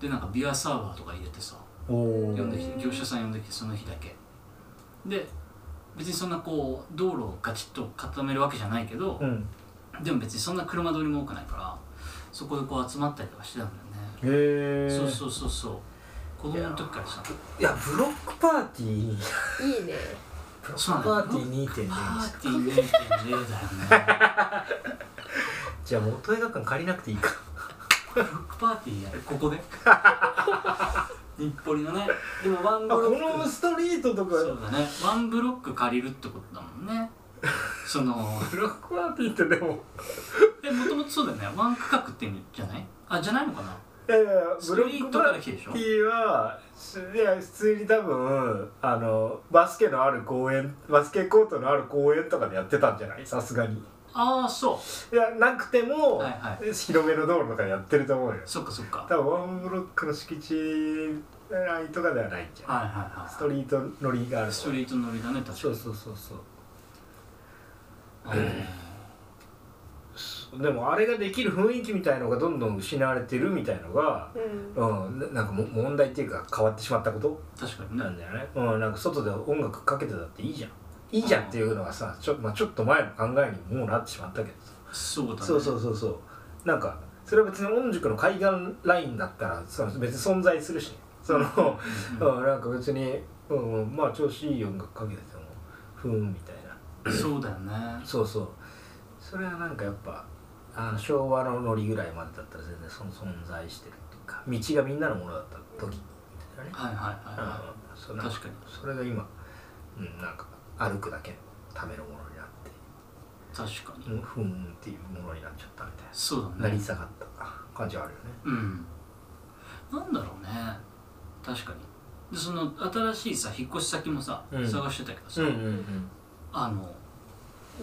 Speaker 6: でなんかビアサーバーとか入れてさ
Speaker 4: おお
Speaker 6: 呼
Speaker 4: ー
Speaker 6: んできて業者さん呼んできてその日だけで別にそんなこう道路をガチッと固めるわけじゃないけど
Speaker 4: うん
Speaker 6: でも別にそんな車通りも多くないからそこでこう集まったりとかしてたんだよね
Speaker 4: へえ
Speaker 6: そうそうそうそう子供の時からさ
Speaker 4: いやブロックパーティー
Speaker 5: いいね
Speaker 4: ブロ
Speaker 6: そう
Speaker 4: ッ
Speaker 6: な
Speaker 4: クパ
Speaker 6: んだよ
Speaker 4: ーティー2.0
Speaker 6: パ
Speaker 4: に
Speaker 6: ーティー2.0だよね
Speaker 4: じゃあもう元映画館借りなくていいか
Speaker 6: ブロックパーティーやるここで 日暮里のねでもワン
Speaker 4: あ
Speaker 6: ブ
Speaker 4: こ
Speaker 6: ロ
Speaker 4: の
Speaker 6: ック
Speaker 4: ストリートとか
Speaker 6: そうだねワンブロック借りるってことだもん ねその
Speaker 4: ブロックパーティーってでも
Speaker 6: えもともとそうだよねワン区画って意味じゃないあじゃないのかな
Speaker 4: や
Speaker 6: い
Speaker 4: いや
Speaker 6: ス
Speaker 4: ブ
Speaker 6: ト
Speaker 4: ロ
Speaker 6: リ
Speaker 4: ッ
Speaker 6: ー
Speaker 4: ク
Speaker 6: ト
Speaker 4: パ
Speaker 6: か
Speaker 4: ー
Speaker 6: ら来てるでしょ
Speaker 4: ティーはいや普通に多分あのバスケのある公園バスケコートのある公園とかでやってたんじゃないさすがに
Speaker 6: ああそう
Speaker 4: いやなくても、
Speaker 6: はいは
Speaker 4: 広めの道路とかでやってると思うよ
Speaker 6: そっかそっかはい
Speaker 4: 多分ワンブロックの敷地内とかではないんじゃない
Speaker 6: はいはい
Speaker 4: ストリート乗りがある
Speaker 6: ストリート乗りだね確かに
Speaker 4: そうそうそうそう
Speaker 6: あー
Speaker 4: でもあれができる雰囲気みたいのがどんどん失われてるみたいのが、
Speaker 5: うん
Speaker 4: うん、ななんかも問題っていうか変わってしまったこと
Speaker 6: 確かにね
Speaker 4: なんだよね、うん、なんか外で音楽かけてたっていいじゃんいいじゃんっていうのがさちょ,、まあ、ちょっと前の考えにもうなってしまったけどさ、
Speaker 6: そうだね
Speaker 4: そうそうそうそうなんかそれは別に御宿の海岸ラインだったらその別に存在するしねその、
Speaker 6: うん
Speaker 4: うん、なんか別に、うんうん、まあ調子いい音楽かけててもふーんみたいな
Speaker 6: そうだよね
Speaker 4: そうそうそれはなんかやっぱあの昭和のノリぐらいまでだったら全然その存在してるっていうか道がみんなのものだった時みたいなね、
Speaker 6: はいはいは
Speaker 4: うん、そ
Speaker 6: い
Speaker 4: れ
Speaker 6: はい確かに
Speaker 4: それが今、うん、なんか歩くだけのためのものになって
Speaker 6: 確かに、
Speaker 4: うんふーんっていうものになっちゃったみたい
Speaker 6: そうだね
Speaker 4: な、成り下がった感じはあるよね
Speaker 6: うんなんだろうね確かにでその新しいさ引っ越し先もさ、
Speaker 4: うん
Speaker 6: 探してたけどさ、
Speaker 4: ん
Speaker 6: あの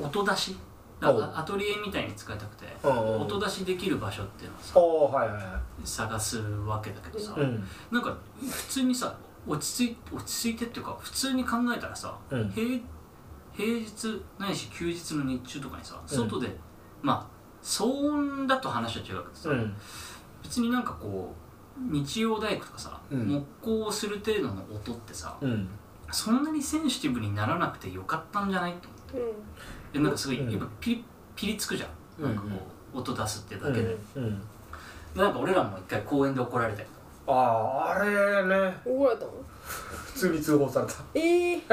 Speaker 6: 音出しなん
Speaker 4: おう
Speaker 6: かアトリエみたいに使いたくて
Speaker 4: うんうん
Speaker 6: 音出しできる場所っていうのをさ
Speaker 4: おおはいはいは
Speaker 6: 探すわけだけどさ、
Speaker 4: いうん
Speaker 6: なんか普通にさ落ち着い落ち着いてっていうか普通に考えたらさ、
Speaker 4: うん
Speaker 6: 平平日ないし休日の日中とかにさ外で、まあ騒音だと話は違うけどさ、
Speaker 4: うん
Speaker 6: 別になんかこう日曜大工とかさ、
Speaker 4: うん
Speaker 6: 木工をする程度の音ってさ、
Speaker 4: うん
Speaker 6: そんなにセンシティブにならなくてよかったんじゃないと思って
Speaker 5: うん
Speaker 6: でなんかすごい、
Speaker 4: うん
Speaker 6: やっぱピリピリつくじゃん、なんかこう音出すってだけで,、
Speaker 4: うん
Speaker 6: なんか俺らも一回公園で怒られたけど
Speaker 4: あああれね
Speaker 5: 怒られたの
Speaker 4: 普通に通報された
Speaker 5: えー、え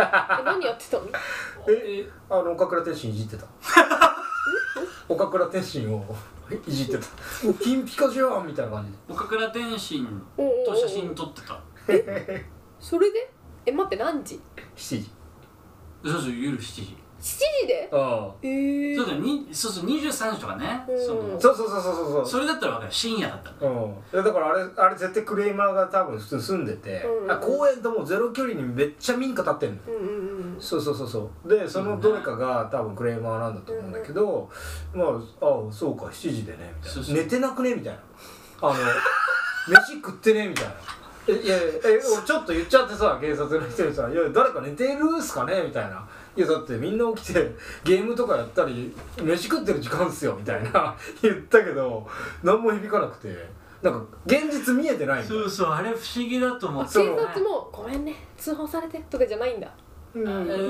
Speaker 5: 何やってたの
Speaker 4: えあの岡倉天心いじってた岡倉天心 をいじってた「 金ピカじゃん!」みたいな感じで
Speaker 6: 岡倉天心
Speaker 5: おうおうお
Speaker 6: と
Speaker 5: う
Speaker 6: 写真撮ってた
Speaker 5: それでえ待って何時
Speaker 4: 7時
Speaker 6: そうそう夜7時
Speaker 5: ?7 時で
Speaker 4: あ
Speaker 5: えー、
Speaker 6: そうだよにそうそう23時とかね
Speaker 5: うん
Speaker 6: そ
Speaker 4: あ
Speaker 6: の
Speaker 4: そうそうそうそうそうそう
Speaker 6: それだったら分かる深夜だったの
Speaker 4: うん、いやだからあれあれ絶対クレーマーが多分普通に住んでて、
Speaker 5: うん
Speaker 4: あ公園ともうゼロ距離にめっちゃ民家建ってんのよ
Speaker 5: うんうんうん
Speaker 4: そうそうそうそうでそのどれかが多分クレーマーなんだと思うんだけど、まああそうか7時でねみたいな
Speaker 6: そうそう
Speaker 4: 寝てなくねみたいなあの 飯食ってねみたいなえいやいやえ俺ちょっと言っちゃってさ警察の人にさ「いや誰か寝てるっすかね?」みたいな「いやだってみんな起きてゲームとかやったり飯食ってる時間っすよ」みたいな 言ったけど何も響かなくてなんか現実見えてないみたいな
Speaker 6: そうそうあれ不思議だと思
Speaker 5: あ
Speaker 6: っ
Speaker 5: 警
Speaker 6: て
Speaker 4: そう
Speaker 5: 察もごめんね通報されてとかじゃないんだ
Speaker 4: うんまあ
Speaker 6: え
Speaker 4: で
Speaker 6: ー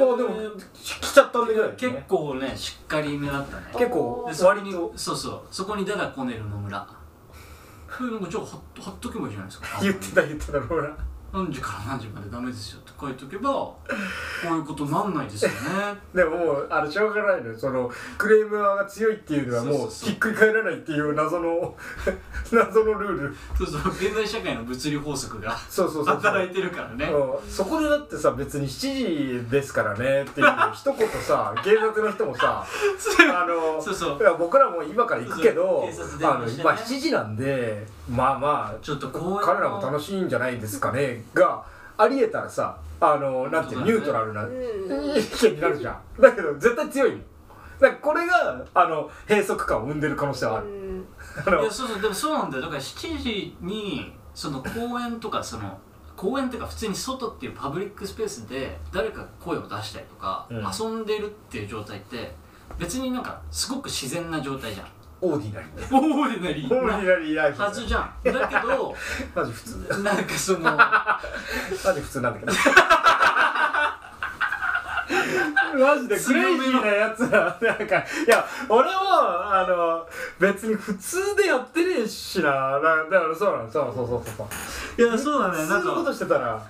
Speaker 4: も来ちゃったんでぐらいだよね
Speaker 6: 結構ねしっかりめだったね
Speaker 4: 結構
Speaker 6: でそこ
Speaker 4: 割
Speaker 6: に
Speaker 4: と
Speaker 6: そうそうそこにだだこねる野村これなんかじゃあほっほっとけばいいじゃないですか
Speaker 4: 言ってた言ってたローラ
Speaker 6: 何時から何時までダメですよって書いとけばこういうことなんない ですよね
Speaker 4: でももうあれしょうがないのよそのクレーム側が強いっていうのは
Speaker 6: そ
Speaker 4: も
Speaker 6: う
Speaker 4: う
Speaker 6: そうそう
Speaker 4: ひっくり返らないっていう謎の 謎のルール
Speaker 6: そうそう現代社会の物理法則が
Speaker 4: そうそうそうそう
Speaker 6: 働 いてるからね
Speaker 4: うんそこでだってさ別に7時ですからねっていう一言 さ警察の人もさあの
Speaker 6: そうそう
Speaker 4: いや僕らも今から行くけど、
Speaker 6: そうそう警察電
Speaker 4: あ
Speaker 6: 話
Speaker 4: の
Speaker 6: してね
Speaker 4: 今7時なんでまあまあ
Speaker 6: ちょっと公園の
Speaker 4: 彼らも楽しいんじゃないですかねがありえたらさあのなんていうのニュートラルな
Speaker 5: うん
Speaker 4: 意見になるじゃんだけど絶対強いもんだからこれがあの閉塞感を生んでる可能性はあ
Speaker 5: う
Speaker 4: る、
Speaker 5: ん
Speaker 4: あの
Speaker 6: いやそうそうでもそうなんだよだから7時にその公園とかその公園っていうか普通に外っていうパブリックスペースで誰かが声を出したりとか、
Speaker 4: うん
Speaker 6: 遊んでるっていう状態って別になんかすごく自然な状態じゃん
Speaker 4: オーディナリー
Speaker 6: オーディナリ
Speaker 4: オーデ
Speaker 6: ー
Speaker 4: ィナリーライフ
Speaker 6: なはずじゃんだけ ど
Speaker 4: マジ普通
Speaker 6: なんかその
Speaker 4: マジ普通なんだけど マジでクレイジーなやつらなんかいや俺もあの別に普通でやってねえしななだからそうなのそうそうそうそう
Speaker 6: いやそうだねな
Speaker 4: 普通
Speaker 6: ん
Speaker 4: のこ
Speaker 6: か
Speaker 4: としてたら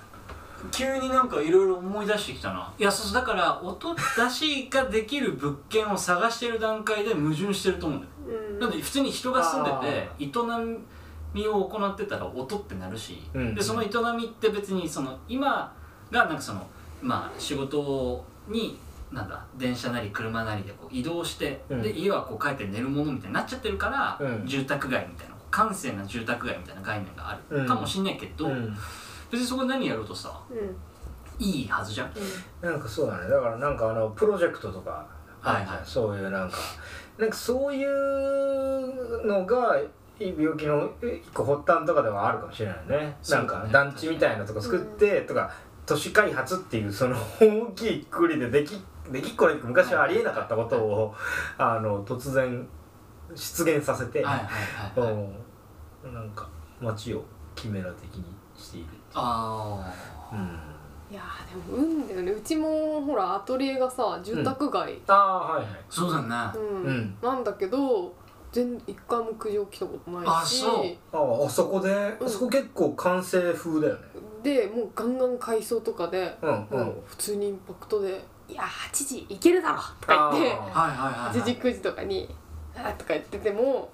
Speaker 6: 急になんかいろいろ思い出してきたないやそうそうだから音出しができる物件を探してる段階で矛盾してると思うんだよ
Speaker 5: うん
Speaker 6: なんで普通に人が住んでて営みを行ってたら音ってなるし、
Speaker 4: うん
Speaker 6: でその営みって別にその今がなんかそのまあ仕事になんだ電車なり車なりでこう移動して、
Speaker 4: うん
Speaker 6: で家はこう帰って寝るものみたいになっちゃってるか
Speaker 4: う
Speaker 6: ら、
Speaker 4: ん
Speaker 6: 住宅街みたいなこう閑静な住宅街みたいな概念があ
Speaker 4: う
Speaker 6: る
Speaker 4: ん
Speaker 6: かもしんないけど、
Speaker 4: うん
Speaker 6: 別にそこで何やろうとさ
Speaker 5: うん
Speaker 6: いいはずじゃん。
Speaker 4: なんかそうだねだからなんかあのプロジェクトとか
Speaker 6: はいはい
Speaker 4: そういうなんかなんかそういうのが病気の一個発端とかではあるかもしれないね
Speaker 6: そう
Speaker 4: な
Speaker 6: だ
Speaker 4: ん
Speaker 6: ね
Speaker 4: か団地みたいなとこ作ってとか都市開発っていうその大きいくりででき できっこないって昔はありえなかったことをあの突然出現させて、
Speaker 6: はいはいはい、はい、
Speaker 4: うんなんか街をキメラ的にしている、
Speaker 6: あ
Speaker 4: うん、
Speaker 5: いやーでも運だよねうちもほらアトリエがさ住宅街、
Speaker 4: ああはいはい
Speaker 6: ーそうだね、
Speaker 5: うん
Speaker 4: うん
Speaker 5: なんだけど全一回も苦情来たことな
Speaker 6: あ
Speaker 5: いし
Speaker 6: そ
Speaker 4: あああそこで、あそこ結構完成風だよね
Speaker 5: でもうガンガン改装とかで、
Speaker 4: うんうん、
Speaker 5: もう普通にインパクトで「いやー8時行けるだろ!」とか言って
Speaker 4: あ
Speaker 6: はいはいはい、
Speaker 5: 8
Speaker 6: は
Speaker 5: 時
Speaker 6: い、
Speaker 5: 9時とかに「あーとか言ってても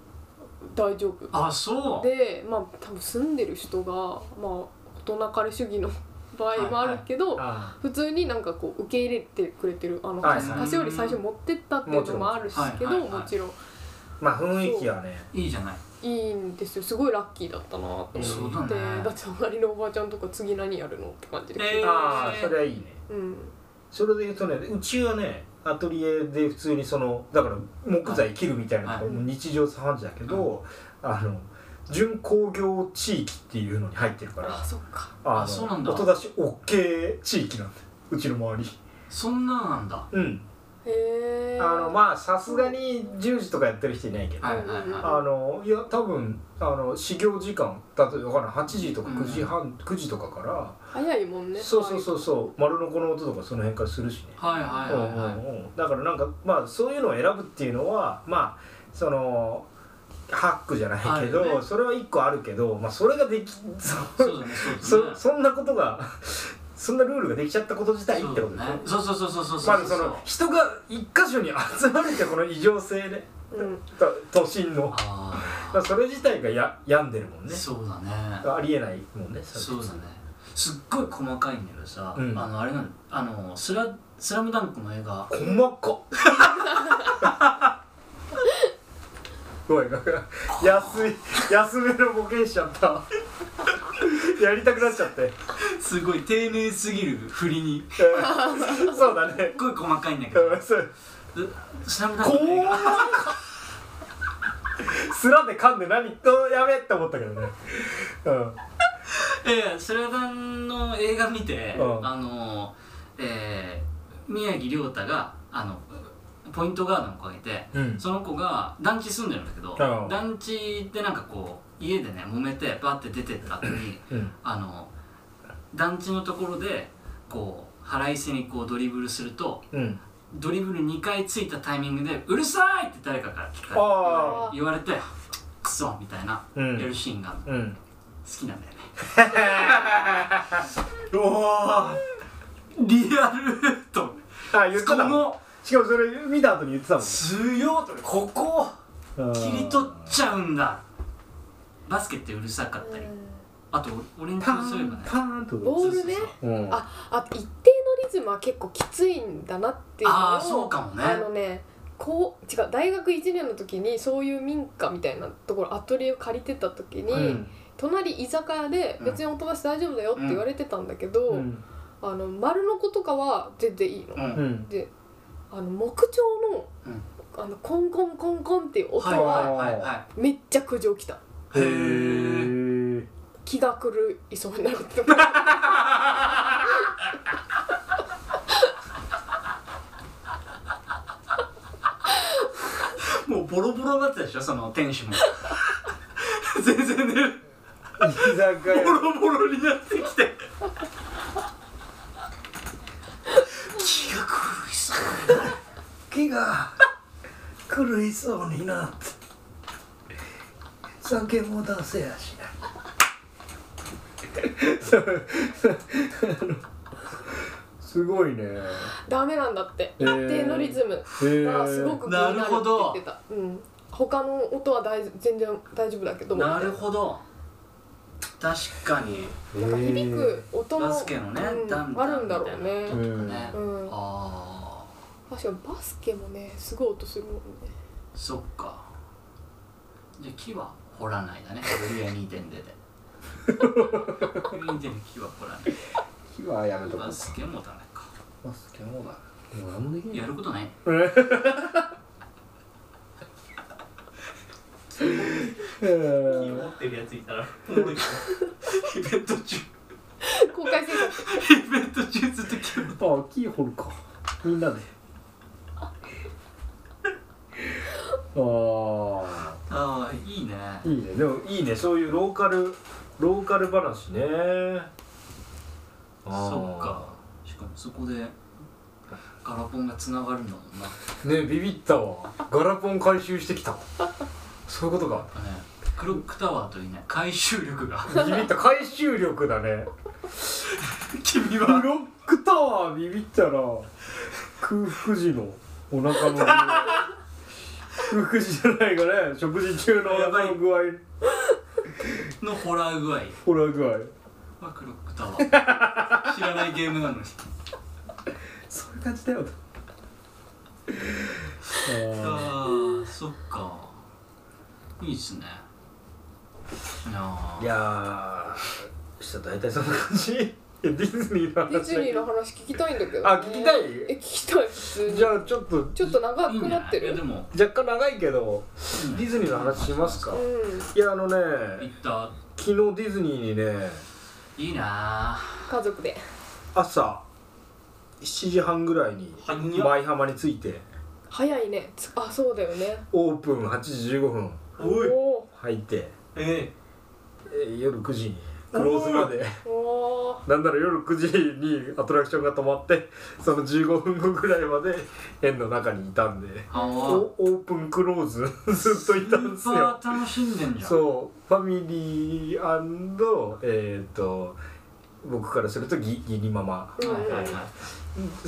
Speaker 5: 大丈夫
Speaker 6: あそう
Speaker 5: でまあ多分住んでる人がまあ大人彼主義 の場合もあるけど、
Speaker 4: ーあ
Speaker 5: 普通になんかこう受け入れてくれてるあの
Speaker 4: はい
Speaker 5: 菓子菓子より最初持ってったっていうのもあるし
Speaker 6: もち
Speaker 5: け
Speaker 6: ろ
Speaker 5: ど
Speaker 6: んはいはいはい
Speaker 5: もちろん
Speaker 4: ーまあ雰囲気はね
Speaker 6: いいじゃない
Speaker 5: いいんですよすごいラッキーだったなって思って
Speaker 6: そうだね
Speaker 5: だって周りのおばあちゃんとか次何やるのって感じで聞いて、
Speaker 6: えー
Speaker 4: ああそれはいいね
Speaker 5: うん
Speaker 4: それで言うとねうちはねアトリエで普通にそのだから木材切るみたいなのが
Speaker 6: はい
Speaker 4: もう日常茶飯事だけど、あの準工業地域っていうのに入ってるから
Speaker 5: あそっか
Speaker 4: あの
Speaker 6: そうなんだ
Speaker 4: 音出し OK 地域なんだようちの周り
Speaker 6: そんなんなんだ
Speaker 4: うん
Speaker 5: へえ
Speaker 4: あのまあさすがに10時とかやってる人いないけど、
Speaker 6: はいはいはい
Speaker 4: あのいや多分あの始業時間例えば分からん8時とか9時半、9時とかから、
Speaker 5: 早いもんね
Speaker 4: そうそうそうそう丸のこの音とかその辺からするしね、
Speaker 6: はいはいはいはい、
Speaker 4: うんうんうんだからなんかまあそういうのを選ぶっていうのはまあそのハックじゃないけど、
Speaker 6: あるよね
Speaker 4: それは一個あるけど、まあ、それができそ
Speaker 6: そうだねそうだ
Speaker 4: そ
Speaker 6: ね
Speaker 4: そんなことがそんなルールができちゃったこと自体って
Speaker 6: そ
Speaker 4: こと
Speaker 6: うだ
Speaker 4: でしょ
Speaker 6: ねそうそうそうそうそう
Speaker 4: ま
Speaker 6: そう
Speaker 4: あその人が一箇所に集まるってこの異常性で
Speaker 5: うん
Speaker 4: と都心のだか
Speaker 6: あ
Speaker 4: らそれ自体がや病んでるもん
Speaker 6: あ
Speaker 4: ね
Speaker 6: そうだね
Speaker 4: ありえないもんねれ
Speaker 6: そうだねすっごい細かいんだけどさ、
Speaker 4: うん
Speaker 6: あのあれなのあのスラ「スラムダンクの映画
Speaker 4: 細かっすごいなんか安い安めのボケしちゃったやりたくなっちゃって、
Speaker 6: すごい丁寧すぎる振りに
Speaker 4: えーそうだね
Speaker 6: すっごい細かいんだけど
Speaker 4: うんそう
Speaker 6: 「スラムダンクの
Speaker 4: 細
Speaker 6: 映画
Speaker 4: かっすらで噛んで何とやべって思ったけどねうん
Speaker 6: いやいやスラダンの映画見て、
Speaker 4: うん
Speaker 6: あの、えー宮城亮太があのポイントガードの子がいて、
Speaker 4: うん
Speaker 6: その子が団地住んでるんだけど、
Speaker 4: うん
Speaker 6: 団地でなんかこう家でね揉めてバーって出てった後に
Speaker 4: うん
Speaker 6: あの団地のところでこう腹いせにこうドリブルすると
Speaker 4: うん
Speaker 6: ドリブル2回ついたタイミングで「うるさい!」って誰かから聞か
Speaker 4: ああ
Speaker 6: れ言われて「クソ!」みたいな
Speaker 4: う
Speaker 6: や
Speaker 4: ん
Speaker 6: るシーンがあるの好
Speaker 4: うん
Speaker 6: きなんだよね。
Speaker 4: おお
Speaker 6: リアル と思って
Speaker 4: あ言って
Speaker 6: こ
Speaker 4: たもん
Speaker 6: の
Speaker 4: しかもそれ見た後に言ってたもん
Speaker 6: 強っとここを
Speaker 4: うん
Speaker 6: 切り取っちゃうんだバスケってうるさかったりあと俺んち
Speaker 4: パ
Speaker 6: もそういえ
Speaker 4: ー
Speaker 6: ば
Speaker 4: ン
Speaker 6: ね
Speaker 4: パーンと
Speaker 5: ボールね
Speaker 6: そうそ
Speaker 4: う
Speaker 6: う
Speaker 4: ん
Speaker 5: ああ一定のリズムは結構きついんだなっていうのを
Speaker 6: あーそうかもね
Speaker 5: あのねこう違う大学1年の時にそういう民家みたいなところアトリエを借りてた時に、
Speaker 4: うん
Speaker 5: 隣居酒屋で別におとなし大丈夫だよって言われてたんだけど、
Speaker 4: うん
Speaker 5: あの丸の子とかは全然いいの。
Speaker 6: そううん
Speaker 4: うん
Speaker 5: であの木彫の,、
Speaker 6: うん
Speaker 5: あのコンコンコンコンっていう音
Speaker 6: はい
Speaker 5: は
Speaker 6: はいはいは
Speaker 5: めっちゃ苦情きた。
Speaker 6: いへー
Speaker 4: へえ
Speaker 5: 気が狂いそうになると か
Speaker 6: もうボロボロだったでしょその店主も 全然ね
Speaker 4: 居酒
Speaker 6: ボ
Speaker 4: 屋
Speaker 6: ロボロになってきて気が狂いそうになる
Speaker 4: 気が狂いそうになって酒も出せやしないすごいね
Speaker 5: ダメなんだって
Speaker 4: へ
Speaker 5: 一
Speaker 4: ー
Speaker 5: 定のリズムがすごく気になるって言ってた、うん、他の音は大全然大丈夫だけど
Speaker 6: なるほど確かに
Speaker 5: なんか響く音も
Speaker 6: バスケのね、
Speaker 5: うん
Speaker 6: ダン
Speaker 5: あ
Speaker 6: ダン
Speaker 5: るん
Speaker 6: みた
Speaker 5: だ
Speaker 6: い
Speaker 5: ろう
Speaker 6: な
Speaker 5: ね、
Speaker 6: 音とかね、
Speaker 5: うん、
Speaker 6: あ
Speaker 5: 確かにバスケもねすごい音するもんね
Speaker 6: ーそっかじゃあ木は掘らないだね俺は2.0で2.0で木は掘らない
Speaker 4: 火はやめとこう
Speaker 6: バ
Speaker 4: か
Speaker 6: スケもダメか
Speaker 4: バスケもだもう何もできない
Speaker 6: やることない木持ってるやついた らおもろいかもイベント中
Speaker 5: 公開制作
Speaker 6: イベント中ずっと木を
Speaker 4: あ木掘るかみんなでああ
Speaker 6: ああいいね
Speaker 4: いいねでもいいねそういうローカルローカル話ねあー
Speaker 6: そっかしかもそこでガラポンがつながるんだもんな
Speaker 4: ねビビったわガラポン回収してきたそういうことか
Speaker 6: ねクロックタワーというね回収力が
Speaker 4: ビビった回収力だね
Speaker 6: 君
Speaker 4: ブロックタワービビったら空腹時のお腹の具合 空腹時じゃないからね食事中のお腹の具合
Speaker 6: のホラー具合
Speaker 4: これ具合
Speaker 6: はクロックタワー知らないゲームなのに
Speaker 4: そういう感じだよ
Speaker 6: ああそっかいいっすねいやー
Speaker 4: いやーしたら大体そんな感じいやディズニーの話
Speaker 5: ディズニーの話聞きたいんだけど、ね、
Speaker 4: あ聞きたい
Speaker 5: え聞きたい普通に
Speaker 4: じゃあちょっと
Speaker 5: ちょっと長
Speaker 6: いい
Speaker 5: く
Speaker 6: ね
Speaker 5: なって
Speaker 6: いや
Speaker 5: る
Speaker 6: でも
Speaker 4: 若干長いけど
Speaker 6: うん
Speaker 4: ディズニーの話しますか
Speaker 5: うん
Speaker 4: いやあの
Speaker 6: 行
Speaker 4: ね
Speaker 6: った
Speaker 4: 昨日ディズニーにね
Speaker 6: いいな
Speaker 5: 家族で
Speaker 4: 朝7時半ぐらいに
Speaker 6: 早っ
Speaker 4: 舞浜に着いて
Speaker 5: 早いねつあそうだよね
Speaker 4: オープン8時15分
Speaker 6: おい
Speaker 5: おー
Speaker 4: 入ってえ
Speaker 6: え
Speaker 4: ー夜9時にクローズまで
Speaker 5: おー
Speaker 4: なんなら夜9時にアトラクションが止まってその15分後ぐらいまで園の中にいたんで
Speaker 6: あー
Speaker 4: おオープンクローズ ずっといたんです
Speaker 6: スー
Speaker 4: よ
Speaker 6: パー楽しんでんじゃん
Speaker 4: そうファミリーえっ、と僕からするとぎぎりママ
Speaker 5: うん
Speaker 6: はいはいはい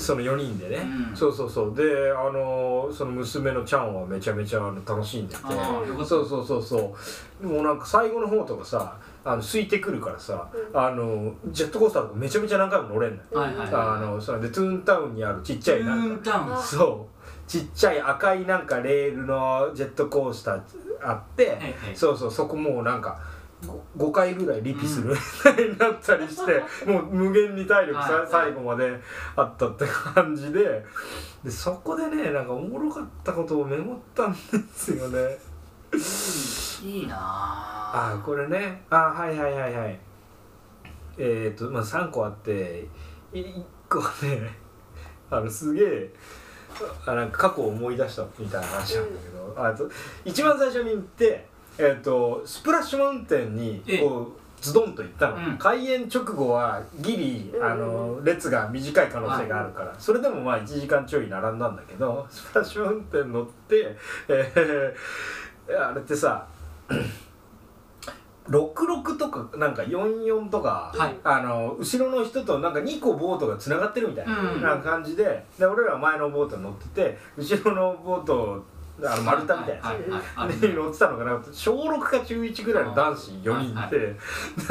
Speaker 4: その4人でね、
Speaker 6: うん
Speaker 4: そうそうそうであのその娘のちゃんはめちゃめちゃあの楽しんでて
Speaker 6: あーよかった
Speaker 4: そうそうそうそうもうなんか最後の方とかさあの空いてくるからさ、あのジェットコースターとかめちゃめちゃ何回も乗れんのよ、
Speaker 6: はいはい
Speaker 4: あのそれでトゥーンタウンにあるちっちゃいな
Speaker 6: トゥー
Speaker 4: ん
Speaker 6: ン
Speaker 4: か
Speaker 6: タウン
Speaker 4: そうちっちゃい赤いなんかレールのジェットコースターあって、
Speaker 6: いはい
Speaker 4: そうそうそこもうなんかご 5, 回ぐらいリピするみたい になったりして、もう無限に体力さ、
Speaker 6: はい
Speaker 4: 最後まであったって感じででそこでねなんかおもろかったことをメモったんですよね
Speaker 6: いいな
Speaker 4: ああ
Speaker 6: あ
Speaker 4: これねああはいはいはいはいえっ、ー、とまあ3個あってい1個はね あのすげえあなんか過去を思い出したみたいな話なんだけど、あと一番最初に行って、えー、とスプラッシュマウンテンに
Speaker 6: ええ
Speaker 4: こうズドンと行ったの、
Speaker 6: うん
Speaker 4: 開園直後はギリ
Speaker 5: うん
Speaker 4: あの列が短い可能性があるから、それでもまあ1時間ちょい並んだんだけどスプラッシュマウンテン乗って、えーあれってさ66とかなんか44とか、
Speaker 6: はい
Speaker 4: あの後ろの人となんか2個ボートがつながってるみたいな,、
Speaker 6: うん
Speaker 4: 感じでで俺らは前のボートに乗ってて後ろのボートあの丸太みたいな、
Speaker 6: はいはいはいあるね
Speaker 4: に乗ってたのかな小6か中1ぐらいの男子4人いて、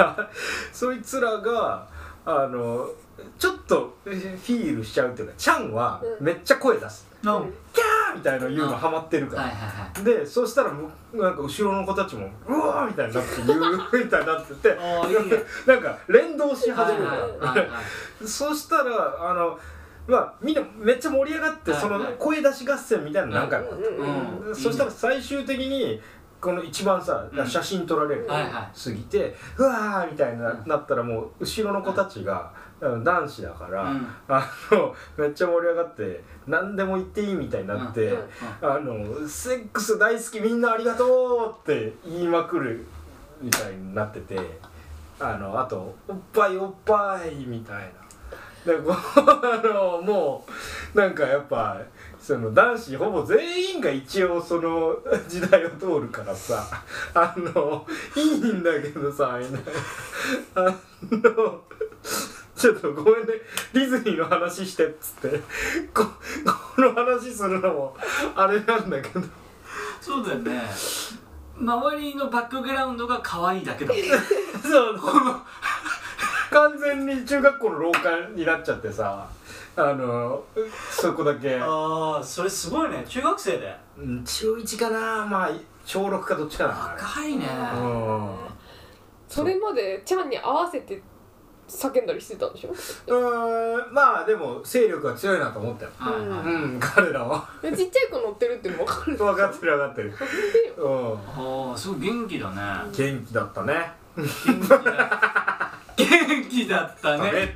Speaker 6: は
Speaker 4: だ そいつらがあのちょっとフィールしちゃうっていうかチャンは
Speaker 5: うん
Speaker 4: めっちゃ声出す、
Speaker 6: の
Speaker 5: うん
Speaker 4: キャーみたいなの言うのハマってるから
Speaker 6: はいはい。はい
Speaker 4: でそうしたらもうなんか後ろの子たちも「うわ!」みたいになって言うみたいになってて
Speaker 6: あーいいね
Speaker 4: なんか連動し始める
Speaker 6: はいはい
Speaker 4: か
Speaker 6: はいはい
Speaker 4: らそうしたらあのまあみんなめっちゃ盛り上がって
Speaker 6: はい
Speaker 4: その
Speaker 6: はい
Speaker 4: 声出し合戦みたいなの何回もあっ
Speaker 5: うん
Speaker 6: うん
Speaker 4: てそしたら最終的にこの一番さ
Speaker 6: うん
Speaker 4: 写真撮られる
Speaker 6: はいは
Speaker 4: 過ぎて「うわ!」みたいにな
Speaker 6: うん
Speaker 4: なったらもう後ろの子たちがあの男子だから
Speaker 6: うん
Speaker 4: あのめっちゃ盛り上がって何でも言っていいみたいになって。
Speaker 5: うん
Speaker 4: あの「セックス大好きみんなありがとう!」って言いまくるみたいになっててあのあと「おっぱいおっぱい」みたいなでこうあのもうなんかやっぱその男子ほぼ全員が一応その時代を通るからさあのいいんだけどさみんなあのちょっとごめんねディズニーの話してっつってここの話するのもあれなんだけど
Speaker 6: そうだよね周りのバックグラウンドが可愛いだけだもん
Speaker 4: そう完全に中学校の廊下になっちゃってさあのそこだけ
Speaker 6: ああそれすごいね中学生で
Speaker 4: うん中1かなまあ小6かどっちかな
Speaker 6: 若いね
Speaker 4: あれうん
Speaker 5: それまでちゃんに合わせて叫んだりしてたんでしょ
Speaker 4: うんまあでも勢力が強いなと思ったよ
Speaker 6: はいはい
Speaker 4: うん彼らは
Speaker 5: えちっちゃい子乗ってるっていうの分かる
Speaker 4: 分かってる分かってるうん
Speaker 6: ああすごい元気だね
Speaker 4: 元気だったね
Speaker 6: 元気だった
Speaker 4: ダメ
Speaker 6: ね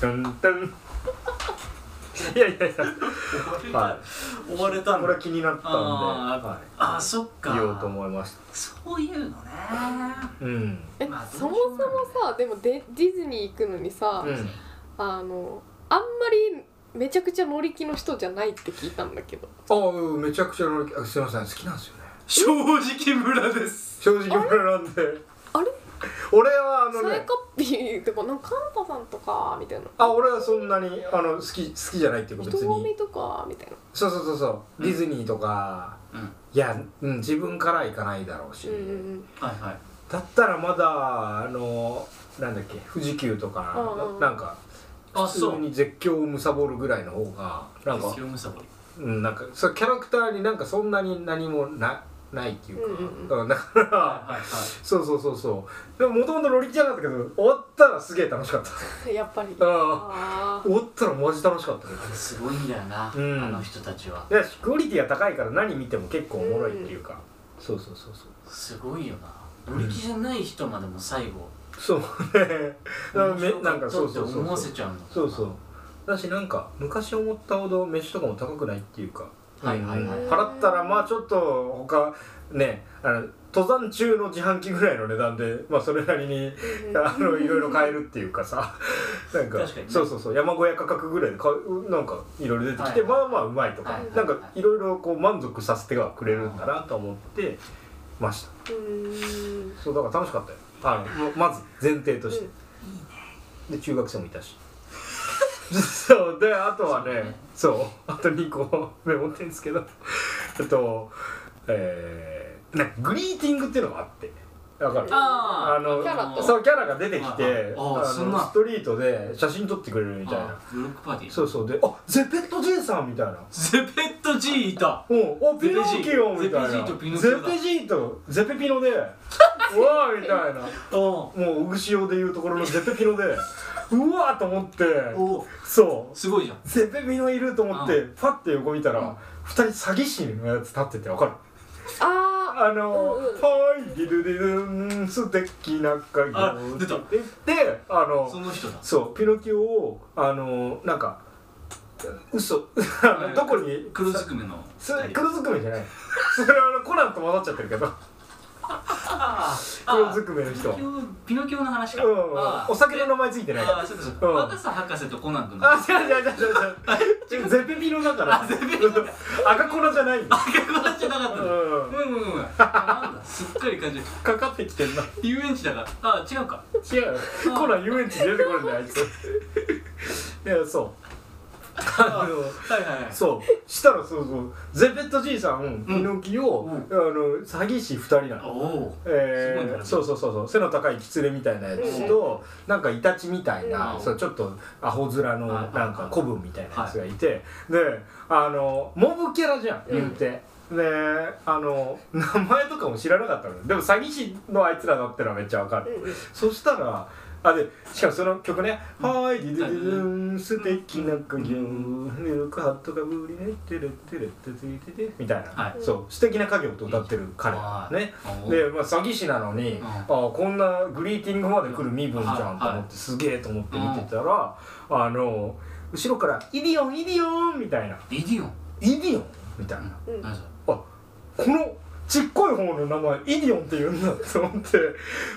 Speaker 4: トゥントゥンいやいやいやは
Speaker 6: 追われた
Speaker 4: こ
Speaker 6: の
Speaker 4: れは気になったんで、
Speaker 6: あ
Speaker 4: は
Speaker 6: ーあーそっ
Speaker 4: い、
Speaker 6: か
Speaker 4: 言おうと思いました
Speaker 6: そういうのね
Speaker 4: うん
Speaker 5: え
Speaker 6: まあ
Speaker 5: そもそもさでもデディズニー行くのにさ、
Speaker 4: うん
Speaker 5: あのあんまりめちゃくちゃ乗り気の人じゃないって聞いたんだけど
Speaker 4: ああめちゃくちゃ乗り気あすいません好きなんですよね
Speaker 6: 正直村です
Speaker 4: 正直者なんで
Speaker 5: あれ
Speaker 4: 俺はあの
Speaker 5: サイ
Speaker 4: ね
Speaker 5: カッピーとかなんかカンタさんとかみたいな
Speaker 4: あ俺はそんなにあの好き好きじゃないっていうか
Speaker 5: 人
Speaker 4: 別
Speaker 5: 混み
Speaker 4: に
Speaker 5: とかみたいな
Speaker 4: そうそうそうそうディズニーとか、
Speaker 6: うん
Speaker 4: いや、うん、自分からは行かないだろうし、
Speaker 5: うんうん
Speaker 6: はいはい
Speaker 4: だったらまだあのなんだっけ富士急とか
Speaker 5: うんうんうん
Speaker 4: なんか
Speaker 6: あ
Speaker 4: 普
Speaker 6: そう
Speaker 4: 通に絶叫を貪るぐらいの方がなんか
Speaker 6: 塩むさぼり
Speaker 4: うん、なんかそうキャラクターになんかそんなに何もなないっていうか、
Speaker 5: うんうん
Speaker 4: だから、
Speaker 6: はいはい
Speaker 4: そうそうそうそうでももともと乗り気じゃなかったけど終わったらすげえ楽しかった
Speaker 5: うん やっぱり
Speaker 4: あ
Speaker 5: あ
Speaker 4: 終わったらマジ楽しかったね
Speaker 6: あれすごいんだよな、
Speaker 4: うん
Speaker 6: あの人たちは
Speaker 4: でクオリティが高いから何見ても結構おもろいっていうか、そうそうそうそう
Speaker 6: すごいよな乗り気じゃない人までも最後、
Speaker 4: そうねなんかめなんかそうそう
Speaker 6: 面白かったって
Speaker 4: そ
Speaker 6: 思わ
Speaker 4: う
Speaker 6: せちゃうの
Speaker 4: そうそうだしなんか昔思ったほど飯とかも高くないっていうか
Speaker 6: はいはいはい
Speaker 4: うん払ったらまあちょっと他ねあの登山中の自販機ぐらいの値段でまあそれなりに
Speaker 5: うん
Speaker 4: あのいろいろ買えるっていうか さなんか
Speaker 6: 確かにね
Speaker 4: そうそうそう山小屋価格ぐらいで買うなんかいろいろ出てきて、
Speaker 6: はいは
Speaker 4: まあまあうまいとか、
Speaker 6: はいはい
Speaker 4: なんかいろいろこう満足させてはくれるんだなと思ってました
Speaker 5: ーうーん
Speaker 4: そうだから楽しかったよあのもうまず前提として、で中学生もいた しそうであとはねそうあと2個メモってんですけど えっとえー、なんかグリーティングっていうのがあってわかるあ
Speaker 6: あー
Speaker 4: の
Speaker 5: キャラと
Speaker 4: そうキャラが出てきて
Speaker 6: あああそん
Speaker 4: の
Speaker 6: な
Speaker 4: ストリートで写真撮ってくれるみたいな
Speaker 6: あブロックパーティー
Speaker 4: そうそうで「あゼペット J さん」みたいな
Speaker 6: ゼペット G いた
Speaker 4: 「おおピノキオ」みたいな
Speaker 6: ゼペジーとピノキオ
Speaker 4: ゼ
Speaker 6: だ
Speaker 4: ペジーとゼペピ ノで「うわー」みたいな
Speaker 6: お
Speaker 4: もううぐしおでいうところのゼペピノで「うわー」と思って
Speaker 6: お
Speaker 4: そう
Speaker 6: すごいじゃん
Speaker 4: ゼペピノいると思ってパッて横見た
Speaker 6: うん
Speaker 4: ら二人詐欺師のやつ立っててわかる
Speaker 5: あ
Speaker 4: あの
Speaker 5: うんうん
Speaker 4: 「はいディルディルン素敵な影を」
Speaker 6: あ出た
Speaker 4: って言ってあの
Speaker 6: その人だ
Speaker 4: そうピノキオをあのなんか嘘あ のどこに
Speaker 6: 黒ずくめの
Speaker 4: それ黒ずくめじゃないそれはあのコナンと混ざっちゃってるけど
Speaker 6: ああ
Speaker 4: 黒ずくめの人
Speaker 6: ピノキオピノキオの話か、
Speaker 4: うん
Speaker 6: ああ
Speaker 4: お酒の名前ついてない
Speaker 6: ああそうかそうか、
Speaker 4: うん
Speaker 6: 若さ博士とコナン君の
Speaker 4: あ違う違う違 う違う違うゼペピノだから赤コナじゃないんだ
Speaker 6: コナンじゃなかった
Speaker 4: う
Speaker 6: の
Speaker 4: ん
Speaker 6: うんうんうんなんだすっかり感じる
Speaker 4: かかってきてんな
Speaker 6: 遊園地だからああ違うか
Speaker 4: 違うコナン遊園地出てこるんだよあいついやそうあの
Speaker 6: はいはいはい
Speaker 4: そうしたらそうそうゼペットじいさんピノキオ、
Speaker 6: うん
Speaker 4: あの詐欺師2人なの
Speaker 6: おお
Speaker 4: え
Speaker 6: すごい
Speaker 4: ー、
Speaker 6: ね
Speaker 4: そうそうそうそう背の高いキツネみたいなやつと、なんかイタチみたいな、
Speaker 6: うん
Speaker 4: そうちょっとアホ面の
Speaker 6: はい
Speaker 4: なんか古文みたいなやつがいて、であのモブキャラじゃん
Speaker 5: うん
Speaker 4: 言うて、であの名前とかも知らなかったのでも詐欺師のあいつらだってのはめっちゃわか
Speaker 5: ーう
Speaker 4: る、
Speaker 5: んうん
Speaker 4: そしたらあでしかもその曲ね「
Speaker 6: うん
Speaker 4: はーいディディディデン素敵な影をよくハットがぶりねてれてれてててて」みたいな、
Speaker 6: はい
Speaker 4: そう素敵な影を歌ってる彼
Speaker 6: はい
Speaker 4: ね
Speaker 6: おお
Speaker 4: で、まあ、詐欺師なのに、
Speaker 6: うん
Speaker 4: あこんなグリーティングまで来る身分じゃんと思って、
Speaker 6: はいはい
Speaker 4: すげえと思って見てたら、あの後ろから「イディオンイディオン」みたいな
Speaker 6: イディオン
Speaker 4: 「イディオン」みたいな
Speaker 5: うん
Speaker 6: 何それ
Speaker 4: このちっこい方の名前イディオンって言うんだと思って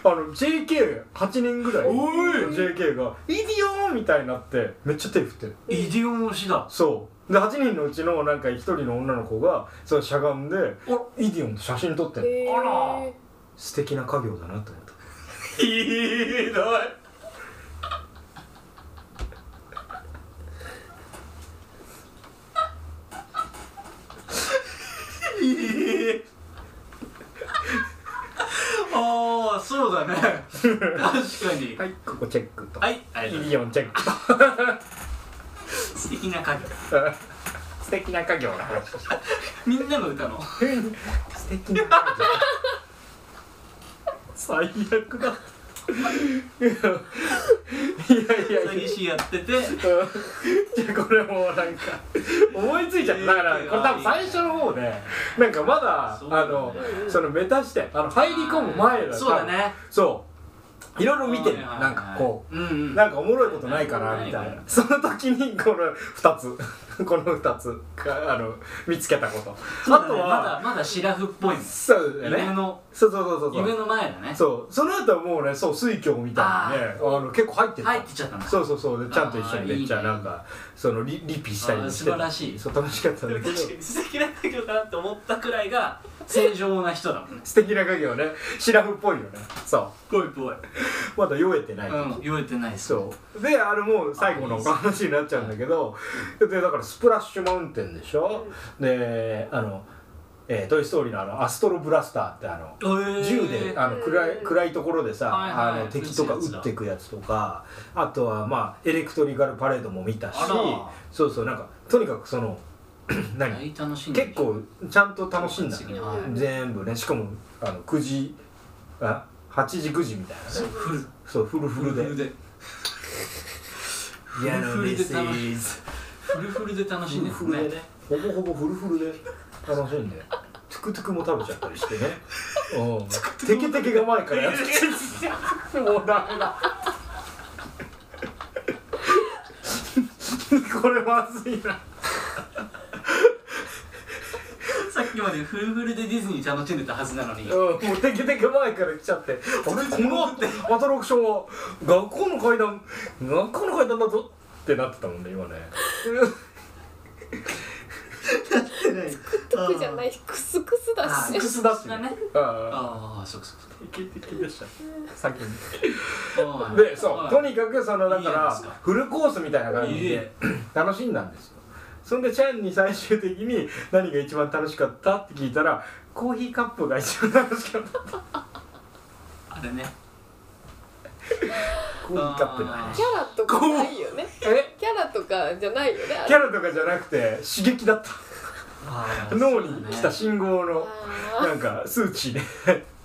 Speaker 4: あの JK8 人ぐらい
Speaker 6: おい
Speaker 4: JK が「イディオン」みたいになってめっちゃ手振ってる
Speaker 6: イディオン推しだ
Speaker 4: そうで8人のうちのなんか1人の女の子がそうしゃがんで「イディオン」と写真撮ってる
Speaker 5: へー
Speaker 6: あら
Speaker 4: 素敵な家業だなと思った
Speaker 6: ひどい ああそうだね確かに
Speaker 4: はいここチェックと
Speaker 6: はいあり
Speaker 4: イ
Speaker 6: がと
Speaker 4: リオ
Speaker 6: うござい
Speaker 4: ンチェック
Speaker 6: ます素敵な家業
Speaker 4: 素敵な家業の話
Speaker 6: みんなの歌の
Speaker 4: 素敵な家業最悪だいやいや
Speaker 6: 詐
Speaker 4: いや
Speaker 6: 欺師やってて
Speaker 4: うんじゃあこれもうなんか思いついちゃっただからこれ多分最初の方でなんかまだ
Speaker 6: そうだ
Speaker 4: あ
Speaker 6: ね
Speaker 4: のそのメタ視点あの入り込む前だ
Speaker 6: そうだね
Speaker 4: そういろいろ見てるなんかこう
Speaker 6: ううんうん
Speaker 4: なんかおもろいことないかなみたいなその時にこの2つ この2つかあの見つけたこと、
Speaker 6: そう
Speaker 4: あ
Speaker 6: だ
Speaker 4: と
Speaker 6: ねまだ
Speaker 4: は
Speaker 6: まだシラフっぽいもん
Speaker 4: そうだよ
Speaker 6: 夢
Speaker 4: ね
Speaker 6: の
Speaker 4: そうそうそうそう
Speaker 6: 夢
Speaker 4: そう
Speaker 6: の前だね
Speaker 4: そうその後はもうねそう水郷みたいなねあの結構入ってた、
Speaker 6: 入ってちゃったんだ
Speaker 4: そうそうそうでちゃんと一緒
Speaker 6: あー
Speaker 4: にめっち
Speaker 6: い
Speaker 4: ゃ
Speaker 6: いね
Speaker 4: なんかそのリリピしたりもして
Speaker 6: あー素晴らしい
Speaker 4: そう楽しかったん
Speaker 6: で
Speaker 4: だ
Speaker 6: も
Speaker 4: けど
Speaker 6: 確かに素敵な家業だなって思ったくらいが正常な人だもんね
Speaker 4: 素敵な家業ねシラフっぽいよねそう
Speaker 6: ぽいぽい
Speaker 4: まだ酔えてない、
Speaker 6: うん言えてないです
Speaker 4: そうであれもう最後の
Speaker 6: あいいっす
Speaker 4: 話になっちゃうんだけどでだからスプラッシュマウンテンでしょであの、えートイ・ストーリーのあのアストロブラスターってあの
Speaker 6: えー
Speaker 4: 銃であの暗い暗いところでさ、
Speaker 6: はいはい
Speaker 4: あの敵とか
Speaker 6: 撃つ
Speaker 4: 撃
Speaker 6: やつだ
Speaker 4: ってくやつとかあとはまあエレクトリカルパレードも見たし
Speaker 6: あら
Speaker 4: そうそうなんかとにかくその 何
Speaker 6: 大体楽しんでる
Speaker 4: 結構ちゃんと楽しんだ
Speaker 6: 次にはい
Speaker 4: 全部ねしかもあの9時あ8時9時みたいなね
Speaker 6: フル
Speaker 4: そうフルフルで
Speaker 6: フルで
Speaker 4: いや
Speaker 6: フルで楽しいフルフルで楽しんでる
Speaker 4: フルフル
Speaker 6: ね
Speaker 4: でねほぼほぼフルフルで楽しんでトゥクトゥクも食べちゃったりしてねうんテケテケが前からやってきて もうダメだこれまずいな
Speaker 6: さっきまでフルフルでディズニー楽しんでたはずなのに
Speaker 4: うんもうテケテケ前から来ちゃってあれこのアトラクションは学校の階段学校の階段だぞ ってなってたもんね今ね
Speaker 5: ト得じゃないクスクスだ
Speaker 6: あ
Speaker 5: し
Speaker 6: ー、クスだしね。
Speaker 4: あ
Speaker 6: ああ、そうかそう
Speaker 4: あ的でした先に
Speaker 6: か。おい
Speaker 4: でそうとにかくそのだか
Speaker 6: いい
Speaker 4: ら
Speaker 6: ですか
Speaker 4: フルコースみたいな感じ
Speaker 6: いい
Speaker 4: で
Speaker 6: え
Speaker 4: 楽しんだんですよそんでチャンに最終的に何が一番楽しかったって聞いたらコーヒーカップが一番楽しか った
Speaker 6: あれね。
Speaker 4: コーヒーカップだ
Speaker 6: あ
Speaker 5: キャラとかないよね
Speaker 4: え
Speaker 5: キャラとかじゃないよねあ
Speaker 4: キ
Speaker 5: れ
Speaker 4: ャラとかじゃなくて刺激だった
Speaker 6: あー
Speaker 4: 脳に来た信号の
Speaker 5: あ
Speaker 4: なんか数値で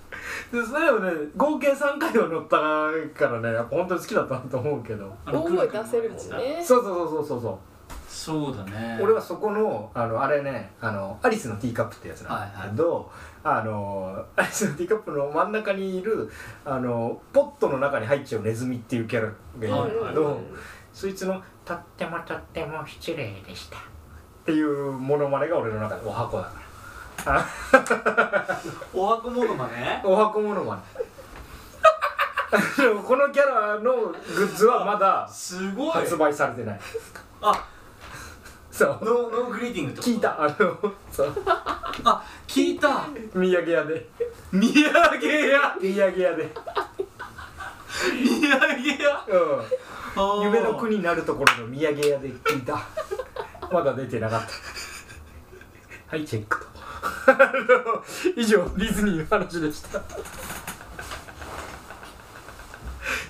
Speaker 4: でそれをね合計3回は乗ったからねやっぱ本当に好きだったなと思うけど
Speaker 5: ー大声出せるもん。
Speaker 6: あの黒くなるや
Speaker 5: ね
Speaker 4: そうそうそうそうそう
Speaker 6: つだそうだね。
Speaker 4: 俺はそこのあのあれねあのアリスのティーカップってやつなんだけど、あのアリスのティーカップの真ん中にいるあのポットの中に入っちゃうネズミっていうキャラがいるんだけど、
Speaker 5: うんうんうん
Speaker 4: そいつの「とってもとっても失礼でした」っていうモノマネが俺の中でお箱だか
Speaker 6: おはこものまね
Speaker 4: ら。お箱モノ マネでもこのキャラのグッズはまだ
Speaker 6: すごい。
Speaker 4: 発売されてない
Speaker 6: あ、
Speaker 4: そう
Speaker 6: ノーノーグリーティングってこと
Speaker 4: 聞い。たあの そう
Speaker 6: あ、聞いた。
Speaker 4: 土産屋で
Speaker 6: 土産屋。
Speaker 4: 土産屋で
Speaker 6: 土産屋。
Speaker 4: うん
Speaker 6: あー
Speaker 4: 夢の国になるところの土産屋で聞い たまだ出てなかったはいチェックとあの 以上ディズニーの話で した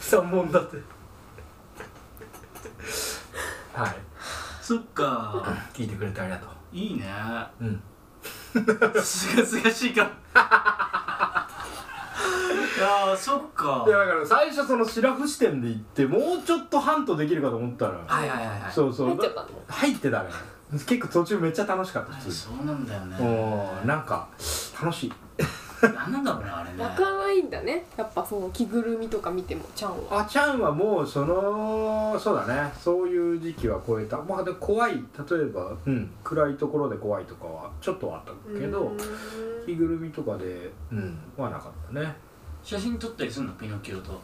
Speaker 4: 3本立てはい
Speaker 6: そっか。
Speaker 4: 聞いてくれてありがと
Speaker 6: いいね。
Speaker 4: ううん
Speaker 6: すがすがしいか。 いやー、そっか。
Speaker 4: いやだから最初そのシラフ視点で行ってもうちょっとハントできるかと思ったら
Speaker 6: はいはいはいはい。
Speaker 4: そうそう
Speaker 5: 入っちゃったの
Speaker 4: 入ってたね結構途中めっちゃ楽しかった普通
Speaker 6: そうなんだよね。
Speaker 4: におなんか楽しい
Speaker 6: なんなんだろうね、あれね。
Speaker 5: 泣かないんだねやっぱその着ぐるみとか見てもちゃんは
Speaker 4: あちゃんはもうそのそうだねそういう時期は超えたまあでも怖い例えば、うん、暗いところで怖いとかはちょっとはあったけ
Speaker 5: う
Speaker 4: ど
Speaker 5: ーん
Speaker 4: 着ぐるみとかで、うん、はなかったね
Speaker 6: 写真撮ったりするの、ピノキオと。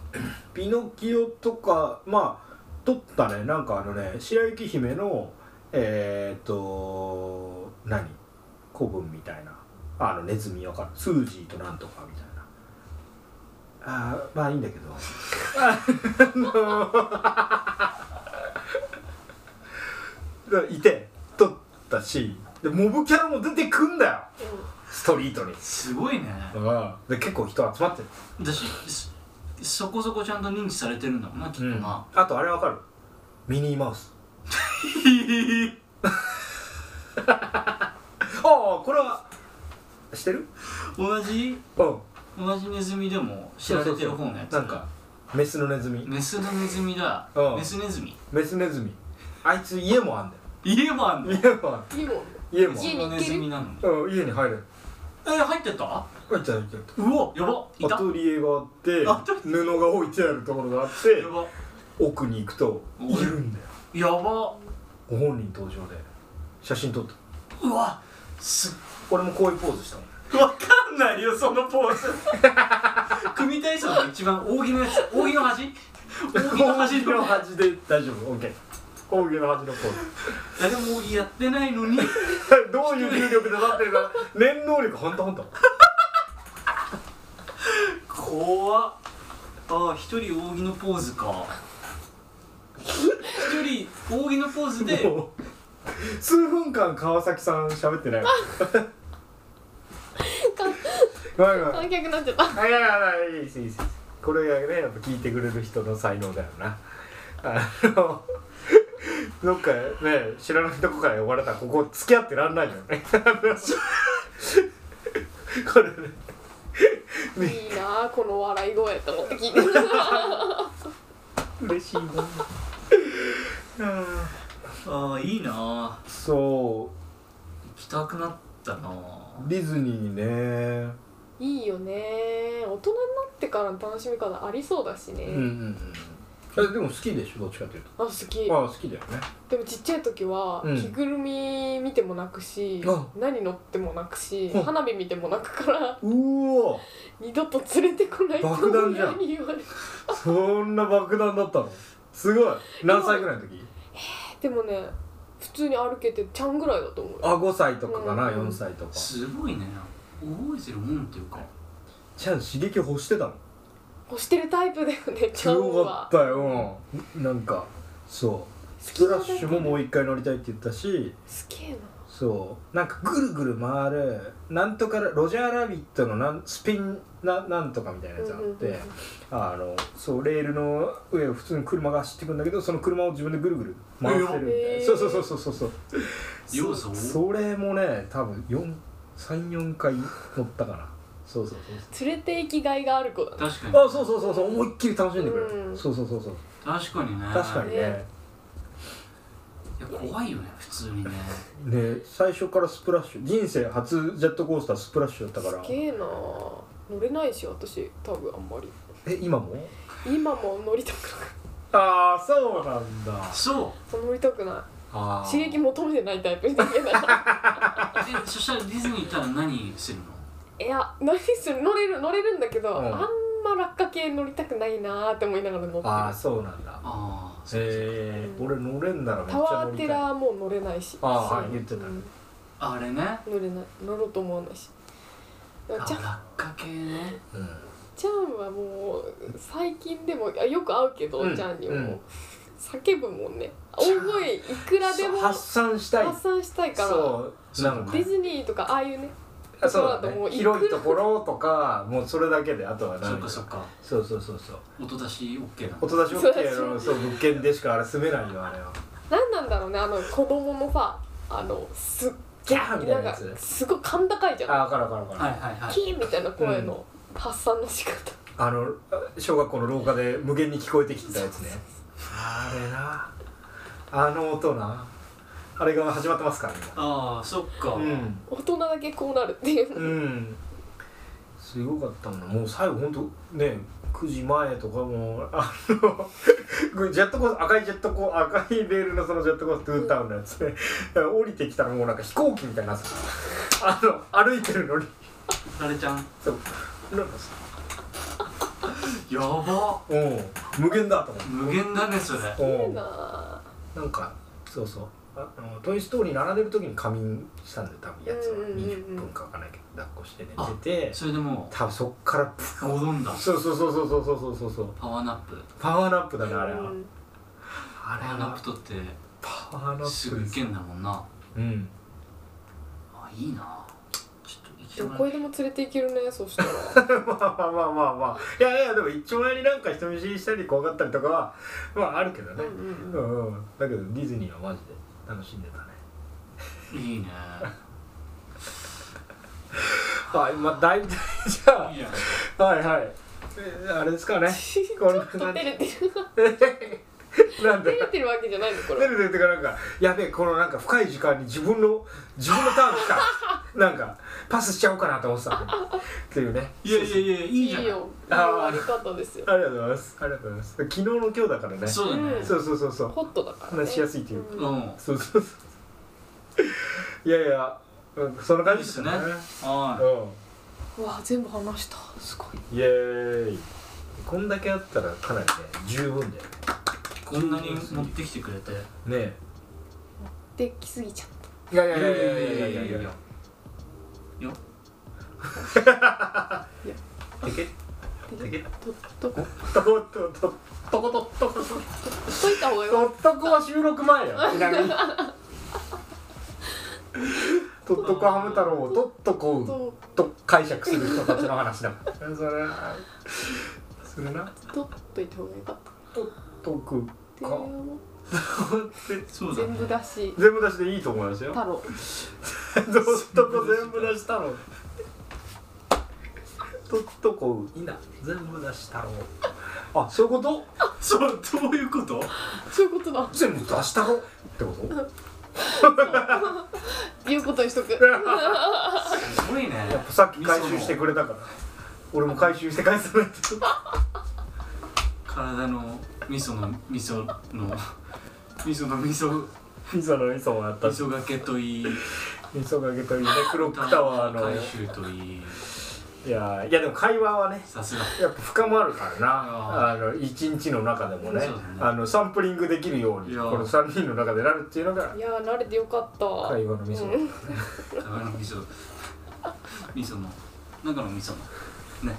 Speaker 4: ピノキオとかまあ撮ったねなんかあのね白雪姫のえー、っと何古文みたいなあのネズミわかるスージーとなんとかみたいなあーまあいいんだけどあの いて撮ったしでモブキャラも出てくんだよストリートに
Speaker 6: すごいね。
Speaker 4: で結構人集まってる
Speaker 6: だし、そそこそこちゃんと認知されてるんだもんな、きっと
Speaker 4: うん
Speaker 6: な。
Speaker 4: あとあれわかるミニーマウスああこれは知ってる
Speaker 6: 同じ
Speaker 4: うん
Speaker 6: 同じネズミでも知られてる方のやつ
Speaker 4: なんかメスのネズミ
Speaker 6: メスのネズミだ
Speaker 4: うん
Speaker 6: メスネズミ
Speaker 4: メスネズミあいつ家もあんだ
Speaker 6: 家もあんの
Speaker 4: よ家もあん
Speaker 5: いいもん
Speaker 4: 家も
Speaker 5: 家に
Speaker 6: のネズミなのに
Speaker 4: あんうん家に入る
Speaker 6: えー入ってった
Speaker 4: 入っちゃう入っちゃ
Speaker 6: うわやばいう
Speaker 4: ア
Speaker 6: た
Speaker 4: トリエがあって
Speaker 6: アト
Speaker 4: 布が置いてあるところがあって
Speaker 6: やば
Speaker 4: 奥に行くといるんだよ
Speaker 6: やば
Speaker 4: ご本人登場で写真撮った
Speaker 6: うわす
Speaker 4: 俺もこういうポーズしたもん
Speaker 6: わかんないよそのポー ズ組体操の一番扇のやつ扇の端扇の端
Speaker 4: 扇の
Speaker 6: の
Speaker 4: 端で大丈夫 OK 扇の端のポーズ
Speaker 6: 誰も扇やってないのに
Speaker 4: どういう重力で立ってる か念能力ほんとほんと
Speaker 6: 怖っああ一人扇のポーズか一人扇のポーズで
Speaker 4: もう数分間川崎さん喋ってないわごめんごめん
Speaker 5: 観客になっちゃっ た
Speaker 4: あいやいやいやいいですいいですこれがねやっぱ聞いてくれる人の才能だよなあのどっかね知らないとこから呼ばれたらここ付き合ってらんないよねこれね
Speaker 5: いいなあこの笑い声と思って 聞いてる
Speaker 4: 嬉しいな
Speaker 6: ああいいなあ
Speaker 4: そ
Speaker 6: 行きたくなったなあ
Speaker 4: うディズニーね
Speaker 5: いいよね大人になってからの楽しみ方ありそうだしね、
Speaker 4: うんうんでも好きでしょどっちかという
Speaker 5: あ好き
Speaker 4: とあ好きだよね
Speaker 5: でもちっちゃい時は
Speaker 4: うん
Speaker 5: 着ぐるみ見ても泣くし、
Speaker 4: あ
Speaker 5: 何乗っても泣くし、
Speaker 4: うん
Speaker 5: 花火見ても泣くから
Speaker 4: うわ
Speaker 5: 二度と連れてこないと
Speaker 4: 爆弾じゃん
Speaker 5: 親に言われて
Speaker 4: そんな爆弾だったのすごい何歳ぐらいの時
Speaker 5: でもね普通に歩けてちゃんぐらいだと思うよ
Speaker 4: あ5歳とかかな、
Speaker 5: うん
Speaker 4: 4歳とか
Speaker 6: すごいね覚えてるもんっていうか
Speaker 4: ちゃん刺激欲してたもん
Speaker 5: 押してるタイプだよねちゃん
Speaker 4: 強か
Speaker 5: は
Speaker 4: ったよ、うん、なんかそうスプラッシュももう一回乗りたいって言ったし
Speaker 5: すげえな
Speaker 4: そうなんかぐるぐる回るなんとかラロジャーラビットのなんスピンななんとかみたいなやつあって、
Speaker 5: うんうんうん
Speaker 4: あのそうレールの上を普通に車が走ってくんだけどその車を自分でぐるぐる回せるみたいな、
Speaker 5: えー
Speaker 4: そうそうそうそうそうそう
Speaker 6: 要素
Speaker 4: それもね多分34回乗ったかなそうそうそう
Speaker 5: 連れて行きがいがある子だね
Speaker 6: 確かに
Speaker 4: そうあそうそうそうそう思いっきり楽しんでくれる、
Speaker 5: うん
Speaker 4: そうそうそうそう
Speaker 6: 確かにね
Speaker 4: 確かにね、
Speaker 5: ね
Speaker 6: いや怖いよね普通にね
Speaker 4: で最初からスプラッシュ人生初ジェットコースタースプラッシュだったから
Speaker 5: すげえな乗れないし私多分あんまり
Speaker 4: え今も
Speaker 5: 今も乗りたくない
Speaker 4: ああそうなんだ
Speaker 6: そう
Speaker 5: そう乗りたくな
Speaker 6: あ
Speaker 5: い
Speaker 6: ー
Speaker 5: 刺激求めてないタイプ人 間だから
Speaker 6: えそしたらディズニー行ったら何するの
Speaker 5: いや何する乗れる乗れるんだけど、
Speaker 4: うん
Speaker 5: あんま落下系乗りたくないなーって思いながら乗ってる
Speaker 4: ああそうなんだ
Speaker 6: ああそうそう
Speaker 4: えー、俺乗れんならめっち
Speaker 5: タ
Speaker 4: ゃ
Speaker 5: ワ
Speaker 4: 乗り
Speaker 5: ー
Speaker 4: た
Speaker 5: テ
Speaker 4: い
Speaker 5: ラーも乗れないし
Speaker 4: ああはい言ってた
Speaker 5: うん
Speaker 6: あれね
Speaker 5: 乗れない乗ろうと思わないし
Speaker 6: あ
Speaker 5: だからチ
Speaker 6: 落
Speaker 5: ャン
Speaker 6: 下系ね
Speaker 4: うん
Speaker 5: チャンはもう最近でもあよく会うけど、
Speaker 4: うん
Speaker 5: チャンにも、
Speaker 4: うん
Speaker 5: 叫ぶもんね大声いくらでも
Speaker 4: そう発
Speaker 5: 発
Speaker 4: 散したい
Speaker 5: 散したいから
Speaker 4: そうなんか
Speaker 5: ディズニーとかああいうね
Speaker 4: あそう
Speaker 5: そうだ
Speaker 4: だ、
Speaker 5: ともう
Speaker 4: ね、
Speaker 5: いくら
Speaker 4: 広いところとかもうそれだけであとは
Speaker 6: そ
Speaker 4: 何
Speaker 6: っかそっか
Speaker 4: そうそうそうそう
Speaker 6: 音出し OK なの
Speaker 4: 音出し OK のそう物件でしかあれ住めないよあれは
Speaker 5: 何なんだろうねあの子供のさあのすっ
Speaker 4: キャーみたいな
Speaker 5: な
Speaker 4: や
Speaker 5: んか
Speaker 4: つ
Speaker 5: すごい甲高いじゃん
Speaker 4: ああからからから
Speaker 6: はいはいはい
Speaker 5: キーンみたいな声の発散の仕方、
Speaker 4: あの小学校の廊下で無限に聞こえてきてたやつねあれなあの音なあれが始まってますから今
Speaker 6: ああそっか、
Speaker 4: うん
Speaker 5: 大人だけこうなるっていう、
Speaker 4: うんすごかったもんなもう最後ほんとね9時前とかもうあの ジェットコース赤いジェットコー赤いレールのそのジェットコーストゥータウンのやつね 降りてきたらもうなんか飛行機みたいになってたあの歩いてるのに
Speaker 6: あれちゃん
Speaker 4: そうなんか
Speaker 6: やば
Speaker 4: うん無限だと思って
Speaker 6: 無限だねそれ
Speaker 5: い
Speaker 4: うん
Speaker 5: いなぁ
Speaker 4: なんかそうそうああの「トイ・ストーリー」並んでる時に仮眠したんで多分やつは
Speaker 5: うんうんうんうん
Speaker 4: 20分かわかんないけど抱っこして寝てて
Speaker 6: それでも
Speaker 4: 多分そっからプ
Speaker 6: う戻んだ
Speaker 4: ッそうそうそうそうそうそうそうそう
Speaker 6: パワーナップ
Speaker 4: パワーナップだねあれは、
Speaker 5: うん
Speaker 4: あ
Speaker 6: パ
Speaker 4: れ
Speaker 6: ワーナッ
Speaker 4: は
Speaker 6: プ取って
Speaker 4: パワーナ
Speaker 6: す
Speaker 4: ップ
Speaker 6: ぐ
Speaker 4: で
Speaker 6: 行
Speaker 4: す
Speaker 6: けんだもんな
Speaker 4: うん
Speaker 6: あいいなちょっと行き
Speaker 5: ど
Speaker 6: たく
Speaker 5: こ
Speaker 6: な
Speaker 5: へ
Speaker 6: い
Speaker 5: でも連れて行けるねそしたら
Speaker 4: まあまあまあまあまあいやいやでも一丁前になんか人見知りしたり怖がったりとかはまああるけど
Speaker 5: う
Speaker 4: ね
Speaker 5: んうん
Speaker 4: う
Speaker 5: うん
Speaker 4: んうんだけどディズニーはマジで楽しんでたね
Speaker 6: いいね
Speaker 4: はいまあ大体じゃ
Speaker 6: いや
Speaker 4: あはいはいえあれですかねこんな
Speaker 5: ちょっと
Speaker 4: 感
Speaker 5: 照
Speaker 4: じ
Speaker 5: れてる
Speaker 4: なん
Speaker 5: 照
Speaker 4: で
Speaker 5: れてるわけじゃないのこ
Speaker 4: 出
Speaker 5: れ
Speaker 4: る出てかなんかやべえこのなんか深い時間に自分の自分のターン来 たなんかパスしちゃおうかなと思ってたっていうね
Speaker 6: いやいやいやい
Speaker 5: い
Speaker 6: いじゃん
Speaker 5: いよいい
Speaker 4: あー
Speaker 5: 終わり方ですよ
Speaker 4: ありがとうございますありがとうございます昨日の今日だからね
Speaker 6: そうだね、
Speaker 5: うん
Speaker 4: そうそうそうそう
Speaker 5: ホットだから、ね、
Speaker 4: 話しやすいというか
Speaker 5: ん
Speaker 6: うん
Speaker 4: そうそうそういやいやうんそんな感じで
Speaker 6: ですす
Speaker 4: ね
Speaker 6: ね。は
Speaker 4: う
Speaker 5: うわ全部話したすごい
Speaker 4: んイエーイこんだけあったらかなりね十分だよ
Speaker 6: い。こんなに持ってきてくれて。
Speaker 4: ねね
Speaker 5: できすぎちゃった
Speaker 4: えいやい
Speaker 6: い
Speaker 4: やいやいやいやいやいやいや
Speaker 6: よ。
Speaker 4: いけ
Speaker 5: で
Speaker 4: いけ
Speaker 5: とどこ
Speaker 4: とことととこととこと
Speaker 5: ほっといた方がよ
Speaker 4: とっとこは収録前よちな みにとっとこハム太郎をとっとこ
Speaker 5: と
Speaker 4: うと解釈する人たちの話だからそれそれな
Speaker 5: とっといた方がよかった
Speaker 4: と
Speaker 5: っ
Speaker 4: っとく
Speaker 5: ていう思って
Speaker 6: そうだ
Speaker 5: 全
Speaker 6: ね。
Speaker 5: 部出し
Speaker 4: 全部出しでいいと思い ますよ
Speaker 5: 太郎
Speaker 4: とっとこ全部出したろとっとこいな全部出したろあそういうこと
Speaker 6: そう、どういうこと。
Speaker 5: そういうことだ
Speaker 4: 全部出したろってこと
Speaker 5: いうことにしとく
Speaker 6: すごいね。
Speaker 4: やっぱさっき回収してくれたから俺も回収して返さないと
Speaker 6: 体の味噌の味噌の。味噌の味噌、
Speaker 4: 味噌の味噌もあったし
Speaker 6: 味噌がけといい。
Speaker 4: 味噌かけというねクロックタワーの
Speaker 6: 回収といい。
Speaker 4: えいやいやでも会話はね
Speaker 6: さすが
Speaker 4: やっぱ深まるからな
Speaker 6: あ
Speaker 4: あの一日の中でもね
Speaker 6: そうだね
Speaker 4: あのサンプリングできるように
Speaker 6: いや
Speaker 4: この3人の中でなるっていうのが
Speaker 5: いやー慣れてよかった
Speaker 4: 会話のミ ソ
Speaker 5: うん
Speaker 6: 長野味噌味噌の長野味噌のね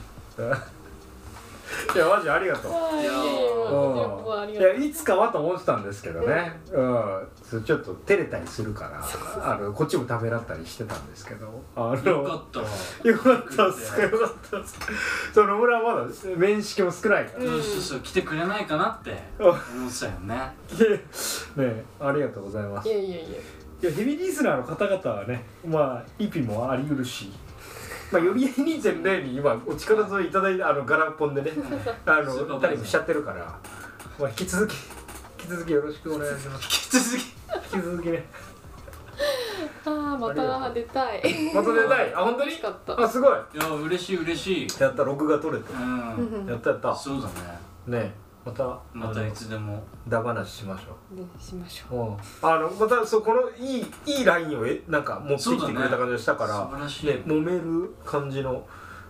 Speaker 4: いやマジありがとう
Speaker 5: はいいやいやよくあ
Speaker 4: うん
Speaker 5: り
Speaker 4: い
Speaker 5: がと
Speaker 4: やいつかはと思ってたんですけどね、うん、そうちょっと照れたりするからあのこっちも食べらったりしてたんですけどあの
Speaker 6: よかったわ
Speaker 4: よかったっすよかったっすその村はまだ面識も少ないから、
Speaker 5: うん
Speaker 6: そうそうそう来てくれないかなって
Speaker 4: うん
Speaker 6: 思ってたよね
Speaker 4: ねえありがとうございます
Speaker 5: ういやいやいや
Speaker 4: いやヘビーリスナーの方々はねまあ意味もありうるしまあより2.0に今お力添えいただいてあのガラポンで ねあ
Speaker 6: スーパーバイザ
Speaker 4: の
Speaker 6: ー
Speaker 4: 誰もしちゃってるから、まあ、引き続き引き続きよろしくお願いします
Speaker 6: 引 き続き
Speaker 4: 引き続きね
Speaker 5: あーまた出たい
Speaker 4: また出た いあ本当に
Speaker 5: 楽しかった
Speaker 4: あすごい
Speaker 6: いや嬉しい嬉しい
Speaker 4: やった録画撮れ
Speaker 6: う
Speaker 4: た
Speaker 6: ん
Speaker 4: やったやったね
Speaker 6: そうだね
Speaker 4: えまた
Speaker 6: またいつでも
Speaker 4: だ話しましょう
Speaker 5: ねしましょう
Speaker 4: うんあのまたそうこのいいいいラインをえなんか持ってきてくれた感じがしたから
Speaker 6: そうだね素晴らしい
Speaker 4: ね、揉める感じの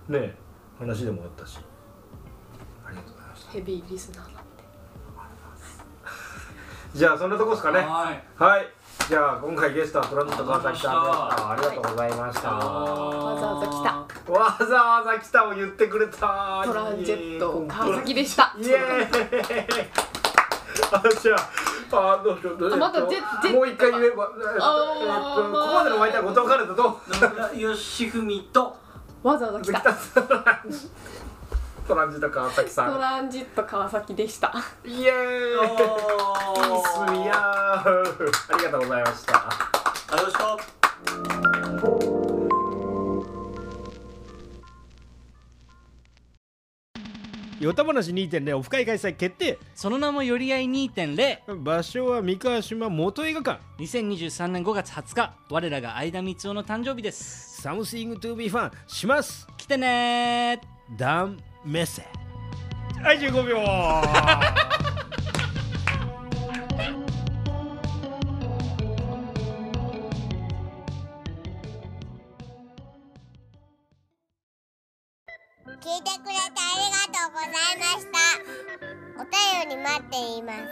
Speaker 4: ね話でもあったしありがとうございました
Speaker 5: ヘビーリスナーなんで
Speaker 4: じゃあそんなとこですかねは
Speaker 6: はい
Speaker 4: いじゃあ今回ゲストはトランジット川崎さんでしたありがとうございました、
Speaker 5: わざわざ来た
Speaker 4: わざわざ来たを言ってくれた
Speaker 5: トランジェット川崎でした
Speaker 4: イエーイあじゃああどうしようどうしよう
Speaker 5: あまたジェジェ
Speaker 4: もう一回言えばえっと
Speaker 5: あー
Speaker 4: えっとここまでのお相手は後藤かれたと
Speaker 6: 野村義文と
Speaker 5: わざわざ来
Speaker 4: 鈴木
Speaker 5: た
Speaker 4: 達さんトランジット川崎さ
Speaker 5: ト
Speaker 4: ん
Speaker 5: ランジット川崎でした
Speaker 4: イエーイピースミヤーありがとうございました
Speaker 6: ありがとうございました
Speaker 7: ヨタ話2.0オフ会開催決定
Speaker 8: その名も寄り合い2.0
Speaker 7: 場所は三河島元映画館
Speaker 8: 2023年5月20日我らが相田光雄の誕生日です
Speaker 7: サムシングトゥービーファンします
Speaker 8: 来てねー
Speaker 7: ダンメッセはい15秒
Speaker 2: 聞いてくれてありがとうございましたお便り待っています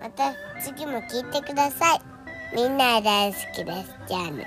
Speaker 2: また次も聞いてくださいみんな大好きですじゃあね